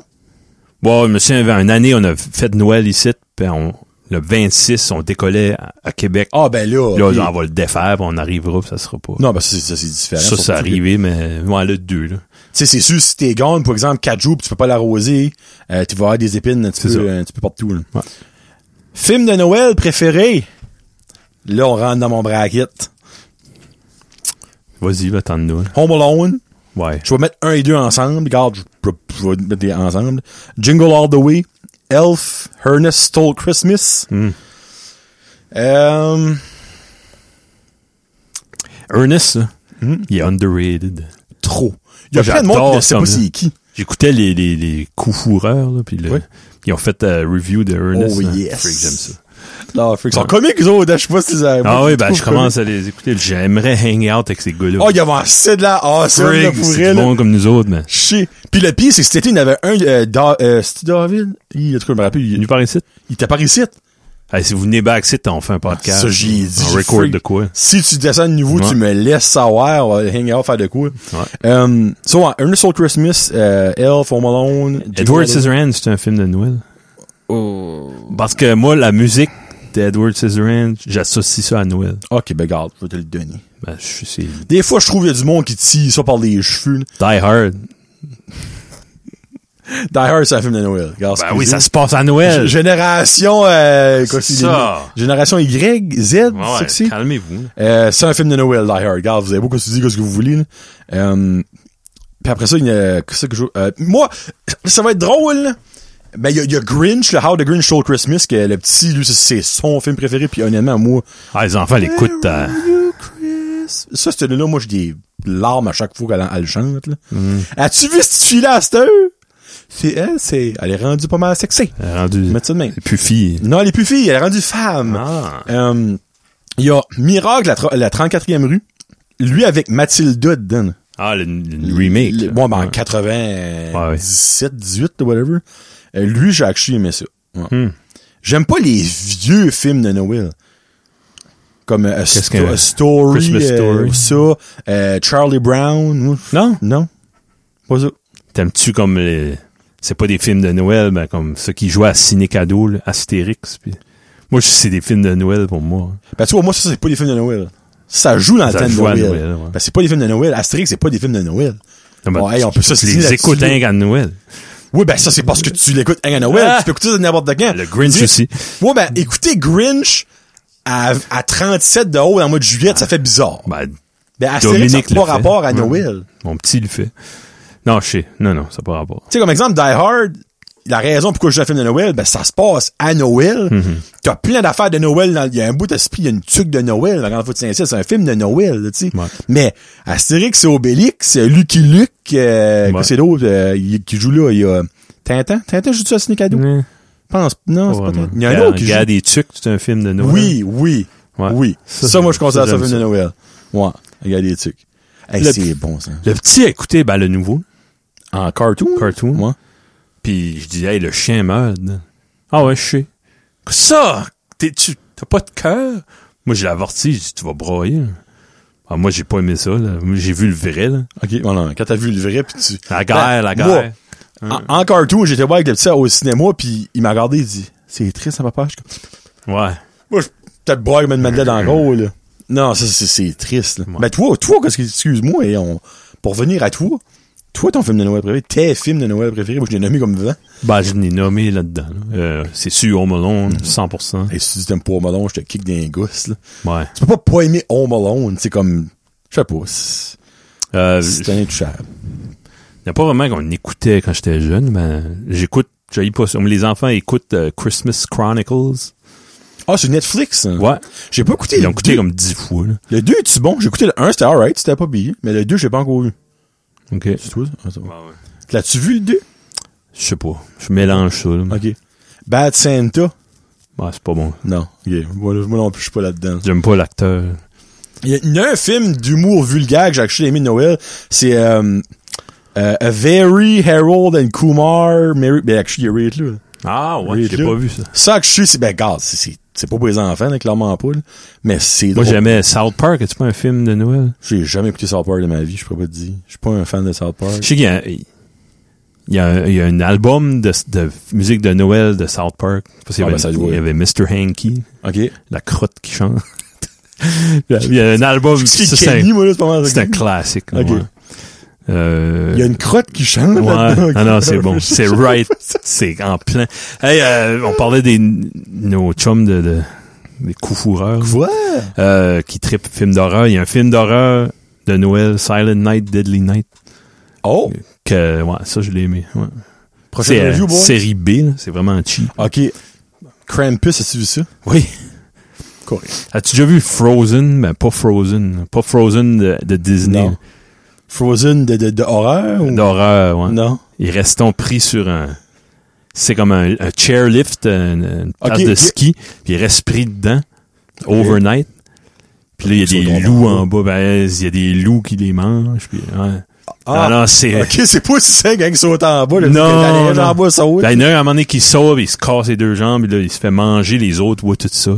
[SPEAKER 2] Bon, je me souviens, il y avait une année, on a fait Noël ici, puis on, le 26, on décollait à, à Québec.
[SPEAKER 1] Ah, ben là...
[SPEAKER 2] là,
[SPEAKER 1] ok.
[SPEAKER 2] on va le défaire, puis on arrivera, puis ça sera pas.
[SPEAKER 1] Non, ben ça, c'est- ça, c'est différent.
[SPEAKER 2] ça,
[SPEAKER 1] Surtout
[SPEAKER 2] c'est
[SPEAKER 1] que-
[SPEAKER 2] arrivé, mais ouais, le 2, là.
[SPEAKER 1] Tu sais, c'est sûr, si t'es gone, par exemple, 4 jours, pis tu peux pas l'arroser, euh, tu vas avoir des épines un petit,
[SPEAKER 2] C'est
[SPEAKER 1] peu, euh,
[SPEAKER 2] ça.
[SPEAKER 1] un petit peu partout. Là.
[SPEAKER 2] Ouais.
[SPEAKER 1] Film de Noël préféré? Là, on rentre dans mon bracket.
[SPEAKER 2] Vas-y, va attendre nous.
[SPEAKER 1] Home Alone.
[SPEAKER 2] Ouais.
[SPEAKER 1] Je vais mettre un et deux ensemble. Regarde, je, je- je vais mettre des ensemble. Jingle All the Way. Elf. Ernest Stole Christmas.
[SPEAKER 2] Hmm.
[SPEAKER 1] Euh,
[SPEAKER 2] Ernest, là,
[SPEAKER 1] Hmm.
[SPEAKER 2] il est underrated.
[SPEAKER 1] trop. Il y a
[SPEAKER 2] Moi,
[SPEAKER 1] plein de monde qui ne
[SPEAKER 2] j'adore
[SPEAKER 1] sait pas
[SPEAKER 2] comme-
[SPEAKER 1] c'est qui.
[SPEAKER 2] J'écoutais les, les, les coups fourreurs, là, puis le-
[SPEAKER 1] Oui.
[SPEAKER 2] ils ont fait la review de Ernest.
[SPEAKER 1] Oh,
[SPEAKER 2] là.
[SPEAKER 1] yes.
[SPEAKER 2] Freak, j'aime ça.
[SPEAKER 1] Non, Ils sont comiques, eux autres. hein. Je sais pas si ça...
[SPEAKER 2] Ah oui,
[SPEAKER 1] bah
[SPEAKER 2] ben, je commence à les écouter. J'aimerais hang out avec ces gars-là.
[SPEAKER 1] Oh, il y avait un de là. Ah, c'est là
[SPEAKER 2] Freak,
[SPEAKER 1] pour
[SPEAKER 2] c'est
[SPEAKER 1] elle.
[SPEAKER 2] du bon comme nous autres, mais.
[SPEAKER 1] Chier. Puis le pire, c'est que cet été, il y en avait un, euh, Da- euh, c'était David? Il, en tout cas, je me rappelle,
[SPEAKER 2] Venu
[SPEAKER 1] il,
[SPEAKER 2] par ici?
[SPEAKER 1] il était par ici.
[SPEAKER 2] Hey, si vous venez back sit, on fait un podcast.
[SPEAKER 1] Ça, j'y ai dit,
[SPEAKER 2] On
[SPEAKER 1] j'ai
[SPEAKER 2] record
[SPEAKER 1] freak.
[SPEAKER 2] de quoi?
[SPEAKER 1] Si tu descends de niveau,
[SPEAKER 2] Ouais.
[SPEAKER 1] tu me laisses savoir, on va hang out, faire de quoi.
[SPEAKER 2] Ouais.
[SPEAKER 1] Euh, so, ouais, Ernest Soul Christmas, euh, Elf, Home Alone, Jingle
[SPEAKER 2] Edward Scissorhands, c'est un film de Noël. Parce que moi, la musique d'Edward Scissorhands, j'associe ça à Noël.
[SPEAKER 1] All- Ok, ben, garde, je vais te le donner.
[SPEAKER 2] Ben, je suis, c'est Die
[SPEAKER 1] Des fois, je trouve, il y a du monde qui tire ça par les cheveux. là.
[SPEAKER 2] Hard.
[SPEAKER 1] Ben Die Hard, c'est un film de Noël. Garde,
[SPEAKER 2] Ben
[SPEAKER 1] excusez.
[SPEAKER 2] oui, ça se passe à
[SPEAKER 1] G-
[SPEAKER 2] Noël.
[SPEAKER 1] Génération, euh, quoi,
[SPEAKER 2] C'est
[SPEAKER 1] c'est
[SPEAKER 2] ça.
[SPEAKER 1] des- Génération Y, Z, c'est
[SPEAKER 2] Ouais,
[SPEAKER 1] que c'est?
[SPEAKER 2] calmez-vous.
[SPEAKER 1] Euh, c'est un film de Noël, Die Hard. Regarde, vous avez beau que tu dis que ce que vous voulez. là. Euh, puis après ça, il y a... qu'est-ce que je- euh, moi, ça va être drôle. là. Ben, il y, a- il y a Grinch, le How the Grinch Stole Christmas, que le petit, lui, c'est- c'est son film préféré. Puis honnêtement, moi...
[SPEAKER 2] Ah, les enfants l'écoutent. euh,
[SPEAKER 1] Ça, cette là moi, j'ai des larmes à chaque fois qu'elle elle le chante. là. As-tu vu cette fille-là, à cette heure? Mm. C'est elle, c'est... Elle est rendue pas mal sexy.
[SPEAKER 2] Euh, rendu.
[SPEAKER 1] Mettre ça de même.
[SPEAKER 2] Puis fille.
[SPEAKER 1] Non, elle est plus fille, elle est rendue femme.
[SPEAKER 2] Ah.
[SPEAKER 1] Euh, il y a Miracle, la, tro- la 34e rue. Lui avec Mathilda dedans.
[SPEAKER 2] Ah, le, le remake.
[SPEAKER 1] Le-
[SPEAKER 2] là.
[SPEAKER 1] Bon, ben, en
[SPEAKER 2] Ouais.
[SPEAKER 1] 97, 18, whatever. Euh, lui, j'ai actually aimé ça. Ouais.
[SPEAKER 2] Hmm.
[SPEAKER 1] J'aime pas les vieux films de Noël. Comme euh, A
[SPEAKER 2] Qu'est-ce
[SPEAKER 1] Sto-
[SPEAKER 2] que-
[SPEAKER 1] A Story,
[SPEAKER 2] Christmas
[SPEAKER 1] euh,
[SPEAKER 2] Story.
[SPEAKER 1] ça, euh, Charlie Brown. Ouf.
[SPEAKER 2] Non?
[SPEAKER 1] Non? Pas ça.
[SPEAKER 2] T'aimes-tu comme les... C'est pas des films de Noël, mais comme ceux qui jouent à Ciné Cadeau, là, Astérix. Puis... Moi, je- c'est des films de Noël pour moi.
[SPEAKER 1] Ben, tu vois, moi, ça, c'est pas des films de Noël. Ça joue dans le
[SPEAKER 2] Ça
[SPEAKER 1] temps de
[SPEAKER 2] joue à
[SPEAKER 1] Noël.
[SPEAKER 2] Noël, ouais.
[SPEAKER 1] Ben, c'est pas des films de Noël. Astérix, c'est pas des films de Noël.
[SPEAKER 2] Non, mais
[SPEAKER 1] Bon, hey, on peut
[SPEAKER 2] tu- tu
[SPEAKER 1] s'ostiner
[SPEAKER 2] les
[SPEAKER 1] là-dessus,
[SPEAKER 2] écoutes
[SPEAKER 1] là.
[SPEAKER 2] hein, à Noël.
[SPEAKER 1] Oui, ben ça, c'est parce que tu l'écoutes hein, à Noël.
[SPEAKER 2] Ah!
[SPEAKER 1] Tu peux écouter ça n'importe quand.
[SPEAKER 2] Le Grinch
[SPEAKER 1] Dis-
[SPEAKER 2] aussi.
[SPEAKER 1] Ouais, ben écouter Grinch à, à 37 de haut dans le mois de juillet, ça fait bizarre.
[SPEAKER 2] Ben,
[SPEAKER 1] Ben, Astérix, ça
[SPEAKER 2] Dominique
[SPEAKER 1] n'a
[SPEAKER 2] le
[SPEAKER 1] pas
[SPEAKER 2] fait.
[SPEAKER 1] rapport à
[SPEAKER 2] Ouais.
[SPEAKER 1] Noël.
[SPEAKER 2] mon petit le fait. Non, je sais. Non, non, ça n'a pas rapport.
[SPEAKER 1] Tu sais, comme exemple, Die Hard, la raison pourquoi je joue un film de Noël, ben ça se passe à Noël.
[SPEAKER 2] Mm-hmm.
[SPEAKER 1] T'as plein d'affaires de Noël. dans- Il y a un bout de il y a une tuque de Noël. La grande fois de Saint-Cyr, c'est un film de Noël, là, tu sais.
[SPEAKER 2] Ouais.
[SPEAKER 1] Mais Astérix et Obélix, euh, Lucky Luke, euh, quoi
[SPEAKER 2] Ouais.
[SPEAKER 1] c'est d'autre euh, il- qui joue là, il y a... Tintin? Tintin joue-tu à Sneakado?
[SPEAKER 2] Mmh,
[SPEAKER 1] Pense. Non, c'est pas
[SPEAKER 2] vraiment.
[SPEAKER 1] Tintin. Il y en a un
[SPEAKER 2] Regarde-
[SPEAKER 1] autre qui joue.
[SPEAKER 2] Regarde des tucs, c'est un film de Noël.
[SPEAKER 1] Oui, oui,
[SPEAKER 2] Ouais.
[SPEAKER 1] oui. Ça,
[SPEAKER 2] Ça,
[SPEAKER 1] moi, je
[SPEAKER 2] ça,
[SPEAKER 1] considère ça un
[SPEAKER 2] j'aime
[SPEAKER 1] film de
[SPEAKER 2] ça.
[SPEAKER 1] Noël. Ouais, regardez les trucs. Hey,
[SPEAKER 2] Le-
[SPEAKER 1] c'est bon, ça.
[SPEAKER 2] Le petit a écouté, ben, le nouveau.
[SPEAKER 1] En cartoon?
[SPEAKER 2] Cartoon.
[SPEAKER 1] Ouais.
[SPEAKER 2] Puis je dis, hey, le chien meurt. dedans. Ah ouais, je sais. Ça, t'es, tu, t'as pas de cœur? Moi, je l'ai averti, je dis, tu vas broyer. Ah, moi, j'ai pas aimé ça, là. Moi, J'ai vu le vrai, là.
[SPEAKER 1] OK, voilà. Quand t'as vu le vrai, puis tu... Ben,
[SPEAKER 2] La guerre, la guerre.
[SPEAKER 1] moi, en, en cartoon, j'étais voir avec le petit au cinéma, puis il m'a regardé, il dit « C'est triste, ça, papa? » Je suis comme,
[SPEAKER 2] Ouais.
[SPEAKER 1] Moi, je peut-être boire comme une madeleine
[SPEAKER 2] [CLEARS THROAT]
[SPEAKER 1] en gros, là. Non, ça, c'est, c'est triste, là.
[SPEAKER 2] Ouais.
[SPEAKER 1] Ben, toi, toi, qu'est-ce que... Excuse-moi, et on... Pour revenir à toi, toi, ton film de Noël préféré, tes films de Noël préférés, moi, je l'ai nommé comme 20.
[SPEAKER 2] Ben, je l'ai nommé là-dedans, là. Euh, c'est sûr, Home Alone, 100%.
[SPEAKER 1] Et si tu t'aimes pas Home Alone, je te kick dans les gousses, là.
[SPEAKER 2] Ouais.
[SPEAKER 1] Tu peux pas pas aimer Home Alone, c'est comme... Je sais pas, c'est-
[SPEAKER 2] Euh,
[SPEAKER 1] C'est un intouchable.
[SPEAKER 2] Il n'y a pas vraiment qu'on écoutait quand j'étais jeune, mais j'écoute, j'aille pas ça. Mais Les enfants écoutent euh, Christmas Chronicles.
[SPEAKER 1] Ah, c'est Netflix. ça.
[SPEAKER 2] Ouais.
[SPEAKER 1] J'ai pas écouté.
[SPEAKER 2] Ils l'ont
[SPEAKER 1] le
[SPEAKER 2] écouté
[SPEAKER 1] deux.
[SPEAKER 2] comme dix fois, là.
[SPEAKER 1] Le 2 est-tu bon? J'ai écouté le 1, c'était alright, c'était pas pire. Mais le 2, j'ai pas encore vu.
[SPEAKER 2] OK.
[SPEAKER 1] C'est toi, ça? Ah, ça va. L'as-tu vu le 2?
[SPEAKER 2] Je sais pas. Je mélange ça, là.
[SPEAKER 1] Ok. Bad Santa.
[SPEAKER 2] Ouais, c'est pas bon.
[SPEAKER 1] Non. ok. Moi, moi non plus, je suis pas là-dedans.
[SPEAKER 2] J'aime pas l'acteur.
[SPEAKER 1] Il y, a- il y a un film d'humour vulgaire que j'ai acheté aimé de Noël. C'est euh, euh, A Very Harold and Kumar. Mary... Ben, actually, il y a Ray là.
[SPEAKER 2] Ah
[SPEAKER 1] ouais,
[SPEAKER 2] ouais,
[SPEAKER 1] je l'ai
[SPEAKER 2] j'ai pas
[SPEAKER 1] pas
[SPEAKER 2] vu ça.
[SPEAKER 1] Ça que je suis, c'est, ben, garde, c'est, c'est, c'est pas pour les enfants, là, clairement pas, là. Mais c'est
[SPEAKER 2] Moi
[SPEAKER 1] drôle.
[SPEAKER 2] j'aimais South Park, est-ce pas un film de Noël?
[SPEAKER 1] J'ai jamais écouté South Park de ma vie, je pourrais pas te dire. Je suis pas un fan de South
[SPEAKER 2] Je
[SPEAKER 1] Park.
[SPEAKER 2] sais qu'il y a, il y a un, il y a un album de, de musique de Noël de South Park. Parce qu'il y
[SPEAKER 1] Ah,
[SPEAKER 2] avait-
[SPEAKER 1] ben, ça se voit.
[SPEAKER 2] il y avait Mr. Hanky, [LAUGHS]
[SPEAKER 1] OK.
[SPEAKER 2] la crotte qui chante.
[SPEAKER 1] Ah,
[SPEAKER 2] il y a un album,
[SPEAKER 1] C'est
[SPEAKER 2] ça, c'est
[SPEAKER 1] Kenny,
[SPEAKER 2] un,
[SPEAKER 1] moi, là, c'est pas mal.
[SPEAKER 2] c'est un classique.
[SPEAKER 1] Ok.
[SPEAKER 2] ouais. Euh,
[SPEAKER 1] Il y a une crotte qui chante là-dedans.
[SPEAKER 2] Ouais.
[SPEAKER 1] ok.
[SPEAKER 2] Ah
[SPEAKER 1] [LAUGHS]
[SPEAKER 2] non, c'est bon. C'est right. C'est en plein. Hey, euh, on parlait des nos chums de, de des coups fourreurs
[SPEAKER 1] Ouais.
[SPEAKER 2] euh, qui trippent films d'horreur. Il y a un film d'horreur de Noël, Silent Night, Deadly Night.
[SPEAKER 1] Oh!
[SPEAKER 2] Que ouais, ça je l'ai aimé. Ouais. C'est
[SPEAKER 1] Prochaine
[SPEAKER 2] euh,
[SPEAKER 1] review, boy.
[SPEAKER 2] série B, là. c'est vraiment cheap.
[SPEAKER 1] OK. Krampus, as-tu vu ça?
[SPEAKER 2] Oui.
[SPEAKER 1] Correct.
[SPEAKER 2] As-tu déjà vu Frozen? Ben pas Frozen. là. Pas Frozen de, de Disney. Oh.
[SPEAKER 1] Non. Frozen de, de, de horreur ou?
[SPEAKER 2] D'horreur, ouais.
[SPEAKER 1] Non.
[SPEAKER 2] Ils restent pris sur un. C'est comme un, un chairlift, une, une
[SPEAKER 1] Ok,
[SPEAKER 2] place de
[SPEAKER 1] ok.
[SPEAKER 2] ski, puis ils restent pris dedans, overnight. Puis là, il y a
[SPEAKER 1] Ils
[SPEAKER 2] des
[SPEAKER 1] sont
[SPEAKER 2] loups
[SPEAKER 1] dans
[SPEAKER 2] en bas, ben, il y a des loups qui les mangent, puis ouais.
[SPEAKER 1] Ah.
[SPEAKER 2] non, non, c'est...
[SPEAKER 1] OK, c'est pas aussi simple quand ils sautent en bas. Là,
[SPEAKER 2] Non,
[SPEAKER 1] Quand la neige
[SPEAKER 2] non.
[SPEAKER 1] en bas, ça haute.
[SPEAKER 2] Ben, il y en a un, à un moment donné, qui sauve, il se casse les deux jambes, puis là, il se fait manger les autres, ouais, tout ça.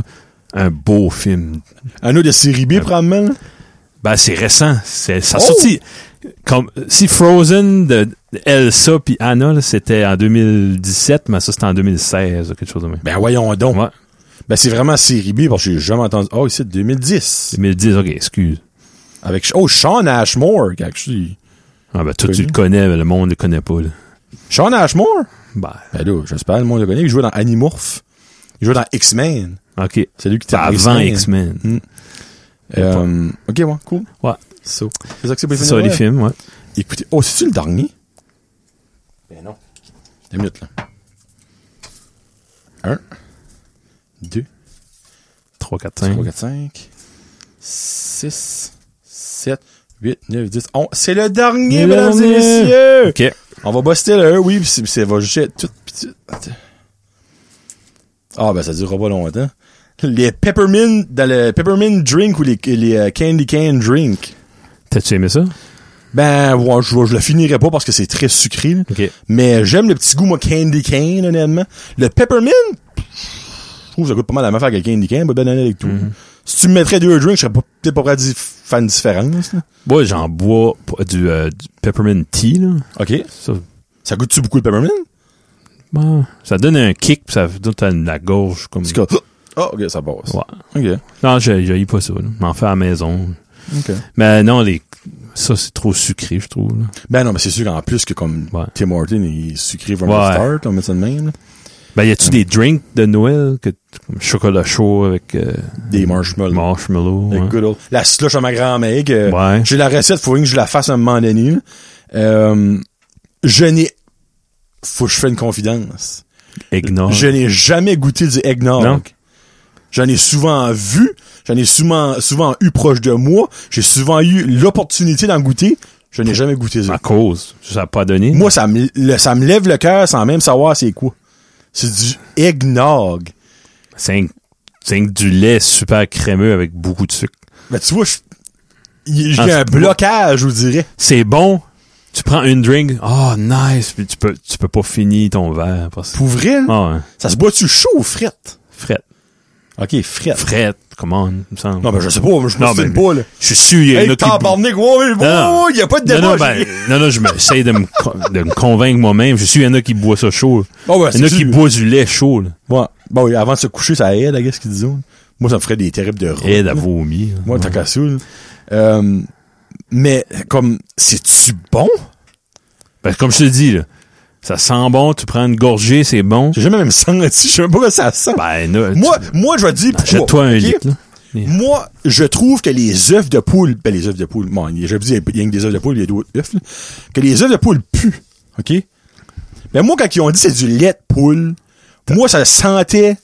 [SPEAKER 2] Un beau film.
[SPEAKER 1] Un autre de série B, probablement. là.
[SPEAKER 2] Ben, c'est récent. C'est, ça a
[SPEAKER 1] Oh!
[SPEAKER 2] sorti... Comme, si Frozen de de Elsa puis Anna, là, c'était en 2017, mais ça, c'était en 2016, ou quelque chose de même.
[SPEAKER 1] Ben, voyons donc.
[SPEAKER 2] Ouais.
[SPEAKER 1] Ben, c'est vraiment série B, parce que j'ai jamais entendu. Oh, c'est 2010.
[SPEAKER 2] 2010, ok, excuse.
[SPEAKER 1] Avec, oh, Sean Ashmore, actually.
[SPEAKER 2] Ah ben toi
[SPEAKER 1] Connu.
[SPEAKER 2] tu le connais, mais le monde le connaît pas là.
[SPEAKER 1] Sean Ashmore?
[SPEAKER 2] Ben,
[SPEAKER 1] Ben là, j'espère, le monde le connaît. Il jouait dans Animorph. Il jouait dans X-Men.
[SPEAKER 2] ok.
[SPEAKER 1] C'est lui qui
[SPEAKER 2] C'est
[SPEAKER 1] était
[SPEAKER 2] avant X-Men.
[SPEAKER 1] Euh, ok, ouais, cool.
[SPEAKER 2] Ouais.
[SPEAKER 1] So. C'est ça que c'est pour
[SPEAKER 2] C'est ça les
[SPEAKER 1] Noël.
[SPEAKER 2] films, ouais.
[SPEAKER 1] Écoutez, oh, c'est-tu le dernier? Ben non. Deux minutes, là. Un, deux,
[SPEAKER 2] 3, 4, 5.
[SPEAKER 1] 3, 4, 5, 6, 7, 8, 9, 10, 11. C'est le dernier,
[SPEAKER 2] Le
[SPEAKER 1] mesdames et
[SPEAKER 2] dernier.
[SPEAKER 1] messieurs!
[SPEAKER 2] Ok.
[SPEAKER 1] On va bosser là, oui, pis c'est- ça va juste être tout petit. Attends. Ah, ben ça durera pas longtemps. Les peppermint, dans le peppermint drink ou les, les euh, candy can drink.
[SPEAKER 2] T'as-tu aimé ça?
[SPEAKER 1] Ben, ouais, je, je le finirai pas parce que c'est très sucré. là.
[SPEAKER 2] Ok.
[SPEAKER 1] Mais j'aime le petit goût, moi, candy cane, honnêtement. Le peppermint, je trouve que ça coûte pas mal la même affaire que le candy cane, ben, ben, honnête avec tout.
[SPEAKER 2] Mm-hmm.
[SPEAKER 1] Si tu me mettrais deux drinks, je serais pas- peut-être pas prêt à dire fan différence. là.
[SPEAKER 2] Moi j'en bois p- du, euh, du peppermint tea là.
[SPEAKER 1] OK.
[SPEAKER 2] Ça,
[SPEAKER 1] Ça goûte-tu beaucoup le peppermint?
[SPEAKER 2] Mm. bon, ça donne un kick, pis ça donne à la gorge comme.
[SPEAKER 1] C'est comme, [GASPS] Ah, ok, ça passe.
[SPEAKER 2] Ouais.
[SPEAKER 1] Ok.
[SPEAKER 2] Non, j'ai j'ai eu pas ça. là. M'en fais à la maison.
[SPEAKER 1] Ok.
[SPEAKER 2] Mais non, les ça c'est trop sucré, je trouve. là.
[SPEAKER 1] Ben non, mais c'est sûr qu'en plus que comme
[SPEAKER 2] Ouais.
[SPEAKER 1] Tim Horton il est sucré vraiment
[SPEAKER 2] Ouais.
[SPEAKER 1] start, on met ça de même. là.
[SPEAKER 2] Ben y a-tu des drinks de Noël que comme chocolat chaud avec euh,
[SPEAKER 1] Des marshmallows.
[SPEAKER 2] marshmallow?
[SPEAKER 1] Le
[SPEAKER 2] ouais.
[SPEAKER 1] good old- La slush à ma grand-mère. que
[SPEAKER 2] Ouais.
[SPEAKER 1] Hein? J'ai la recette, faut bien que je la fasse à un moment donné. là. Euh, je n'ai... Faut que je fasse une confidence.
[SPEAKER 2] Eggnog.
[SPEAKER 1] Je n'ai jamais goûté du eggnog.
[SPEAKER 2] Ah Non.
[SPEAKER 1] J'en ai souvent vu, j'en ai souvent, souvent eu proche de moi, j'ai souvent eu l'opportunité d'en goûter, je n'ai jamais goûté ça.
[SPEAKER 2] À cause. Ça a pas donné.
[SPEAKER 1] Moi, ça me, le- ça me lève le cœur sans même savoir c'est quoi. C'est du eggnog.
[SPEAKER 2] C'est un- c'est un du lait super crémeux avec beaucoup de sucre.
[SPEAKER 1] Ben, tu vois, je- il- j'ai
[SPEAKER 2] Ah, c'est
[SPEAKER 1] un
[SPEAKER 2] bon.
[SPEAKER 1] blocage, je vous dirais.
[SPEAKER 2] C'est bon. Tu prends une drink. Oh, nice. Puis tu peux, tu peux pas finir ton verre. Parce...
[SPEAKER 1] Pour vrai, là,
[SPEAKER 2] Ah, ouais.
[SPEAKER 1] ça se boit-tu chaud ou frette?
[SPEAKER 2] Fret.
[SPEAKER 1] OK, frette.
[SPEAKER 2] Fret. Come on, il me semble.
[SPEAKER 1] Non, ben, je sais pas, je
[SPEAKER 2] Non,
[SPEAKER 1] me suis
[SPEAKER 2] mais-
[SPEAKER 1] pas, là.
[SPEAKER 2] Je suis sûr, il y en a
[SPEAKER 1] Hey,
[SPEAKER 2] qui-
[SPEAKER 1] tabarnak, ouais, ouais,
[SPEAKER 2] non.
[SPEAKER 1] ouais, il y a pas de
[SPEAKER 2] Non,
[SPEAKER 1] débat.
[SPEAKER 2] non,
[SPEAKER 1] j'ai-
[SPEAKER 2] ben, non, non, je m'essaie de me, co- de me convaincre moi-même. Je suis, il y en a qui boivent ça chaud.
[SPEAKER 1] Oh, ouais,
[SPEAKER 2] Il y en a
[SPEAKER 1] c'est
[SPEAKER 2] qui
[SPEAKER 1] sûr.
[SPEAKER 2] boivent du lait chaud, là.
[SPEAKER 1] Ouais. Bon, oui, avant de se coucher, ça aide, à ce qu'ils disent. Moi, ça me ferait des terribles de rôle.
[SPEAKER 2] Aide à vomir.
[SPEAKER 1] Moi, t'as qu'à ça, là. Euh, mais, comme, c'est-tu bon?
[SPEAKER 2] Ben, comme je te dis, là, ça sent bon. Tu prends une gorgée, c'est bon.
[SPEAKER 1] J'ai jamais même senti, je sais même pas comment ça sent.
[SPEAKER 2] Ben, là, tu-
[SPEAKER 1] moi, moi, je vais te dire pourquoi.
[SPEAKER 2] jette-toi un
[SPEAKER 1] ok?
[SPEAKER 2] litre, là.
[SPEAKER 1] Moi, je trouve que les œufs de poule, ben les œufs de poule, bon, j'ai dit, il y a que des œufs de poule, il y a d'autres œufs, là, que les œufs de poule puent, OK? Mais moi, quand ils ont dit c'est du lait de poule, moi, ça sentait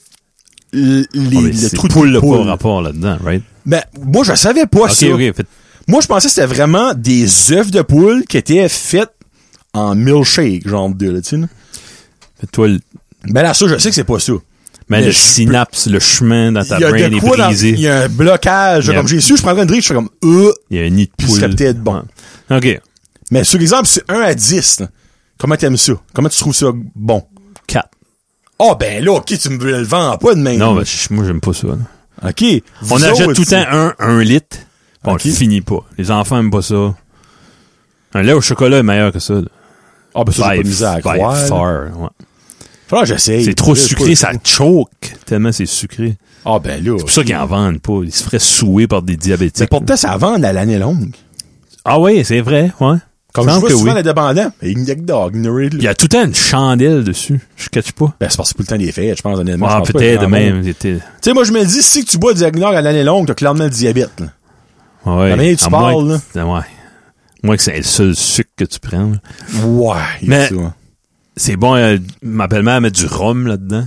[SPEAKER 1] l- les,
[SPEAKER 2] Oh, mais
[SPEAKER 1] le
[SPEAKER 2] c'est
[SPEAKER 1] trou de
[SPEAKER 2] poule,
[SPEAKER 1] poule. Ah,
[SPEAKER 2] là, pas rapport là-dedans, right?
[SPEAKER 1] Ben, moi, je savais pas
[SPEAKER 2] Ok,
[SPEAKER 1] ça.
[SPEAKER 2] ok. Fait,
[SPEAKER 1] Moi, je pensais que c'était vraiment des œufs de poule qui étaient faits en milkshake, genre de, là, tu sais, là.
[SPEAKER 2] fait toi, le-
[SPEAKER 1] Ben là, ça, je sais que c'est pas ça.
[SPEAKER 2] Mais
[SPEAKER 1] Mais
[SPEAKER 2] le
[SPEAKER 1] je-
[SPEAKER 2] synapse, le chemin dans ta
[SPEAKER 1] Il y a
[SPEAKER 2] brain
[SPEAKER 1] de
[SPEAKER 2] est
[SPEAKER 1] quoi dans-
[SPEAKER 2] brisé.
[SPEAKER 1] Il y a un blocage.
[SPEAKER 2] Il y a-
[SPEAKER 1] Comme j'ai su, je prendrais une drink, je suis comme, euh,
[SPEAKER 2] Il y a un nid de
[SPEAKER 1] Puis ce
[SPEAKER 2] poule.
[SPEAKER 1] serait peut-être bon.
[SPEAKER 2] Ouais. OK.
[SPEAKER 1] Mais sur l'exemple, c'est 1 à 10. là. Comment t'aimes ça? Comment tu trouves ça bon?
[SPEAKER 2] 4.
[SPEAKER 1] Ah ben là, ok, tu me le vends pas de même.
[SPEAKER 2] Non, ben, je- moi, j'aime pas ça. là.
[SPEAKER 1] Ok. Vous
[SPEAKER 2] On achète
[SPEAKER 1] autres,
[SPEAKER 2] tout le temps un, un litre. puis On le
[SPEAKER 1] Ok.
[SPEAKER 2] finit pas. Les enfants aiment pas ça. Un lait au chocolat est meilleur que ça. là.
[SPEAKER 1] Ah ben ça, j'ai pas de
[SPEAKER 2] By-
[SPEAKER 1] misère à
[SPEAKER 2] by
[SPEAKER 1] croire. là.
[SPEAKER 2] far, ouais.
[SPEAKER 1] Faudra que j'essaye.
[SPEAKER 2] C'est trop
[SPEAKER 1] Là, je
[SPEAKER 2] sucré,
[SPEAKER 1] peux-
[SPEAKER 2] ça choke tellement c'est sucré.
[SPEAKER 1] Ah ben là.
[SPEAKER 2] C'est pour ça qu'ils en vendent pas. Ils se feraient souer par des
[SPEAKER 1] Mais
[SPEAKER 2] diabétiques.
[SPEAKER 1] pourtant, ça vend à l'année longue.
[SPEAKER 2] Ah oui, c'est vrai, ouais.
[SPEAKER 1] Comme je
[SPEAKER 2] Semble
[SPEAKER 1] vois
[SPEAKER 2] que
[SPEAKER 1] souvent
[SPEAKER 2] oui.
[SPEAKER 1] les dépendants. Et Ignac Dog, ignorez
[SPEAKER 2] Il y a tout le temps une chandelle dessus. Je catch pas.
[SPEAKER 1] Ben, c'est parce que c'est pour le temps des fêtes, je pense, honnêtement.
[SPEAKER 2] Ah,
[SPEAKER 1] Je pense pas
[SPEAKER 2] peut-être
[SPEAKER 1] qu'il y en a.
[SPEAKER 2] même. c'était-
[SPEAKER 1] Tu sais, moi, je me dis, si tu bois du Ignac à l'année longue, t'as clairement le diabète, là.
[SPEAKER 2] Ouais.
[SPEAKER 1] La manière dont tu
[SPEAKER 2] à moins
[SPEAKER 1] parles, là.
[SPEAKER 2] que- Ouais. Moi que c'est le seul sucre que tu prends. là.
[SPEAKER 1] Ouais. il y a
[SPEAKER 2] Mais-
[SPEAKER 1] ça, hein.
[SPEAKER 2] C'est bon, euh, ma belle-mère met du rhum là-dedans.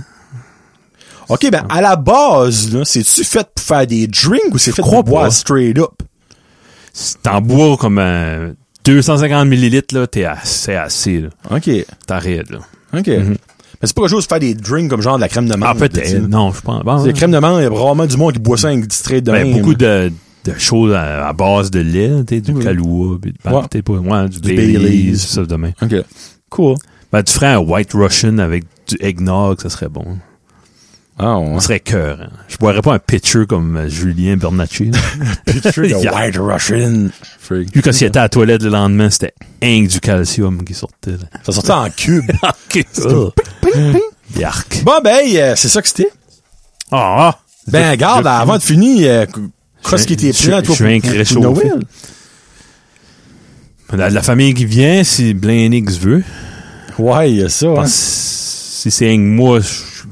[SPEAKER 1] OK, ben, à la base, là, c'est-tu fait pour faire des drinks ou c'est fait
[SPEAKER 2] crois
[SPEAKER 1] pour boire
[SPEAKER 2] pas.
[SPEAKER 1] straight up?
[SPEAKER 2] Si T'en bois comme euh, 250 millilitres, là, t'es assez, c'est assez, là.
[SPEAKER 1] OK.
[SPEAKER 2] T'arrêtes, là.
[SPEAKER 1] OK. Mais c'est pas quelque chose de faire des drinks comme genre de la crème de menthe.
[SPEAKER 2] Mhm. Ah, peut-être.
[SPEAKER 1] La
[SPEAKER 2] Non, je pense. Bon, hein.
[SPEAKER 1] crème de menthe, il y a rarement du monde qui boit ça avec straight de
[SPEAKER 2] Ben,
[SPEAKER 1] même,
[SPEAKER 2] beaucoup
[SPEAKER 1] hein.
[SPEAKER 2] de, de choses à, à base de lait, tu sais, du
[SPEAKER 1] Oui.
[SPEAKER 2] Kahlua, puis- ben,
[SPEAKER 1] Ouais.
[SPEAKER 2] peut-être pas, ouais, du,
[SPEAKER 1] Du
[SPEAKER 2] Baileys,
[SPEAKER 1] Baileys.
[SPEAKER 2] ça demain.
[SPEAKER 1] OK. Cool.
[SPEAKER 2] Ben, tu ferais un White Russian avec du eggnog, ça serait bon.
[SPEAKER 1] Ah, [LAUGHS] on
[SPEAKER 2] Ça serait cœur. hein. Je boirais pas un pitcher comme euh,
[SPEAKER 1] [LAUGHS]
[SPEAKER 2] Julien Bernacci. là.
[SPEAKER 1] picture de
[SPEAKER 2] [LAUGHS] Yeah.
[SPEAKER 1] White Russian. Freak.
[SPEAKER 2] Lui, quand il était à la toilette le lendemain, c'était un du calcium qui sortait. là.
[SPEAKER 1] Ça sortait en cube.
[SPEAKER 2] Ok.
[SPEAKER 1] tout.
[SPEAKER 2] Yark.
[SPEAKER 1] bon, ben, euh, c'est ça que c'était.
[SPEAKER 2] Ah! ah.
[SPEAKER 1] Ben, regarde,
[SPEAKER 2] je-
[SPEAKER 1] avant de finir, euh, qu'est-ce qui était
[SPEAKER 2] je-
[SPEAKER 1] plein,
[SPEAKER 2] je-
[SPEAKER 1] toi,
[SPEAKER 2] je viens
[SPEAKER 1] pour-
[SPEAKER 2] que
[SPEAKER 1] pour
[SPEAKER 2] réchauffer.
[SPEAKER 1] Noël?
[SPEAKER 2] La, la famille qui vient, si Blaine X veut.
[SPEAKER 1] Ouais, il y a ça, hein.
[SPEAKER 2] Parce que si c'est un que moi, je,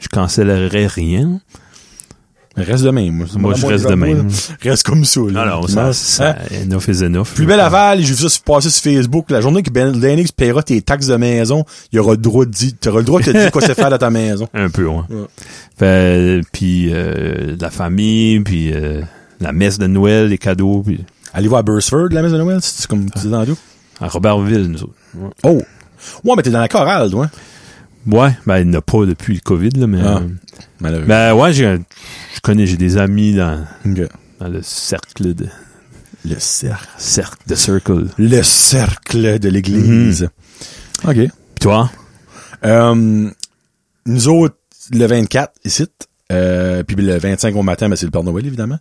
[SPEAKER 2] je cancellerais rien.
[SPEAKER 1] Reste de même. moi.
[SPEAKER 2] Moi, je reste de même.
[SPEAKER 1] Reste comme ça, là.
[SPEAKER 2] Non, non,
[SPEAKER 1] Hein?
[SPEAKER 2] ça, ça, enough is enough.
[SPEAKER 1] Plus belle aval, j'ai vu ça se passer sur Facebook. La journée que Ben Lennox paiera tes taxes de maison, il y aura le droit de dire, t'auras le droit de te
[SPEAKER 2] [LAUGHS]
[SPEAKER 1] dire quoi c'est faire dans ta maison.
[SPEAKER 2] Un peu, ouais.
[SPEAKER 1] Ouais.
[SPEAKER 2] Fait, puis euh, la famille, puis euh, la messe de Noël, les cadeaux, puis
[SPEAKER 1] Allez voir à Burstford, la maison de Noël, c'est comme, c'est dans tout.
[SPEAKER 2] à Robertville, nous autres. Ouais,
[SPEAKER 1] Oh! Ouais, mais t'es dans la chorale, toi. hein?
[SPEAKER 2] Ouais, ben il n'y en a pas depuis le COVID, là, mais...
[SPEAKER 1] Ah.
[SPEAKER 2] euh,
[SPEAKER 1] Malheureux.
[SPEAKER 2] ben ouais, j'ai un- je connais, j'ai des amis dans,
[SPEAKER 1] Ok.
[SPEAKER 2] dans le cercle de...
[SPEAKER 1] Le cercle.
[SPEAKER 2] Cercle, the circle.
[SPEAKER 1] Le cercle de l'église. OK.
[SPEAKER 2] Puis toi?
[SPEAKER 1] Euh, nous autres, le 24, ici. Euh, puis le 25 au matin, ben, c'est le Père Noël, évidemment.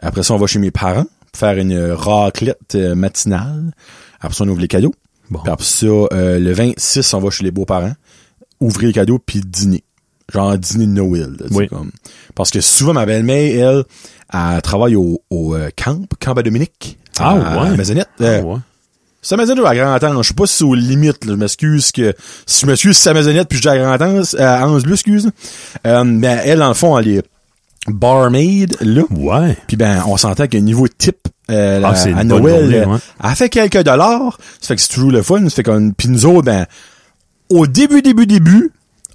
[SPEAKER 1] Après ça, on va chez mes parents pour faire une euh, raclette euh, matinale. Après ça, on ouvre les cadeaux.
[SPEAKER 2] Bon.
[SPEAKER 1] Puis après ça, euh, le 26, on va chez les beaux-parents, ouvrir les cadeaux, puis dîner. Genre dîner de Noël. là, tu
[SPEAKER 2] Oui.
[SPEAKER 1] sais, comme. Parce que souvent, ma belle-mère, elle, elle travaille au, au, euh, camp, camp à Dominique.
[SPEAKER 2] Ah,
[SPEAKER 1] à,
[SPEAKER 2] ouais. Ah,
[SPEAKER 1] à Maisonnette. Euh,
[SPEAKER 2] Ouais.
[SPEAKER 1] c'est à Maisonnette ou à Grand Anse? Je sais pas si c'est aux limites, là. Je m'excuse que, si je m'excuse, si c'est à Maisonnette puis je dis à Grand Anse, à Anse, là, excuse. Euh, ben, elle, dans le fond, elle est barmaid, là.
[SPEAKER 2] Ouais.
[SPEAKER 1] Puis ben, on s'entend qu'un niveau type euh,
[SPEAKER 2] Ah,
[SPEAKER 1] la-
[SPEAKER 2] c'est une
[SPEAKER 1] à
[SPEAKER 2] bonne
[SPEAKER 1] Noël,
[SPEAKER 2] journée,
[SPEAKER 1] euh,
[SPEAKER 2] ouais.
[SPEAKER 1] elle fait quelques dollars. Ça fait que c'est toujours le fun. Ça fait qu'on, puis nous autres, ben, au début, début, début,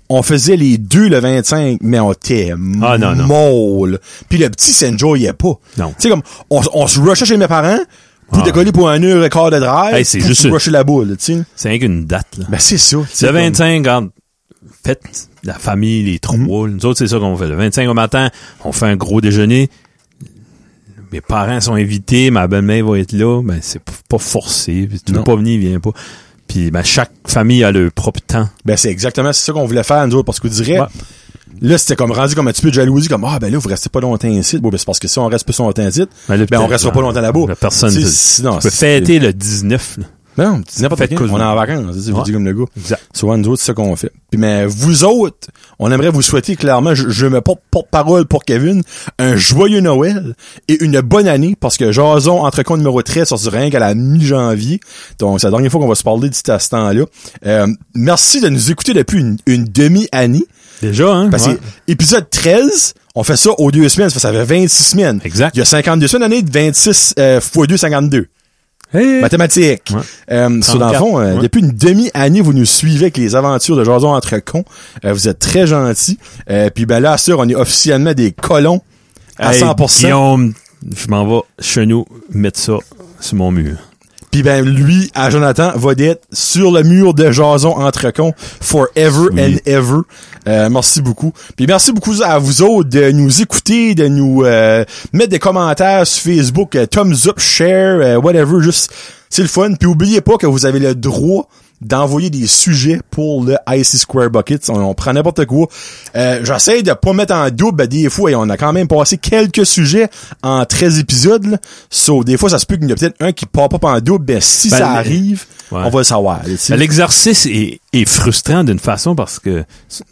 [SPEAKER 1] on faisait les deux le 25, mais on était
[SPEAKER 2] Ah, non, non.
[SPEAKER 1] molle. Puis le petit s'enjoyait pas.
[SPEAKER 2] Non.
[SPEAKER 1] Tu sais, comme, on, s- on se rushait chez mes parents pour
[SPEAKER 2] Ah.
[SPEAKER 1] décoller pour un heure et quart de drive.
[SPEAKER 2] Hey, c'est
[SPEAKER 1] pour
[SPEAKER 2] juste
[SPEAKER 1] se
[SPEAKER 2] une-
[SPEAKER 1] rusher la boule, tu sais.
[SPEAKER 2] C'est rien qu'une date, là.
[SPEAKER 1] Ben, c'est ça. tu sais,
[SPEAKER 2] Le
[SPEAKER 1] comme-
[SPEAKER 2] 25, regarde, faites la famille, les trois.
[SPEAKER 1] Mm-hmm.
[SPEAKER 2] Nous autres, c'est ça qu'on fait. Le 25 au matin, on fait un gros déjeuner. Mes parents sont invités, ma belle-mère va être là. Ben, c'est p- pas forcé. Puis, tu
[SPEAKER 1] Non.
[SPEAKER 2] veux pas venir, viens pas. Puis, ben, chaque famille a le propre temps.
[SPEAKER 1] Ben, c'est exactement c'est ça qu'on voulait faire, nous autres, parce qu'on dirait,
[SPEAKER 2] Ouais.
[SPEAKER 1] là, c'était comme rendu comme un petit peu de jalousie, comme, ah, ben là, vous restez pas longtemps ici. Bon, ben, c'est parce que si on reste plus longtemps ici,
[SPEAKER 2] Ben, là,
[SPEAKER 1] ben, on
[SPEAKER 2] peut-être,
[SPEAKER 1] restera pas
[SPEAKER 2] ben,
[SPEAKER 1] longtemps là-bas.
[SPEAKER 2] la personne
[SPEAKER 1] Tu sais,
[SPEAKER 2] peut-
[SPEAKER 1] sinon,
[SPEAKER 2] Tu peux
[SPEAKER 1] c'est- Ben
[SPEAKER 2] fêter le 19, là.
[SPEAKER 1] Non, tu dis n'importe
[SPEAKER 2] Faites
[SPEAKER 1] quoi.
[SPEAKER 2] cause-
[SPEAKER 1] On est en vacances, tu sais, je vous
[SPEAKER 2] Ouais.
[SPEAKER 1] dis comme le gars.
[SPEAKER 2] Exact.
[SPEAKER 1] Souvent, nous autres, c'est ça qu'on fait. Puis, mais vous autres, on aimerait vous souhaiter, clairement, je, je me porte porte-parole pour Kevin, un joyeux Noël et une bonne année, parce que Jason, entrecôte numéro 13, sorti rien qu'à la mi-janvier. Donc, c'est la dernière fois qu'on va se parler d'ici à ce temps-là. Euh, merci de nous écouter depuis une, une demi-année.
[SPEAKER 2] Déjà, hein?
[SPEAKER 1] Parce
[SPEAKER 2] ouais.
[SPEAKER 1] que épisode 13, on fait ça aux deux semaines. Ça fait, ça fait 26 semaines.
[SPEAKER 2] Exact.
[SPEAKER 1] Il y a 52 semaines, année de 26 euh, fois 2, 52.
[SPEAKER 2] Hey!
[SPEAKER 1] Mathématiques.
[SPEAKER 2] Ouais.
[SPEAKER 1] Euh, so, dans le
[SPEAKER 2] 34,
[SPEAKER 1] fond, euh,
[SPEAKER 2] ouais.
[SPEAKER 1] depuis une demi-année, vous nous suivez avec les aventures de Jason entre cons. Euh, vous êtes très gentils. Euh, Puis ben là, sûr, on est officiellement des colons à
[SPEAKER 2] Hey,
[SPEAKER 1] 100%.
[SPEAKER 2] Guillaume, je m'en vais chez nous mettre ça sur mon mur.
[SPEAKER 1] Puis ben lui, à Jonathan, va être sur le mur de Jason entre cons forever
[SPEAKER 2] Oui.
[SPEAKER 1] and ever. Euh, merci beaucoup. Puis merci beaucoup à vous autres de nous écouter, de nous euh, mettre des commentaires sur Facebook, euh, thumbs up, share, euh, whatever, juste c'est le fun. Puis oubliez pas que vous avez le droit d'envoyer des sujets pour le IC Square Bucket. On, on prend n'importe quoi. Euh, J'essaie de pas mettre en double ben, des fois et on a quand même passé quelques sujets en 13 épisodes. Là. So, des fois, ça se peut qu'il y en a peut-être un qui part pas en double. Ben, si
[SPEAKER 2] Ben,
[SPEAKER 1] ça
[SPEAKER 2] mais-
[SPEAKER 1] arrive,
[SPEAKER 2] Ouais.
[SPEAKER 1] on va le savoir. là, tu sais.
[SPEAKER 2] Ben, L'exercice est, est frustrant d'une façon parce que c-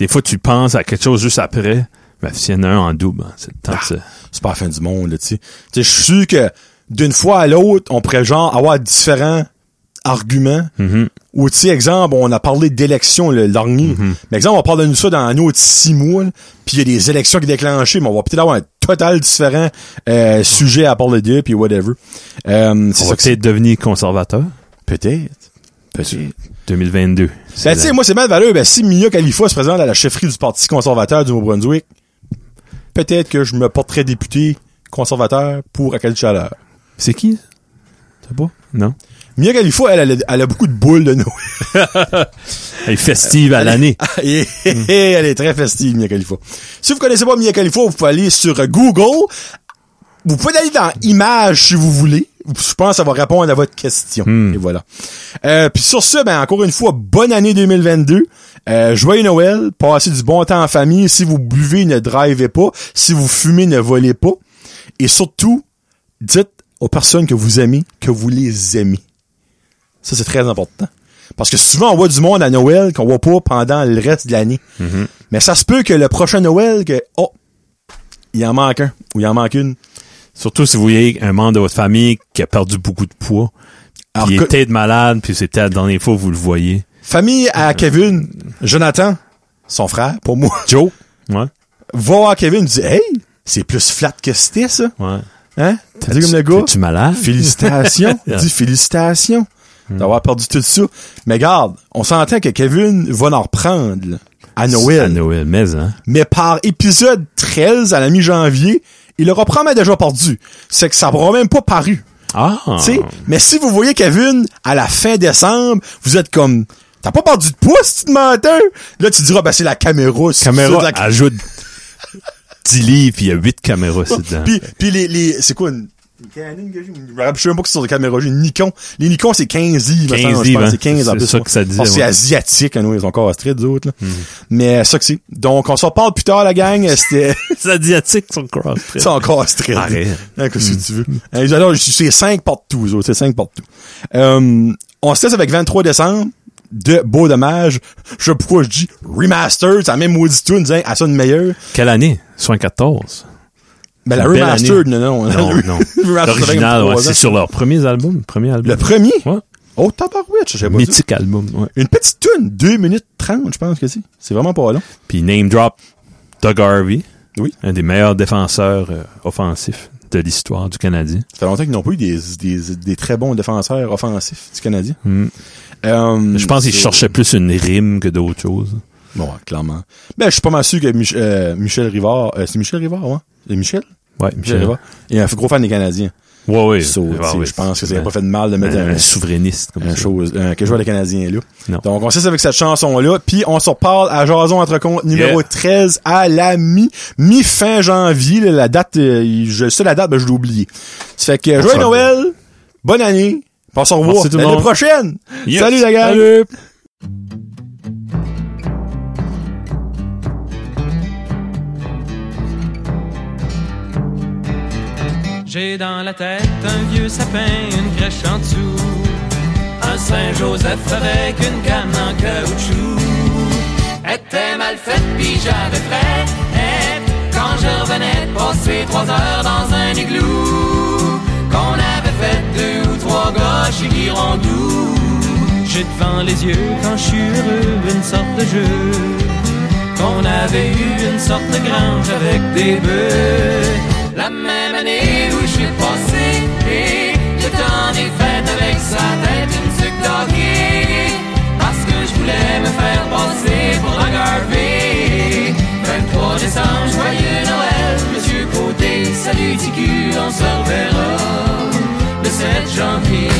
[SPEAKER 2] des fois, tu penses à quelque chose juste après. Ben, s'il y en a un en double, hein, c'est le temps de se-
[SPEAKER 1] Ah, c'est pas la fin du monde, là, tu sais. Tu sais, je suis sûr que d'une fois à l'autre, on pourrait genre avoir différents arguments. Ou, tu sais, exemple, on a parlé d'élections le dernier. Mais exemple, on parle de nous ça dans un autre six mois, là, puis il y a des élections qui déclenchées, mais on va peut-être avoir un total différent euh, sujet à parler de, puis whatever. Euh, c'est
[SPEAKER 2] On
[SPEAKER 1] ça
[SPEAKER 2] va
[SPEAKER 1] que c'est.
[SPEAKER 2] peut-être devenir conservateur.
[SPEAKER 1] Peut-être. Peut-être.
[SPEAKER 2] 2022.
[SPEAKER 1] Ben, tu sais, moi, c'est mal valeur. Ben, si Mia Khalifa se présente à la chefferie du Parti conservateur du Nouveau-Brunswick, peut-être que je me porterai député conservateur pour Acadie Chaleur.
[SPEAKER 2] C'est qui? T'as pas? Non.
[SPEAKER 1] Mia Khalifa, elle, elle, a- elle a beaucoup de boules de Noël.
[SPEAKER 2] Elle est festive
[SPEAKER 1] Euh,
[SPEAKER 2] à l'année.
[SPEAKER 1] Et- Mm. elle est très festive, Mia Khalifa. Si vous connaissez pas Mia Khalifa, vous pouvez aller sur euh, Google. Vous pouvez aller dans Images si vous voulez. Je pense que ça va répondre à votre question. Et voilà. Euh, Puis sur ce, ben encore une fois, bonne année 2022. Euh, joyeux Noël. Passez du bon temps en famille. Si vous buvez, ne drivez pas. Si vous fumez, ne volez pas. Et surtout, dites aux personnes que vous aimez que vous les aimez. Ça, c'est très important. Parce que souvent, on voit du monde à Noël qu'on voit pas pendant le reste de l'année.
[SPEAKER 2] Mm-hmm.
[SPEAKER 1] Mais ça se peut que le prochain Noël, que, oh, il en manque un, ou il en manque une.
[SPEAKER 2] Surtout si vous voyez un membre de votre famille qui a perdu beaucoup de poids,
[SPEAKER 1] Alors
[SPEAKER 2] qui
[SPEAKER 1] que-
[SPEAKER 2] était malade, puis c'était la dernière fois que vous le voyez.
[SPEAKER 1] Famille
[SPEAKER 2] Mm-hmm.
[SPEAKER 1] à Kevin, Jonathan, son frère, pour moi,
[SPEAKER 2] Joe? Ouais.
[SPEAKER 1] va à Kevin, dit, hey, c'est plus flat que c'était, ça.
[SPEAKER 2] Ouais.
[SPEAKER 1] Hein? T'as dit comme le
[SPEAKER 2] T'es-tu-
[SPEAKER 1] gars?
[SPEAKER 2] T'es-tu malade?
[SPEAKER 1] Félicitations.
[SPEAKER 2] [LAUGHS] Yeah. Mm.
[SPEAKER 1] Dis félicitations d'avoir perdu tout ça. Mais garde, on s'entend que Kevin va en reprendre, là, à
[SPEAKER 2] À
[SPEAKER 1] Noël.
[SPEAKER 2] Noël, mais, hein?
[SPEAKER 1] mais par épisode 13 à la mi-janvier, il aura probablement déjà perdu. C'est que ça n'aura même pas paru.
[SPEAKER 2] Ah!
[SPEAKER 1] tu sais. Mais si vous voyez Kevin à la fin décembre, vous êtes comme T'as pas perdu de poids, ce petit menteur! Là, tu diras, ben, c'est la caméra. c'est ça de
[SPEAKER 2] Caméra
[SPEAKER 1] la-
[SPEAKER 2] ajoute 10 livres, puis il y a 8 caméras dedans.
[SPEAKER 1] Puis, puis les, les, c'est quoi une, une Canon que j'ai? Une- Je sais même pas que c'est sur des caméras, j'ai une Nikon. Les Nikon, c'est 15 livres,
[SPEAKER 2] 15
[SPEAKER 1] je pense,
[SPEAKER 2] livres, hein.
[SPEAKER 1] c'est 15 en
[SPEAKER 2] C'est
[SPEAKER 1] plus,
[SPEAKER 2] ça
[SPEAKER 1] ouais.
[SPEAKER 2] que ça disait,
[SPEAKER 1] Parce que C'est
[SPEAKER 2] ouais. Mm.
[SPEAKER 1] asiatique, hein, nous, ils ont encore très d'autres, là. Mais, ça que c'est. Donc, on s'en parle plus tard, la gang. C'était,
[SPEAKER 2] Les Asiatiques sont cross
[SPEAKER 1] C'est encore straight.
[SPEAKER 2] Arrête. Hmm.
[SPEAKER 1] Hein, qu'est-ce que tu veux? Hein, alors, je- c'est 5 partout, eux autres, c'est 5 partout. Euh, on se laisse avec 23 décembre de Beau Dommage. Je sais pas pourquoi je dis remaster, c'est la même maudite tune, disant, elle sonne meilleure.
[SPEAKER 2] Quelle année? 74.
[SPEAKER 1] Mais la
[SPEAKER 2] Une belle
[SPEAKER 1] remastered,
[SPEAKER 2] année.
[SPEAKER 1] non, non. [LAUGHS]
[SPEAKER 2] Non,
[SPEAKER 1] Le
[SPEAKER 2] non.
[SPEAKER 1] remastered,
[SPEAKER 2] L'original,
[SPEAKER 1] 23
[SPEAKER 2] ouais,
[SPEAKER 1] ans.
[SPEAKER 2] c'est sur leur premier album. Premier album.
[SPEAKER 1] Le premier?
[SPEAKER 2] Ouais.
[SPEAKER 1] Oh, tabarouette, je sais pas. ça.
[SPEAKER 2] Mythique album, ouais.
[SPEAKER 1] Une petite tune, 2 minutes 30, je pense que c'est. C'est vraiment pas long.
[SPEAKER 2] Puis name drop Doug Harvey.
[SPEAKER 1] Oui.
[SPEAKER 2] Un des meilleurs défenseurs euh, offensifs de l'histoire du Canadien.
[SPEAKER 1] Ça fait longtemps qu'ils n'ont pas eu des, des, des très bons défenseurs offensifs du Canadien. Euh,
[SPEAKER 2] Hmm. Je pense qu'il
[SPEAKER 1] c'est-
[SPEAKER 2] cherchait plus une rime que d'autres choses.
[SPEAKER 1] Bon, ouais, clairement. Ben, je suis pas mal sûr que Mich- euh, Michel Rivard, euh, c'est Michel Rivard, ouais? C'est Michel?
[SPEAKER 2] Ouais,
[SPEAKER 1] Michel
[SPEAKER 2] Michel.
[SPEAKER 1] Rivard. Il est un gros fan des Canadiens.
[SPEAKER 2] Ouais, ouais.
[SPEAKER 1] So,
[SPEAKER 2] Ouais,
[SPEAKER 1] tu sais,
[SPEAKER 2] ouais.
[SPEAKER 1] je pense que ça n'a
[SPEAKER 2] Un-
[SPEAKER 1] pas fait de mal de mettre
[SPEAKER 2] un,
[SPEAKER 1] un,
[SPEAKER 2] un souverainiste comme
[SPEAKER 1] un
[SPEAKER 2] ça.
[SPEAKER 1] chose, un, quelque chose des Canadiens là.
[SPEAKER 2] Non.
[SPEAKER 1] Donc, on cesse avec cette chanson-là, puis on se reparle à Jason entre compte numéro
[SPEAKER 2] Yeah.
[SPEAKER 1] 13 à la mi, mi-fin janvier, là, la date, euh, je sais la date, mais je l'ai oubliée. Ça fait que,
[SPEAKER 2] se
[SPEAKER 1] joyeux
[SPEAKER 2] revoit.
[SPEAKER 1] Noël, bonne année, passe au revoir,
[SPEAKER 2] Merci tout le
[SPEAKER 1] l'année
[SPEAKER 2] monde.
[SPEAKER 1] prochaine!
[SPEAKER 2] Yes.
[SPEAKER 1] Salut la gars!
[SPEAKER 2] Salut.
[SPEAKER 3] J'ai dans la tête un vieux sapin, une crèche en dessous. Un Saint-Joseph avec une canne en caoutchouc. Était mal faite, puis j'avais frette. Quand je revenais de passer trois heures dans un igloo. Qu'on avait fait deux ou trois gauches et girondous. J'ai devant les yeux, quand je suis heureux, une sorte de jeu qu'on avait eu une sorte de grange avec des bœufs. La même année où j'ai passé, et le temps des fêtes avec sa tête une sucre d'hockey. Parce que je voulais me faire passer pour un Garvey. 23 décembre, joyeux Noël, Monsieur Côté, salut TQ, on se reverra le 7 janvier.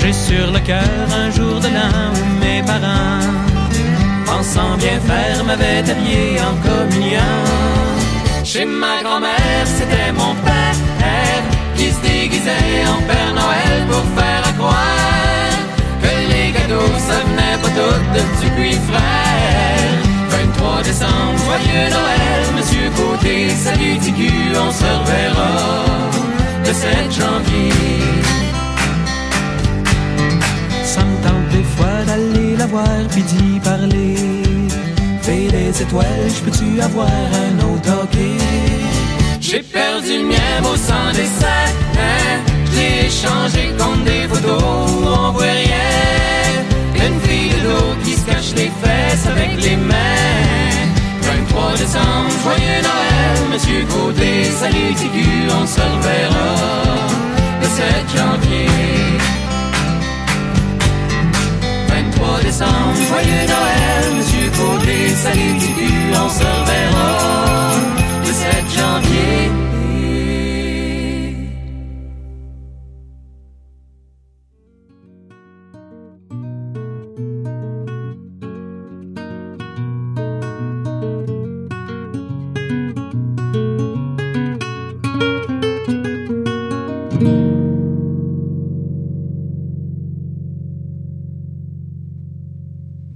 [SPEAKER 3] J'ai sur le cœur un jour de l'an où mes mes parents, pensant bien faire, m'avait habillé en communion. Chez ma grand-mère, c'était mon père qui se déguisait en Père Noël pour faire à croire que les cadeaux, ça venait pas tout du puits frère. 23 décembre, joyeux Noël, Monsieur Côté, salut Tigu, on se reverra le 7 janvier. Ça me tente des fois d'aller la voir puis d'y parler. Fais des étoiles, je peux-tu avoir un autre hockey? J'ai perdu le mien au sang des sacs, hein? Je l'ai échangé contre des photos où on voit rien. Une fille de l'eau qui se cache les fesses avec les mains. 23 décembre, joyeux Noël, Monsieur Côté, salut Tigu, on se reverra le 7 janvier. 23 décembre, joyeux Noël, Monsieur Côté, salut Tigu, on se reverra